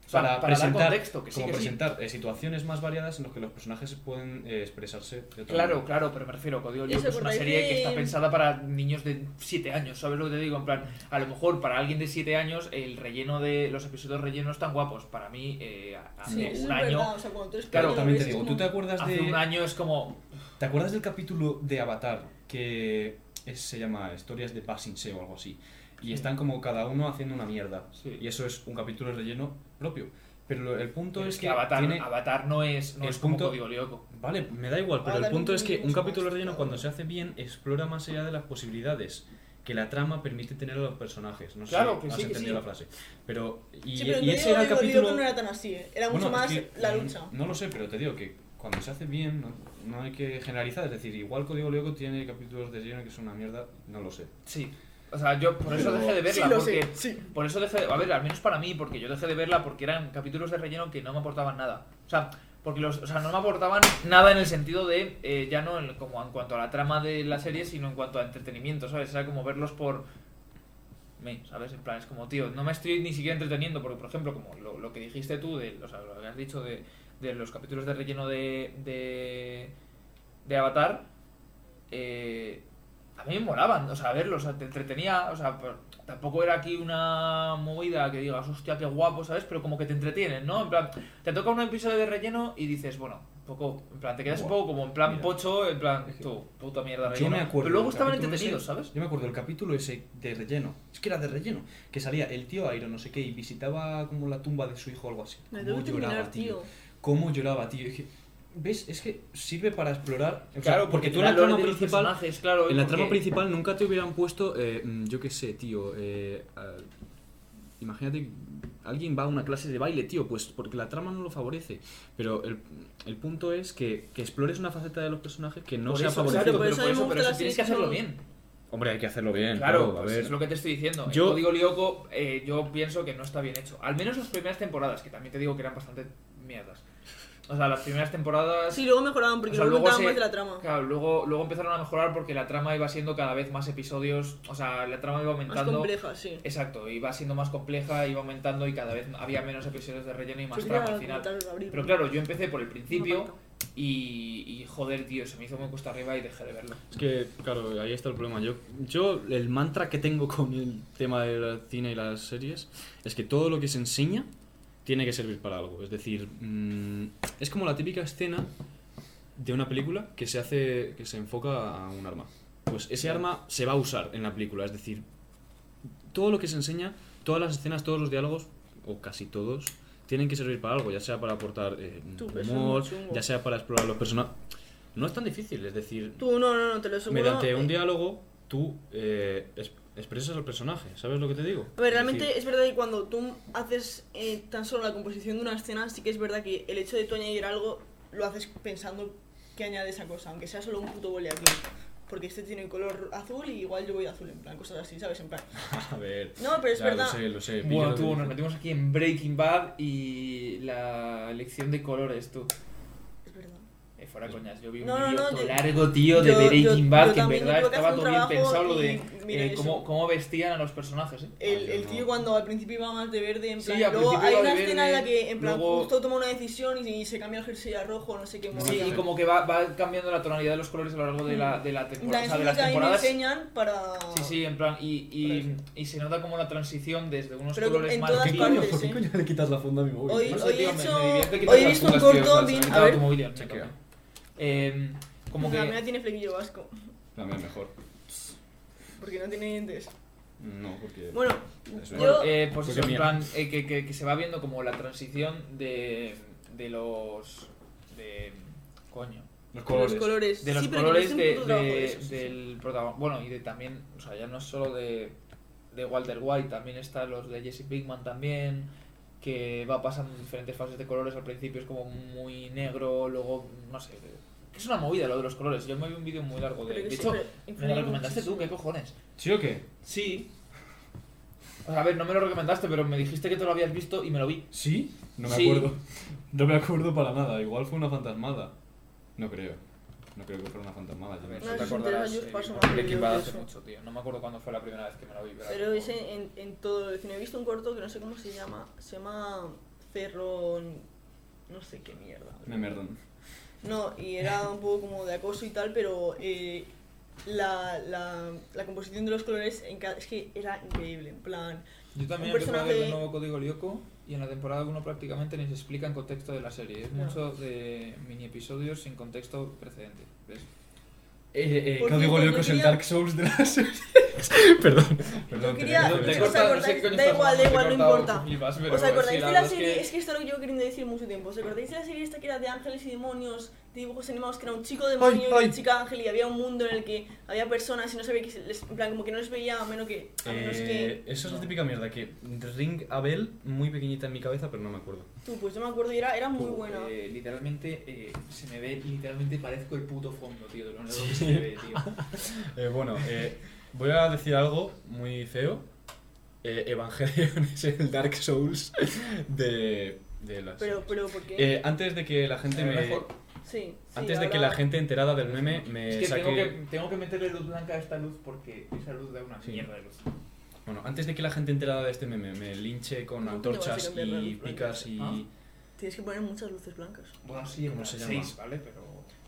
O sea, para, dar contexto, que sí, como que sí. presentar eh, situaciones más variadas en las que los personajes pueden eh, expresarse de otra Claro, manera. claro, pero me refiero, Código Lyoko Eso, es una porque serie que sí. está pensada para niños de 7 años, ¿sabes lo que te digo? En plan, a lo mejor para alguien de 7 años el relleno de los episodios rellenos están guapos. Para mí, eh, hace Sí, eso un es año... verdad, o sea, cuando tú eres Claro, pequeño, también te ves, es digo, ¿tú como- te acuerdas Hace de un año es como... ¿Te acuerdas del capítulo de Avatar que es- se llama Historias de Passinse o algo así? Y Sí. están como cada uno haciendo una mierda. Sí. Y eso es un capítulo de relleno propio. Pero lo- el punto pero es, es que Avatar, tiene- Avatar no es, no el es como punto- Código Lyoko. Vale, me da igual, pero Avatar el punto no es que tiene un mucho capítulo más, relleno claro. cuando se hace bien explora más allá de las posibilidades que la trama permite tener a los personajes. No Claro, sé que si has sí, que entendido sí. la frase. Pero, y, Sí, pero y ese yo digo- era el digo- digo capítulo... que no era tan así, ¿eh? era mucho Bueno, más es que, la mm, lucha. No lo sé, pero te digo que cuando se hace bien, no, no hay que generalizar. Es decir, igual Código Lyoko tiene capítulos de relleno que son una mierda, no lo sé. Sí. O sea, yo por eso Pero- dejé de Sí, verla, lo porque... sé, sí. Por eso dejé de, A ver, al menos para mí, porque yo dejé de verla porque eran capítulos de relleno que no me aportaban nada. O sea, porque los, o sea, no me aportaban nada en el sentido de, eh, ya no en, como en cuanto a la trama de la serie, sino en cuanto a entretenimiento, ¿sabes? Era como verlos por me, ¿sabes? En plan, es como, tío, no me estoy ni siquiera entreteniendo, porque, por ejemplo, como lo, lo que dijiste tú, de, o sea, lo que has dicho de, de los capítulos de relleno de, de, de Avatar, eh, a mí me molaban, o sea, verlos, o sea, te entretenía, o sea, por- tampoco era aquí una movida que digas, hostia, qué guapo, ¿sabes? Pero como que te entretienen, ¿no? En plan, te toca un episodio de relleno y dices, bueno, un poco, en plan, te quedas un Buah, poco como en plan mira. pocho, en plan, Es que- tú, puta mierda, Yo relleno. me acuerdo. Pero luego del estaban capítulo entretenidos, ese- ¿sabes? Yo me acuerdo del capítulo ese de relleno. Es que era de relleno. Que salía el tío Iron, no sé qué, y visitaba como la tumba de su hijo o algo así. Me Cómo tengo que terminar, lloraba, tío. Cómo lloraba, tío. Y dije, ¿Ves? Es que sirve para explorar. o sea, Claro, porque, tú en la trama principal. personajes, claro, En la porque- trama principal nunca te hubieran puesto, eh, mm, yo qué sé, tío. eh, ah, imagínate, alguien va a una clase de baile, tío, pues porque la trama no lo favorece. Pero el, el punto es que, que explores una faceta de los personajes que no Por sea eso, favorecido. claro, por pero eso por a mí me eso, pero gusta eso la tienes que serie, hacerlo ¿no? bien. Hombre, hay que hacerlo bien. Claro, a pues ver. es lo que te estoy diciendo. Yo- El código Lyoko, eh, yo pienso que no está bien hecho. Al menos las primeras temporadas, que también te digo que eran bastante mierdas. O sea, las primeras temporadas. Sí, luego mejoraban porque O sea, luego luego contaban se- más de la trama. Claro, luego, luego empezaron a mejorar porque la trama iba siendo cada vez más episodios. O sea, la trama iba Más aumentando. compleja, sí. Exacto, iba siendo más compleja, iba aumentando y cada vez había menos episodios de relleno y más Yo trama quería al final. comentar, Gabriel. Pero claro, yo empecé por el principio marca. y, y, joder, tío, se me hizo muy cuesta arriba y dejé de verlo. Es que, claro, ahí está el problema. Yo, yo, el mantra que tengo con el tema del cine y las series es que todo lo que se enseña tiene que servir para algo. Es decir, mm, es como la típica escena de una película que se hace, que se enfoca a un arma. Pues ese arma se va a usar en la película. Es decir, todo lo que se enseña, todas las escenas, todos los diálogos, o casi todos, tienen que servir para algo, ya sea para aportar eh, Tú, eso es muy humor, chungo. ya sea para explorar los personajes. No es tan difícil, es decir, Tú, no, no, no, te lo aseguro. mediante un eh, diálogo tú eh, es- expresas al personaje, ¿sabes lo que te digo? A ver, Es realmente decir, es verdad que cuando tú haces eh, tan solo la composición de una escena, sí que es verdad que el hecho de tú añadir algo lo haces pensando que añade esa cosa, aunque sea solo un puto boli aquí. Porque este tiene color azul y igual yo voy de azul, en plan, cosas así, ¿sabes? En plan. a ver, No, pero es ya, verdad. Lo sé, lo sé. pillo Bueno, lo que tú, nos dices. metimos aquí en Breaking Bad y la elección de colores, tú. Es verdad. Eh, fuera coñas, yo vi un No, no, vídeo no, todo yo- largo, tío, de yo- Breaking yo- Bad, yo que en también verdad creo que hace estaba un todo bien trabajo pensado lo de y mira eh, cómo, eso. cómo vestían a los personajes, ¿eh? El, Ah, el yo tío no. cuando al principio iba más de verde, en Sí, plan, al luego principio hay iba una de escena en la verde, que, en plan, luego- justo toma una decisión y, y se cambia el jersey a rojo, no sé qué Sí, movida. y como que va, va cambiando la tonalidad de los colores a lo largo de la, de la Mm. En plan, temporada, o es sea, de lo las que a mí me temporadas. enseñan para. Sí, sí, en plan, y, y, y se nota como la transición desde unos Pero colores en más todas gris- partes. ¿Por qué ¿Por qué coño le quitas la funda a mi móvil? Hoy, No sé, hoy tío, he me- hecho, me divierte quitar hoy he las visto un fundas, tío, o corto sea, bien. Quitado A ver, tu móvil y al chequeo. Chequea. Eh, como Pues la que mía tiene flequillo vasco, La mía mejor. porque no tiene dientes. No, porque. Bueno, Eso yo. Eh, pues Pues eso, en mía. plan, eh, que, que- que se va viendo como la transición de, de los. de. coño. Los con colores. los colores. De los sí, pero que colores es un de, puto trabajo de- eso, sí, sí. del protagonista. Bueno, y de también, o sea, ya no es solo de, de Walter White, también están los de Jesse Pinkman también, que va pasando diferentes fases de colores. Al principio es como muy negro, luego, no sé. que Es una movida lo de los colores. Yo me vi un vídeo muy largo de. Pero que De sí, hecho, pero me influye lo recomendaste tú, muchísimo. ¿qué cojones? ¿Sí o qué? Sí. O sea, a ver, no me lo recomendaste, pero me dijiste que tú lo habías visto y me lo vi. ¿Sí? No me Sí. acuerdo. No me acuerdo para nada. Igual fue una fantasmada. No creo. No creo que fuera una fantasmada. yo A ver, no No, sé. si te si acordarás, interesa, yo os eh, paso con más Breaking vídeos Bad de hace eso. mucho, tío. No me acuerdo cuándo fue la primera vez que me lo vi. Pero, Pero como- es en, en- en todo el cine. He visto un corto que no sé cómo se llama. Se llama Ferrón. No sé qué mierda. Me merdón. No, y era un poco como de acoso y tal, pero eh, la, la, la composición de los colores en ca- es que era increíble. En plan, Yo también Un empecé a ver personaje- el nuevo código Lyoko y en la temporada 1 prácticamente ni se explica en contexto de la serie. Es No. mucho de mini episodios sin contexto precedente. ¿Ves? Eh, eh, Por Código cierto, Lyoko es yo el quería- Dark Souls de las series. Perdón. yo Perdón. quería. tenía que Te ¿Os aprovechar. corta, no sé acordáis? qué coño Da estás igual, da hablando, igual, te no corta, importa. o flipas, pero ¿Os acordáis sí, de la la verdad es serie? que- Es que esto es lo que yo quería decir mucho tiempo. ¿Os acordáis de la serie esta que era de ángeles y demonios, de dibujos animados, que era un chico demonio y ay. una chica ángel y había un mundo en el que había personas y no sabía que se les, en plan como que no les veía a menos que a menos Eh, que esa es No. la típica mierda que Ring Abel, muy pequeñita en mi cabeza, pero no me acuerdo. tú, pues yo me acuerdo y era, era muy Tú, buena. eh, literalmente eh, se me ve, literalmente parezco el puto fondo, tío, de lo negro que se me ve, tío. Eh, bueno, eh, voy a decir algo muy feo. Eh, Evangelion es el Dark Souls de, de las. Pero, pero, ¿por qué? Eh, antes de que la gente A lo me- mejor- sí, sí, antes de ahora- que la gente enterada del meme me es que tengo, saque. que tengo que meterle luz blanca a esta luz porque esa luz da una Sí. mierda de luz. Bueno, antes de que la gente enterada de este meme me linche con No, antorchas no, no, no, y no, no, picas y ¿Ah? Tienes que poner muchas luces blancas. Bueno, sí, ¿Cómo unas se seis, llama? ¿vale? Pero.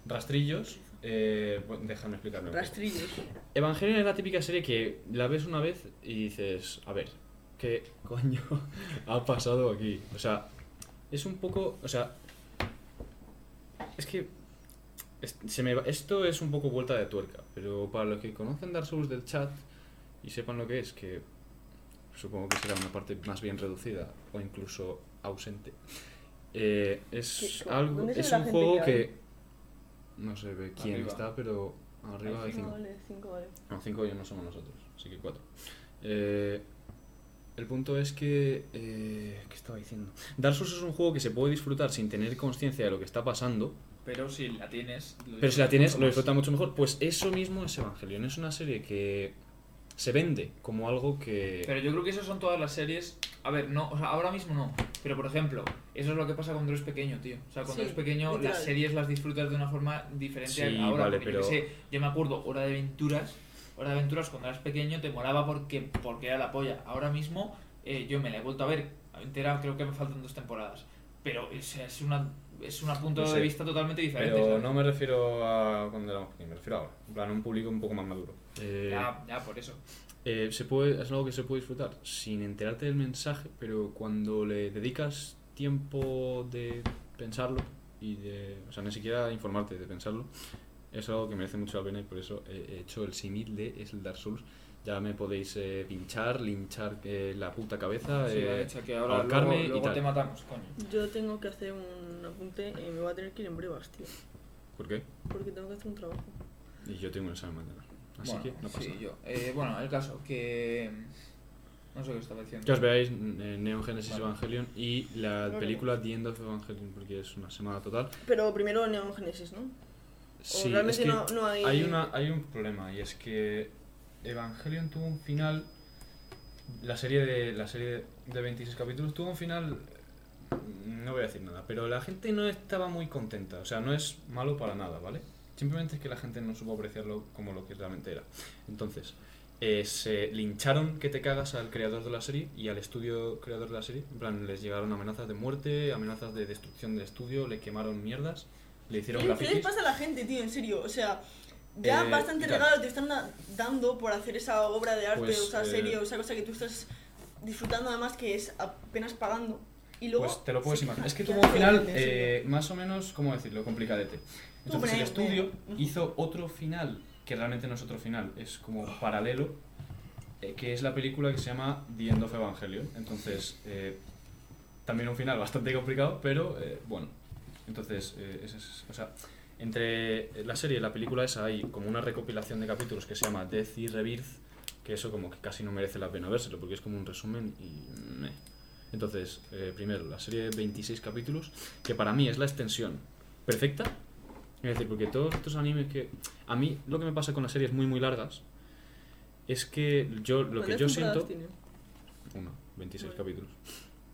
rastrillos, eh, bueno, déjame explicarlo. un poco. Rastrillos. Evangelion es la típica serie que la ves una vez y dices, a ver, ¿qué coño ha pasado aquí? O sea, es un poco, o sea, es que es- se me va- esto es un poco vuelta de tuerca, pero para los que conocen Dark Souls del chat y sepan lo que es, que supongo que será una parte más bien reducida o incluso ausente, eh, es ¿Qué- algo, dónde se ve es la un gente juego que habla? que no se ve quién Arriba. está, pero arriba Hay de Cinco, cinco. vale, cinco, vale. No, cinco ya no somos nosotros, así que cuatro. Eh, el punto es que... eh, ¿Qué estaba diciendo? Dark Souls es un juego que se puede disfrutar sin tener conciencia de lo que está pasando, Pero si la tienes. lo pero si la disfrutas tienes mucho lo más. disfrutas mucho mejor. Pues eso mismo es Evangelion, es una serie que se vende como algo que... Pero yo creo que esas son todas las series. A ver, no, o sea, ahora mismo no. Pero por ejemplo, eso es lo que pasa cuando eres pequeño, tío. O sea, cuando Sí, eres pequeño, literal. las series las disfrutas de una forma diferente Sí, a ahora. vale, porque yo, qué pero- sé, yo me acuerdo, Hora de Aventuras. Hora de Aventuras, cuando eras pequeño, te molaba porque, porque era la polla. Ahora mismo, eh, yo me la he vuelto a ver entera, creo que me faltan dos temporadas. Pero o sea, es una. Es un punto No sé. de vista totalmente diferente. Pero ¿sabes? no me refiero a cuando éramos pequeños, me refiero ahora. En plan, a un público un poco más maduro. eh, Ya, ya, por eso. eh, se puede, es algo que se puede disfrutar sin enterarte del mensaje, pero cuando le dedicas tiempo de pensarlo y de... O sea, ni siquiera informarte, de pensarlo, es algo que merece mucho la pena y por eso he he hecho el símil de es el Dark Souls. Ya me podéis eh, pinchar, linchar eh, la puta cabeza. Sí, eh, de hecho, que ahora ahorcarme luego, y luego tal. te matamos, coño. Yo tengo que hacer un apunte y me voy a tener que ir en brevas, tío. ¿Por qué? Porque tengo que hacer un trabajo. Y yo tengo un examen mañana. Así bueno, que no pasa sí, nada. yo. Eh, bueno, el caso que... No sé qué estaba diciendo. Que os veáis eh, Neon Genesis Vale. Evangelion y la Vale. película The End of Evangelion, porque es una semana total. Pero primero Neon Genesis, ¿no? Sí, o es realmente que- no, no hay... Hay, una, hay un problema y es que Evangelion tuvo un final. La serie de la serie de 26 capítulos tuvo un final. No voy a decir nada, pero la gente no estaba muy contenta. O sea, no es malo para nada, ¿vale? Simplemente es que la gente no supo apreciarlo como lo que realmente era. Entonces, eh, se lincharon que te cagas al creador de la serie y al estudio creador de la serie. En plan, les llegaron amenazas de muerte, amenazas de destrucción del estudio, le quemaron mierdas, le ¿Qué, hicieron qué les grafitis. pasa a la gente, tío? En serio, o sea... Ya Eh, bastante ya. regalo te están da- dando por hacer esa obra de arte, Pues, o esa eh, serie, o esa cosa que tú estás disfrutando además que es apenas pagando. Y luego... Pues te lo puedes se imaginar. Es que quejan, tuvo un qué asco, final en serio. eh, más o menos, ¿cómo decirlo? Complicadete. Entonces el pero- estudio pero- hizo otro final, que realmente no es otro final, es como paralelo, eh, que es la película que se llama The End of Evangelion. Entonces, eh, también un final bastante complicado, pero eh, bueno. Entonces, eh, ese es- o sea, entre la serie y la película esa hay como una recopilación de capítulos que se llama Death y Rebirth, que eso como que casi no merece la pena vérselo, porque es como un resumen y... meh. Entonces, eh, primero, la serie de 26 capítulos, que para mí es la extensión perfecta. Es decir, porque todos estos animes que... A mí lo que me pasa con las series muy, muy largas es que yo lo que ¿Cuántas yo temporadas siento... tiene? Uno, 26 Bueno. capítulos.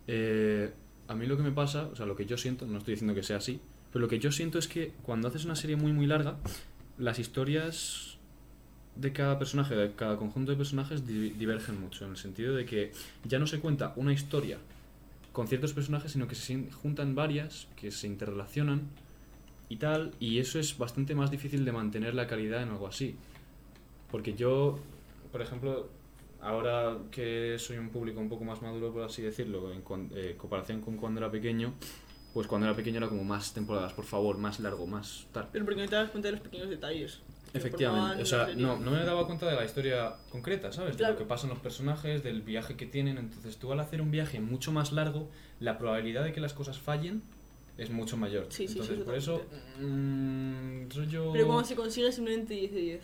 Eh, a mí lo que me pasa, o sea, lo que yo siento, no estoy diciendo que sea así, pero lo que yo siento es que cuando haces una serie muy, muy larga, las historias de cada personaje, de cada conjunto de personajes di- divergen mucho, en el sentido de que ya no se cuenta una historia con ciertos personajes, sino que se sin- juntan varias, que se interrelacionan y tal, y eso es bastante más difícil de mantener la calidad en algo así. Porque yo, por ejemplo, ahora que soy un público un poco más maduro, por así decirlo, en cuan- eh, comparación con cuando era pequeño, pues cuando era pequeño era como más temporadas, por favor, más largo, más tal. Pero porque no te das cuenta de los pequeños detalles. que Efectivamente, formaban o la sea, serie. no, no me daba cuenta de la historia concreta, ¿sabes? De Claro. lo que pasan los personajes, del viaje que tienen. Entonces, tú al hacer un viaje mucho más largo, la probabilidad de que las cosas fallen es mucho mayor. Sí, sí, sí, Entonces, por eso, mm, rollo- Pero cuando se consigue simplemente 10 de 10.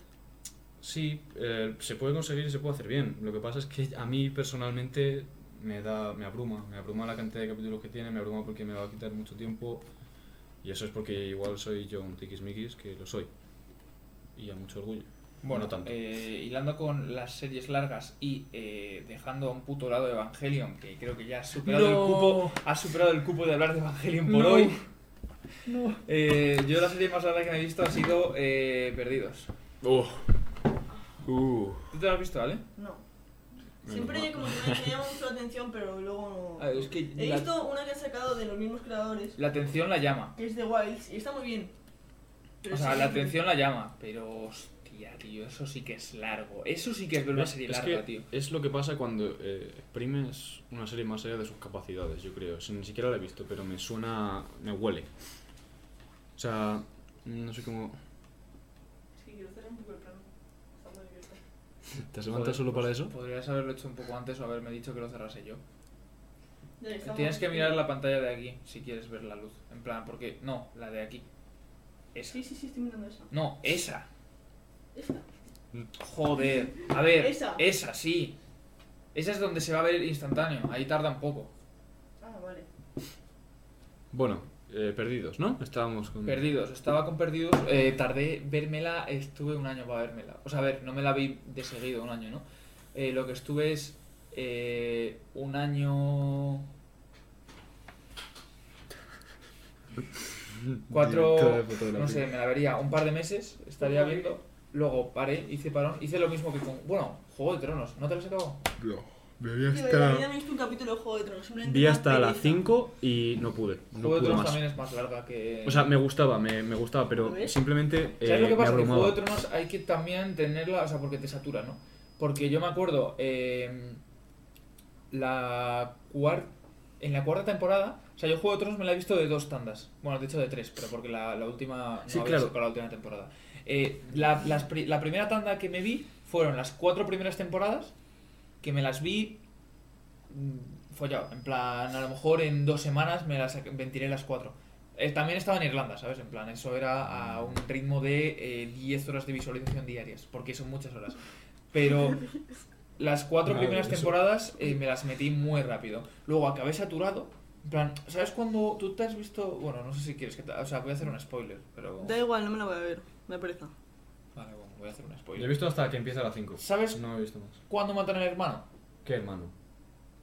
Sí, eh, se puede conseguir y se puede hacer bien. Lo que pasa es que a mí personalmente me da me abruma, me abruma la cantidad de capítulos que tiene, me abruma porque me va a quitar mucho tiempo y eso es porque igual soy yo un tiquismiquis que lo soy. Y a mucho orgullo. Bueno, No tanto. eh, hilando con las series largas y eh, dejando a un puto lado Evangelion, que creo que ya ha superado el cupo, ha superado el cupo de hablar de Evangelion por No. hoy. Eh, yo la serie más larga que me he visto ha sido eh, Perdidos. Uh. Uh. ¿Tú te la has visto, Ale? No. Siempre como que me, me llama mucho la atención, pero luego no. A ver, es que He la- visto una que han sacado de los mismos creadores, La atención la llama. que es de Wilds, y está muy bien. Pero O sí, sea, la sí, sí. atención la llama. Pero, hostia, tío, eso sí que es largo. Eso sí que es ver una serie es larga, que tío. es lo que pasa cuando eh, exprimes una serie más allá de sus capacidades, yo creo. O sea, ni siquiera la he visto, pero me suena, me huele. O sea, no sé cómo... Sí, quiero cerrar un poco el plano. Está muy abierto. ¿Te has levantado solo para eso? pues, Podrías haberlo hecho un poco antes o haberme dicho que lo cerrase yo. Ya, estamos- Tienes que mirar la pantalla de aquí si quieres ver la luz. En plan, porque. No, la de aquí. Esa. Sí, sí, sí, estoy mirando esa. No, esa. Esta. Joder. A ver, Esa. esa. sí. Esa es donde se va a ver instantáneo. Ahí tarda un poco. Ah, vale. Bueno, eh, perdidos, ¿no? Estábamos con... Perdidos. Estaba con Perdidos. eh, tardé vérmela. Estuve un año para vérmela. O sea, a ver, no me la vi de seguido un año, ¿no? Eh, lo que estuve es eh, un año... Cuatro... Directora de fotografía. No sé, me la vería un par de meses. Estaría viendo. Luego paré, hice parón. Hice lo mismo que con... Bueno, Juego de Tronos. ¿No te lo has acabado? Me vi Tío, de la vida hasta... me he visto un capítulo de Juego de Tronos. simplemente Vi me da hasta las pereza. 5 y no pude. No Juego de pude Tronos más. también es más larga que... O sea, me gustaba, me, me gustaba, pero ¿Ves? simplemente eh, ¿Sabes lo que me pasa? Que Juego abrumaba. de Tronos hay que también tenerla, o sea, porque te satura, ¿no? Porque yo me acuerdo, eh, la cuar- en la cuarta temporada, o sea, yo Juego de Tronos me la he visto de dos tandas. Bueno, de hecho de tres, pero porque la, la última... No Sí, había claro. sacado la última temporada. Eh, la, las pri- la primera tanda que me vi fueron las cuatro primeras temporadas, que me las vi mm, follado. En plan, a lo mejor en dos semanas me las ac- ventilé las cuatro. Eh, también estaba en Irlanda, ¿sabes? En plan, eso era Mm. a un ritmo de eh, 10 horas de visualización diarias, porque son muchas horas. Pero las cuatro Madre, primeras Ah, eso. temporadas eh, me las metí muy rápido. Luego acabé saturado. En plan, ¿sabes cuando tú te has visto...? Bueno, no sé si quieres que te... O sea, voy a hacer un spoiler, pero... Da igual, no me la voy a ver. Me da pereza. Vale, bueno, voy a hacer un Yo he spoiler. visto hasta que empieza a las 5. ¿Sabes No he visto más. cuándo matan al hermano? ¿Qué hermano?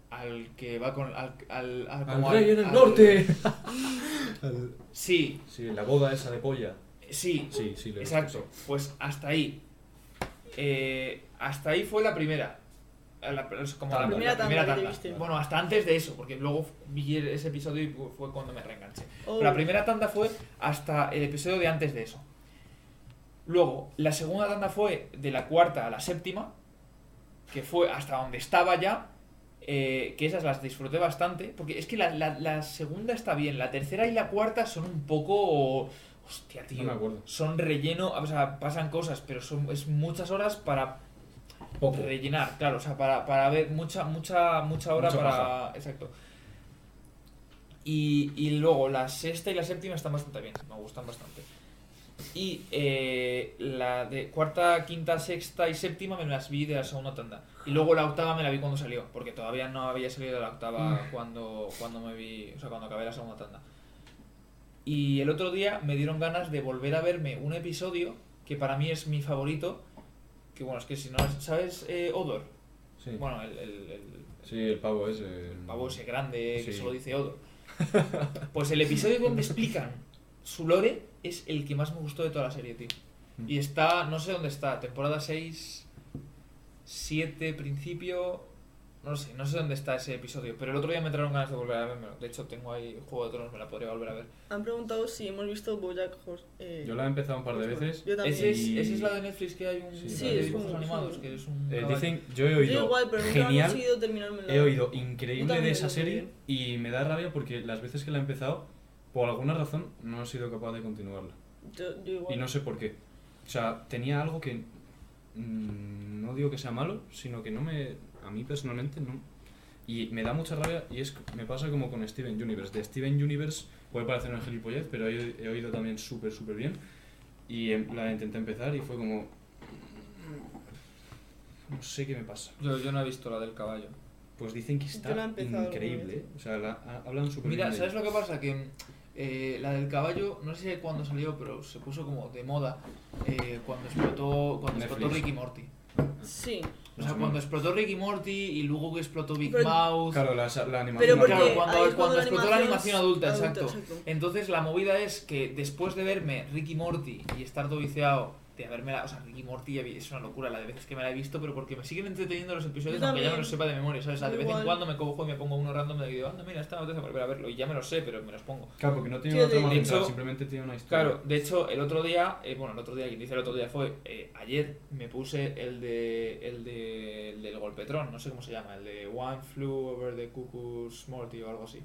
Al que va con... Al, al, al- ¡Al como rey al- en el al- norte! Sí, Sí, la boda esa de polla. sí, Sí, sí, lo he visto, Exacto, pues hasta ahí. Eh, hasta ahí fue la primera. Eh, la- es como la, Tanda. primera, Primera primera tanda que tanda. viste. Bueno, hasta antes de eso, porque luego vi ese episodio y fue cuando me reenganché. Oh. La primera tanda fue hasta el episodio de antes de eso. Luego, la segunda tanda fue de la cuarta a la séptima, que fue hasta donde estaba ya, eh, que esas las disfruté bastante, porque es que la, la- la segunda está bien, la tercera y la cuarta son un poco... Hostia, tío. No me acuerdo. Son relleno, o sea, pasan cosas, pero son es muchas horas para Poco. rellenar, claro, o sea, para, para ver mucha, mucha, mucha hora Mucha para. Exacto. Y, y luego la sexta y la séptima están bastante bien, me gustan bastante. Y eh, la de cuarta, quinta, sexta y séptima me las vi de la segunda tanda. Y luego la octava me la vi cuando salió, porque todavía no había salido la octava Mm. cuando, cuando me vi, o sea, cuando acabé la segunda tanda. Y el otro día me dieron ganas de volver a verme un episodio que para mí es mi favorito. Que bueno, es que si no, ¿sabes? eh, Odor. Sí. Bueno, el, el- el- Sí, el pavo ese. el pavo ese grande que Sí. solo dice Odor. Pues el episodio donde explican su lore es el que más me gustó de toda la serie, tío. Y está, no sé dónde está, temporada 6, 7, principio. No sé, no sé dónde está ese episodio. Pero el otro día me entraron ganas de volver a verme. De hecho, tengo ahí Juego de Tronos, me la podría volver a ver. Han preguntado si hemos visto Bojack Horse. eh, Yo la he empezado un par de veces. Yo también. Ese es, Y- esa es la de Netflix que hay un Sí, de Sí, es dibujos un- animados es un- que es un Eh, caballo. dicen, yo he Yo oído igual, pero nunca he genial, conseguido terminarme he oído increíble de también, esa yo serie y me da rabia porque las veces que la he empezado, por alguna razón, no he sido capaz de continuarla. Yo, yo igual. Y no sé por qué. O sea, tenía algo que mm, no digo que sea malo, sino que no me a mí personalmente no. Y me da mucha rabia y es que me pasa como con Steven Universe. De Steven Universe puede parecer un gilipollez, pero he, he oído también súper súper bien y em, la intenté empezar y fue como mm, no sé qué me pasa. Yo, yo no he visto la del caballo. Pues dicen que Yo la he está empezado alguna increíble, vez. ¿eh? o sea, la- ha- hablan súper bien. Pues Mira, de ¿sabes ella. lo que pasa? Que eh, la del caballo, no sé cuándo salió, pero se puso como de moda eh, cuando explotó cuando explotó Netflix. Ricky Morty. Sí. O Más sea, o cuando menos. explotó Ricky Morty y luego que explotó Big Pero- Mouth. Claro, la, la animación. Pero la- porque Claro, cuando- ahí es cuando explotó la animación es adulta, adulta, exacto. Entonces la movida es que después de verme Ricky Morty y estar doviciado de haberme la. O sea, Ricky Morty ya vi- es una locura la de veces que me la he visto, pero porque me siguen entreteniendo los episodios, Yo aunque ya me también. los sepa de memoria, ¿sabes? O sea, de Yo vez en igual. cuando me cojo y me pongo uno random de que digo, anda, mira, esta no te volver a verlo. Y ya me lo sé, pero me los pongo. Claro, porque no tiene Sí, una de- trama de central, hecho- simplemente tiene una historia. Claro, de hecho, el otro día, eh, bueno, el otro día, quien dice el otro día fue, eh, ayer me puse el de, el de, el del golpetrón, no sé cómo se llama, el de One Flew Over the Cuckoo's Morty o algo así.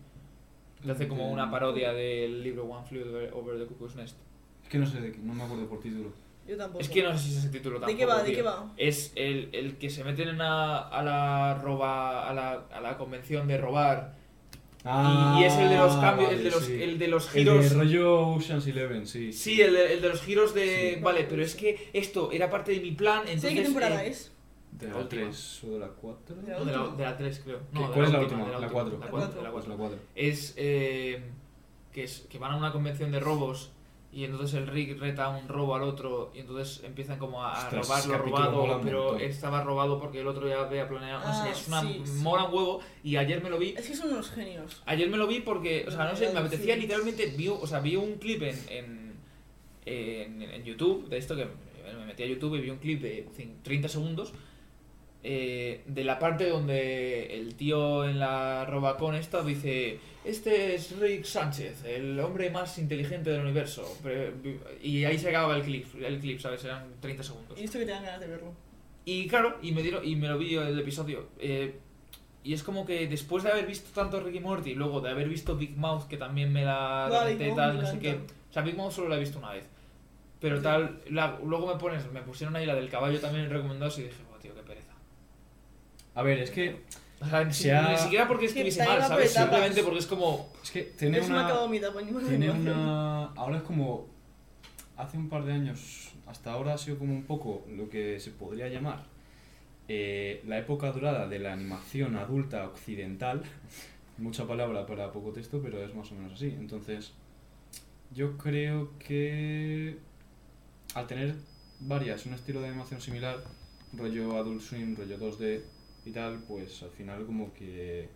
Que hace como una parodia del libro One Flew Over- Over the Cuckoo's Nest. Es que no sé, de qué- no me acuerdo por título. Yo tampoco. Es que no sé si es ese título ¿De tampoco, qué va? ¿De tío. qué va? Es el, el que se meten en a, a la roba, a la, a la convención de robar. y, y es el de los cambios, el, de los, el de los Ah, El de giros. rollo Ocean's Eleven, sí. Sí, el de, el de los giros de... Sí. Vale, pero es que esto era parte de mi plan, Sí, entonces... ¿qué temporada eh, es? De La la última. 3 o de la 4. De la no, de la, de la 3, creo. No, de ¿Cuál es la última, última? de La última, 4. La 4, de la La Pues 4. la 4. Es eh, que, es que van a una convención de robos y entonces el Rick reta un robo al otro y entonces empiezan como a, a Ostras, robar lo ese capítulo mola robado, un pero montón. estaba robado porque el otro ya había planeado. No sé, Ah, es una sí, sí. mola un huevo y ayer me lo vi. Es que son unos genios. Ayer me lo vi porque, o sea, no sé, me apetecía Sí. literalmente, vi, o sea, vi un clip en, en, en, en YouTube de esto que me metí a YouTube y vi un clip de cin- 30 segundos eh, de la parte donde el tío en la robacón esta dice, este es Rick Sánchez, el hombre más inteligente del universo. Pre- Y ahí se acababa el clip, el clip, ¿sabes? Eran 30 segundos. Y esto que te dan ganas de verlo. Y claro, y me, dieron, y me lo vi el episodio. eh, y es como que después de haber visto tanto Ricky Morty, luego de haber visto Big Mouth, que también me la Guau, reventé Big y Mouth tal, me no sé qué. encanta. O sea, Big Mouth solo la he visto una vez. Pero tal, la- luego me pones, me pusieron ahí la del caballo también en recomendados y dije, "Buah, tío, qué pereza. A ver, es que, O sea, ni, Se ha- ni siquiera porque Es que estuviese está mal, iba por ¿sabes? etapas. Simplemente porque es como. es que tiene Es una una. cadomita, ponemos Tiene una. Ahora es como. Hace un par de años, hasta ahora ha sido como un poco lo que se podría llamar eh, la época dorada de la animación adulta occidental. Mucha palabra para poco texto, pero es más o menos así. Entonces, yo creo que al tener varias, un estilo de animación similar, rollo Adult Swim, rollo 2D y tal, pues al final como que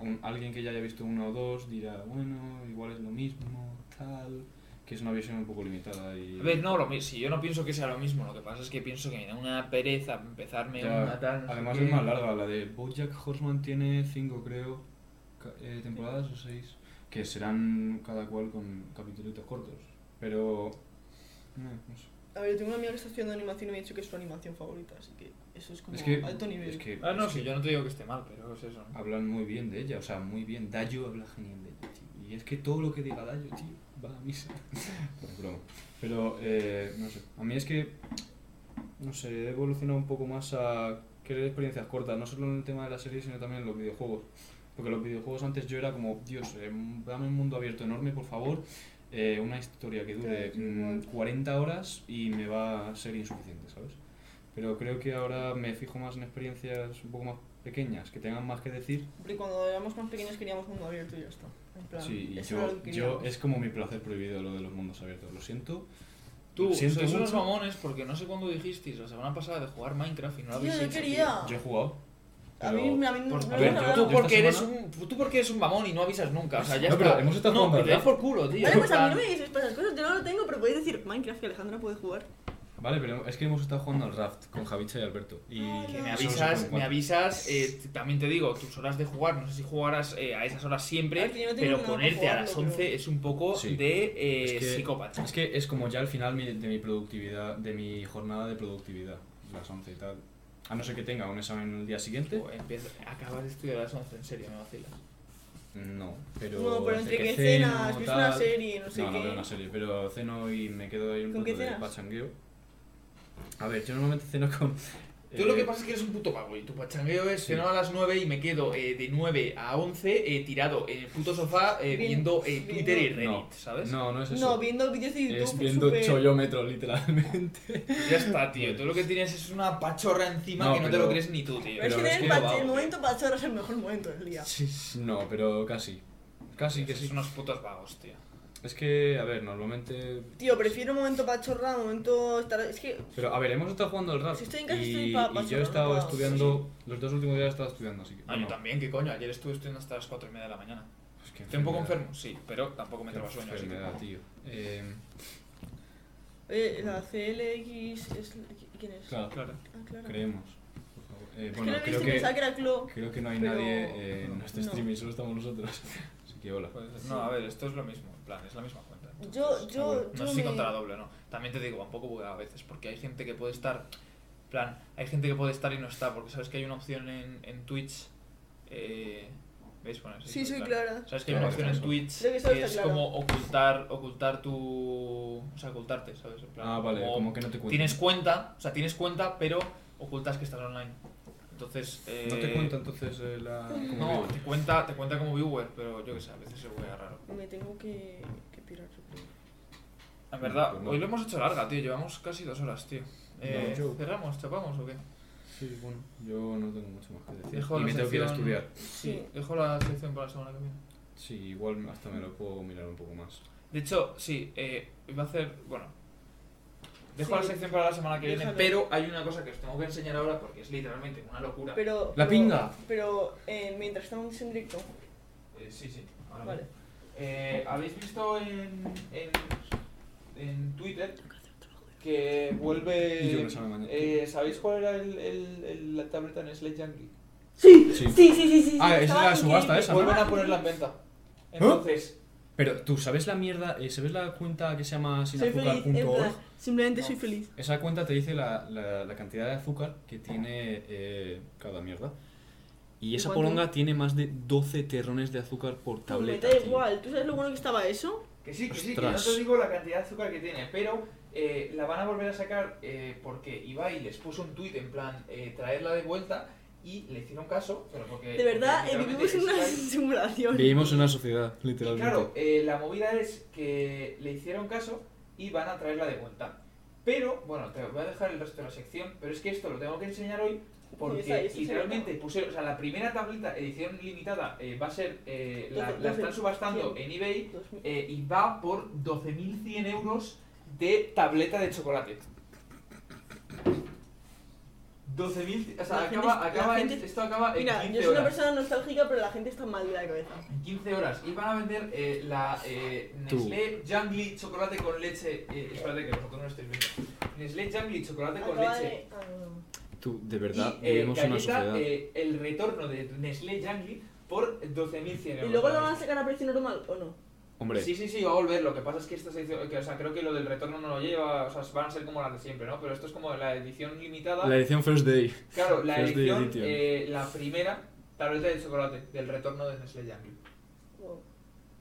un- alguien que ya haya visto uno o dos dirá, bueno, igual es lo mismo, tal, que es una visión un poco limitada y... A ver, no, lo, mi- si yo no pienso que sea lo mismo, lo que pasa es que pienso que me da una pereza empezarme Ya, una tal. no sé además qué. es más larga, la de Bojack Horseman tiene cinco, creo, ca- eh, temporadas o seis, que serán cada cual con capítulos cortos, pero... No, no sé. A ver, yo tengo una amiga que está haciendo animación y me ha dicho que es su animación favorita, así que eso es como Es que... alto nivel. Es que Ah, no, es sí, que yo no te digo que esté mal, pero es eso. ¿no? Hablan muy bien de ella, o sea, muy bien. Dayo habla genial de ella, tío. Y es que todo lo que diga Dayo, tío, va a misa. Bueno, broma. Pero, eh, no sé. A mí es que, no sé, he evolucionado un poco más a querer experiencias cortas, no solo en el tema de las series, sino también en los videojuegos. Porque los videojuegos antes yo era como, Dios, eh, dame un mundo abierto enorme, por favor. eh, una historia que dure mm, 40 horas y me va a ser insuficiente, ¿sabes? Pero creo que ahora me fijo más en experiencias un poco más pequeñas, que tengan más que decir. Porque cuando éramos más pequeños queríamos mundo abierto y ya está. En plan, Sí, y eso era lo yo, que yo queríamos. es como mi placer prohibido lo de los mundos abiertos. Lo siento. Tú, Lo siento sois unos mucho. mamones porque no sé cuándo dijisteis la semana pasada de jugar Minecraft y no lo habéis Tío, yo hecho, quería. Yo he jugado. A pero- mí, a mí no- Por- no a ver, me gusta tío. yo- nada. Tú yo porque, esta eres semana- un, tú porque eres un mamón y no avisas nunca, o sea, ya No, está. pero hemos estado no, jugando, que te das ¿verdad? por culo, tío. Vale, pues en a mí no plan- me dices para esas cosas, yo no lo tengo, pero podéis decir Minecraft que Alejandra puede jugar. Vale, pero es que hemos estado jugando al Raft con Javicha y Alberto. Y Que me Solo avisas, me avisas, eh, t- también te digo, tus horas de jugar, no sé si jugarás eh, a esas horas siempre, Ah, que yo no tengo pero nada para ponerte a las jugarlo, 11 pero- es un poco Sí. de eh, Es que- psicópata. Es que es como ya el final mi- de mi productividad, de mi jornada de productividad. Las 11 y tal. A no ser que tenga un examen el día siguiente. O Pues empieza- acabas de estudiar a las 11, en serio, me vacilas. No, pero. no, pero entre que ceno, cenas, ves una tal- serie, no sé No, no qué. veo una serie, pero ceno y me quedo ahí un ¿Con rato qué de cenas? pachangueo. A ver, yo normalmente ceno con. Tú lo eh, que pasa es que eres un puto vago y tu pachangueo es cenar a las 9 y me quedo eh, de 9 a 11 eh, tirado en el puto sofá eh, Bien, viendo eh, bien. Twitter y Reddit, No, ¿sabes? No, no es eso. No, viendo vídeos de YouTube. es viendo súper- chollómetro, literalmente. Ya está, tío. Tú lo que tienes es una pachorra encima No, que no te pero- lo crees ni tú, Pero tío. es que Pero es tener el, que pa- no el vago. momento para chorro es el mejor momento del día. No, pero casi. Casi que Sois sí. unos putos vagos, tío. Es que, a ver, normalmente. Tío, prefiero momento para chorra, momento estar. Es que. Pero, a ver, hemos estado jugando el rap. Si estoy en casa, y, estoy pa- y pa- yo he estado pa- estudiando. Los dos últimos días he estado estudiando, así que. Ah, yo bueno, también, ¿qué coño? Ayer estuve estudiando hasta las 4 y media de la mañana. pues que ¿Estoy un poco enfermedad, Em, enfermo? Sí, pero tampoco me qué traba sueño. así que- enfermedad, tío. Eh, Eh, la CLX es... ¿Quién es? Claro, Claro. Ah, claro. creemos. por favor. Eh, Es que bueno, lo he creo visto y pensaba que, que era Clo. creo que no hay pero- nadie eh, en nuestro No. streaming, solo estamos nosotros. Así que hola. Pues, No, a ver, esto es lo mismo, en plan, es la misma cuenta. Yo, yo, No yo sé si me- contra la doble, no. También te digo, tampoco voy a veces, porque hay gente que puede estar. en plan, hay gente que puede estar y no está, porque sabes que hay una opción en, en Twitch. Eh, ¿Veis? Bueno, pues Sí, soy claro. clara. Sabes que hay Claro, una opción en claro. Twitch Creo que eso que está es claro. como ocultar, ocultar tu. O sea, ocultarte, ¿sabes? En plan, Ah, vale, como que no te cuentan. Tienes cuenta, o sea, tienes cuenta, pero ocultas que estás online. Entonces. Eh, ¿No te cuenta entonces eh, la... como No, vivo? te cuenta, te cuenta como viewer, pero yo qué sé, a veces se vuelve raro. Me tengo que, que pirar, yo creo. En verdad, Pues no. hoy lo hemos hecho larga, tío. Llevamos casi dos horas, tío. Eh, yo- ¿Cerramos? ¿Chapamos o qué? Sí, bueno, yo no tengo mucho más que decir. Dejo y la me tengo que ir a sección- estudiar. Sí. Dejo la sección para la semana que viene. Sí, igual hasta me lo puedo mirar un poco más. De hecho, sí, eh, iba a hacer. Bueno. Dejo Sí. la sección para la semana que viene, Déjalo. pero hay una cosa que os tengo que enseñar ahora porque es literalmente una locura. Pero, ¡La pero- pinga! Pero eh, mientras estamos en directo. Eh, sí, sí. ahora Vale. mismo. Eh, Habéis visto en, en, en Twitter que Y yo vuelve. me sabe mañana. eh, ¿Sabéis cuál era el, el- el- la tableta en Slate Junkie? Sí, Sí. sí, sí, sí. eh, Ah, esa es la subasta esa, Vuelven ¿no? ¿Eh? a ponerla en venta. Entonces. Pero tú, ¿sabes la mierda? Eh, ¿Sabes la cuenta que se llama Soy feliz, en plan, sinazúcar.org? simplemente No. soy feliz. Esa cuenta te dice la, la, la cantidad de azúcar que tiene eh, cada mierda. Y esa ¿Cuánto? poronga tiene más de 12 terrones de azúcar por Tú, Pues me tableta. da tío. igual, ¿tú sabes lo bueno que estaba eso? Que sí, que sí, que yo Ostras. te digo la cantidad de azúcar que tiene, pero eh, la van a volver a sacar eh, porque Ibai les puso un tuit en plan eh, traerla de vuelta y le hicieron caso, pero porque... De verdad, eh, porque vivimos en literalmente una es Ibai. simulación. Vivimos en una sociedad, Y literalmente. claro, eh, la movida es que le hicieron caso y van a traerla de vuelta. Pero, bueno, te voy a dejar el resto de la sección, pero es que esto lo tengo que enseñar hoy porque Esa- esa literalmente sería pusieron, o sea, la primera tableta edición limitada eh, va a ser, eh, la, Doce- la doce- están subastando cien. en eBay Dos mil- eh, y va por 12.100 euros de tableta de chocolate. 12.000, o sea, La gente acaba, es- la acaba en- gente- esto acaba en Mira, yo 15 soy una horas. persona nostálgica, pero la gente está mal de la cabeza. En 15 horas. Y van a vender eh, la eh, Tú. Nestlé Jungly chocolate con leche. eh, espérate, que vosotros no lo estáis viendo. Nestlé Jungly chocolate con Acaba leche. de- ah, no, no. Tú, de verdad, y eh, vivimos en una galleta, sociedad. eh, el retorno de Nestlé Jungly por 12.100 euros. ¿Y luego lo ahora van a mismo. sacar a precio normal o no? Hombre, Sí, sí, sí, va a volver. Lo que pasa es que esta se hizo- que, o sea, creo que lo del retorno no lo lleva, o sea, van a ser como las de siempre, ¿no? Pero esto es como la edición limitada. la edición First Day. claro, la First Day edición, Edition. eh, la primera tableta de chocolate del retorno de Nestlé Jungle. Wow.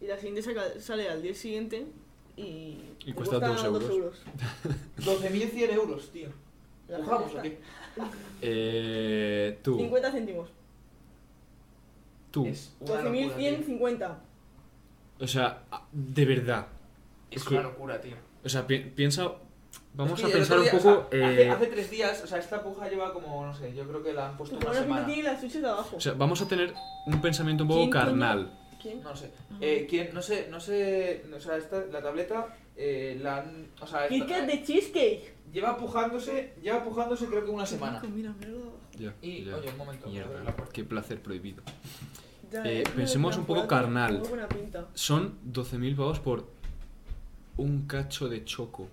Y la siguiente saca- sale al día siguiente y. Y cuesta dos euros. 12.100 euros, tío. La ¿Pujamos gente o qué? Eh, está- tú, 50 céntimos. tú. Es una locura, tío. 12.150. O sea, a- de verdad. Es una locura, tío. O sea, pi- piensa. Vamos Es que a el pensar un otro día, poco. o sea, hace, eh, hace tres días, o sea, esta puja lleva como, no sé, yo creo que la han puesto Tu una hermano siempre semana. tiene las chuches de abajo. O sea, vamos a tener un pensamiento un poco ¿Quién coño? carnal. ¿Quién? No lo sé. Eh, ¿quién? No sé, no sé. O sea, esta, la tableta eh, la han. O sea, esta- Kit Kat de cheesecake. Lleva pujándose, lleva pujándose creo que una semana. Chico, Mira, mira lo de abajo. Ya, Y, ya. oye, un momento. voy a abrir la Mierda, puerta. qué placer prohibido. Ya, Eh, es una pensemos un poco temporada, carnal. muy buena pinta. Son 12.000 pavos por un cacho de choco.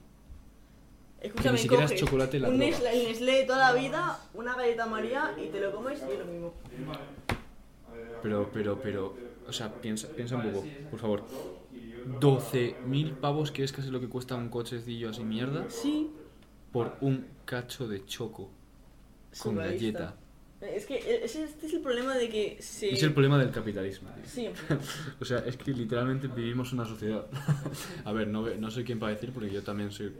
Escúchame, siquiera es coges chocolate la un droga. Nestlé, el Nestlé de toda la vida, una galleta María y te lo comes y es lo mismo. Pero, pero, pero. O sea, piensa, piensa un poco, por favor. 12.000 pavos, que es casi lo que cuesta un cochecillo así mierda, Sí, por un cacho de choco con surrealista. galleta. Es que eh, ese- este es el problema de que se... Es el problema del capitalismo, tío. Sí, O sea, es que literalmente vivimos una sociedad. A ver, no, no soy quien para decir porque yo también soy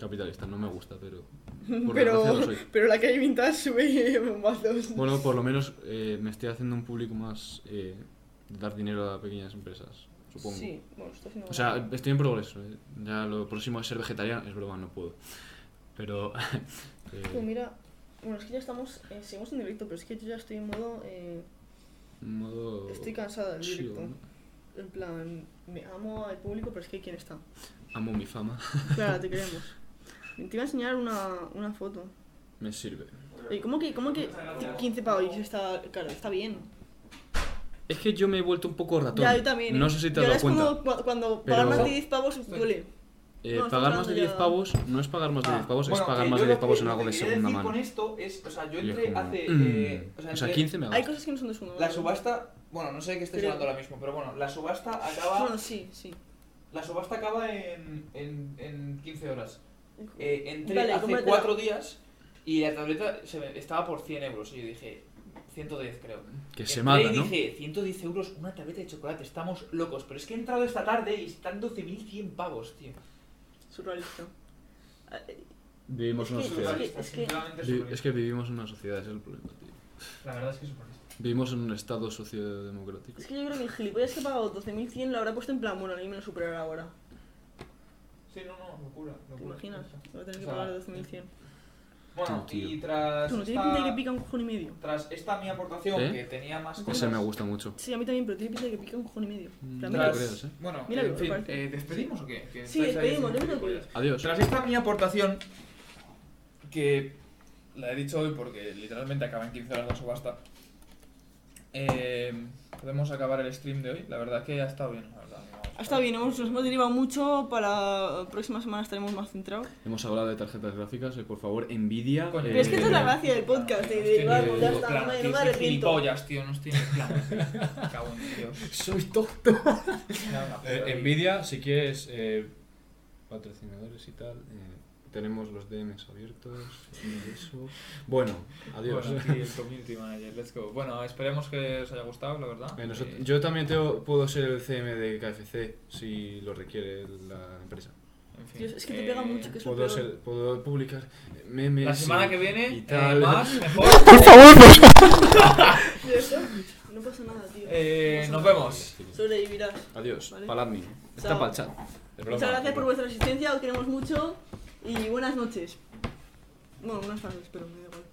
capitalista, no me gusta, pero. Por desgracia lo pero, soy. pero la calle vintage sube bombazos. Bueno, por lo menos eh, me estoy haciendo un público más. eh, dar dinero a pequeñas empresas, supongo. Sí, bueno, está haciendo O sea, estoy en progreso. eh. Ya lo próximo es ser vegetariano, es broma, no puedo. Pero. eh, Tú, mira, bueno, es que ya estamos, eh, seguimos en directo, pero es que yo ya estoy en modo, eh, modo. estoy cansada del chill, directo. ¿no? En plan, me amo al público, pero es que ¿quién está? Amo mi fama. Claro, te queremos. Te iba a enseñar una, una foto. Me sirve. Oye, ¿cómo que, cómo que 15 pavos está, claro, está bien? Es que yo me he vuelto un poco ratón. Ya, yo también. ¿eh? No sé si te Yo has ahora dado cuenta. es como cua- cuando Pero- pagar más de 10 pavos duele. Eh, No, estamos pagar más hablando de 10 ya- pavos no es pagar más de Ah, 10 pavos, bueno, es pagar que más yo de 10 lo pavos que- en lo algo que de quería segunda decir mano. con esto es, o sea, yo Y es entré como, hace... mm, eh, o sea, o sea, entré- 15 me Hay gasto. cosas que no son de su mano. La subasta... Bueno, no sé de qué estáis Pero- hablando ahora mismo, pero bueno, la subasta acaba... Bueno, sí, sí. La subasta acaba en, en, en 15 horas. Eh, entré Vale, hace cómpratela. 4 días y la tableta se me- estaba por 100 euros y yo dije 110 creo. Que Entré se mata, y ¿no? dije 110 euros una tableta de chocolate, estamos locos. Pero es que he entrado esta tarde y están 12.100 pavos, tío. Surrealista. Ah, eh, Vivimos Es una que- sociedad. es que- es que- Sinceramente, Vi- surrealista. Es que vivimos en una sociedad, ese es el problema, tío. La verdad es que es surrealista. Vivimos en un estado sociodemocrático. Es que yo creo que el gilipollas que ha pagado 12.100 lo habrá puesto en plan, bueno, a mí me lo superará ahora. Sí, no, no, locura. ¿Te locura. imaginas? Va a tener que O sea, pagar 12.100. Bueno, Tío. y tras Tú no tiene pinta de que esta, pica un cojón y medio. tras esta mi aportación ¿Eh? que tenía más cosas... Ese me gusta mucho. Sí, a mí también, pero tiene pinta de que pica un cojón y medio. Mm, Pero a mí no no. lo creas, eh. Bueno, Mira, en me fin, parece. eh, ¿despedimos o qué? Que Sí, estáis ahí haciendo despedimos, yo creo que- gilipollas. Adiós. Tras esta mi aportación, que la he dicho hoy porque literalmente acaba en 15 horas la subasta, eh, podemos acabar el stream de hoy. La verdad que ha estado bien, la verdad. Ha estado bien, hemos- nos hemos derivado mucho. Para la próxima semana estaremos más centrados. Hemos hablado de tarjetas gráficas, eh, por favor, envidia. Coño, Pero es que eh, esta es la gracia del podcast, de derivarnos. Ya está, no me- no me arrepiento. Gilipollas, tío, nos tiene plan. Me cago en Dios. Soy Me tonto. da una puta Eh, vida. Nvidia, si quieres eh, patrocinadores y tal, eh, tenemos los DMs abiertos. y eso. Bueno, adiós. Bueno, aquí el community manager, let's go. Bueno, esperemos que os haya gustado, la verdad. Eh, nosot- Eh, yo también tengo- puedo ser el CM de KFC si lo requiere la empresa. en fin, Dios, es que te eh, pega mucho, que es lo Puedo, peor. ser- puedo publicar eh, memes. La semana y- que viene, y eh, tal. más, mejor. Por ¿Y eso? No pasa nada, tío. Eh, nos vemos. Sobrevivirás. Adiós. Vale. Para admin. Está Chao. para el chat. Es broma. Muchas gracias por vuestra asistencia, os queremos mucho y buenas noches. Bueno, buenas tardes, pero me da igual.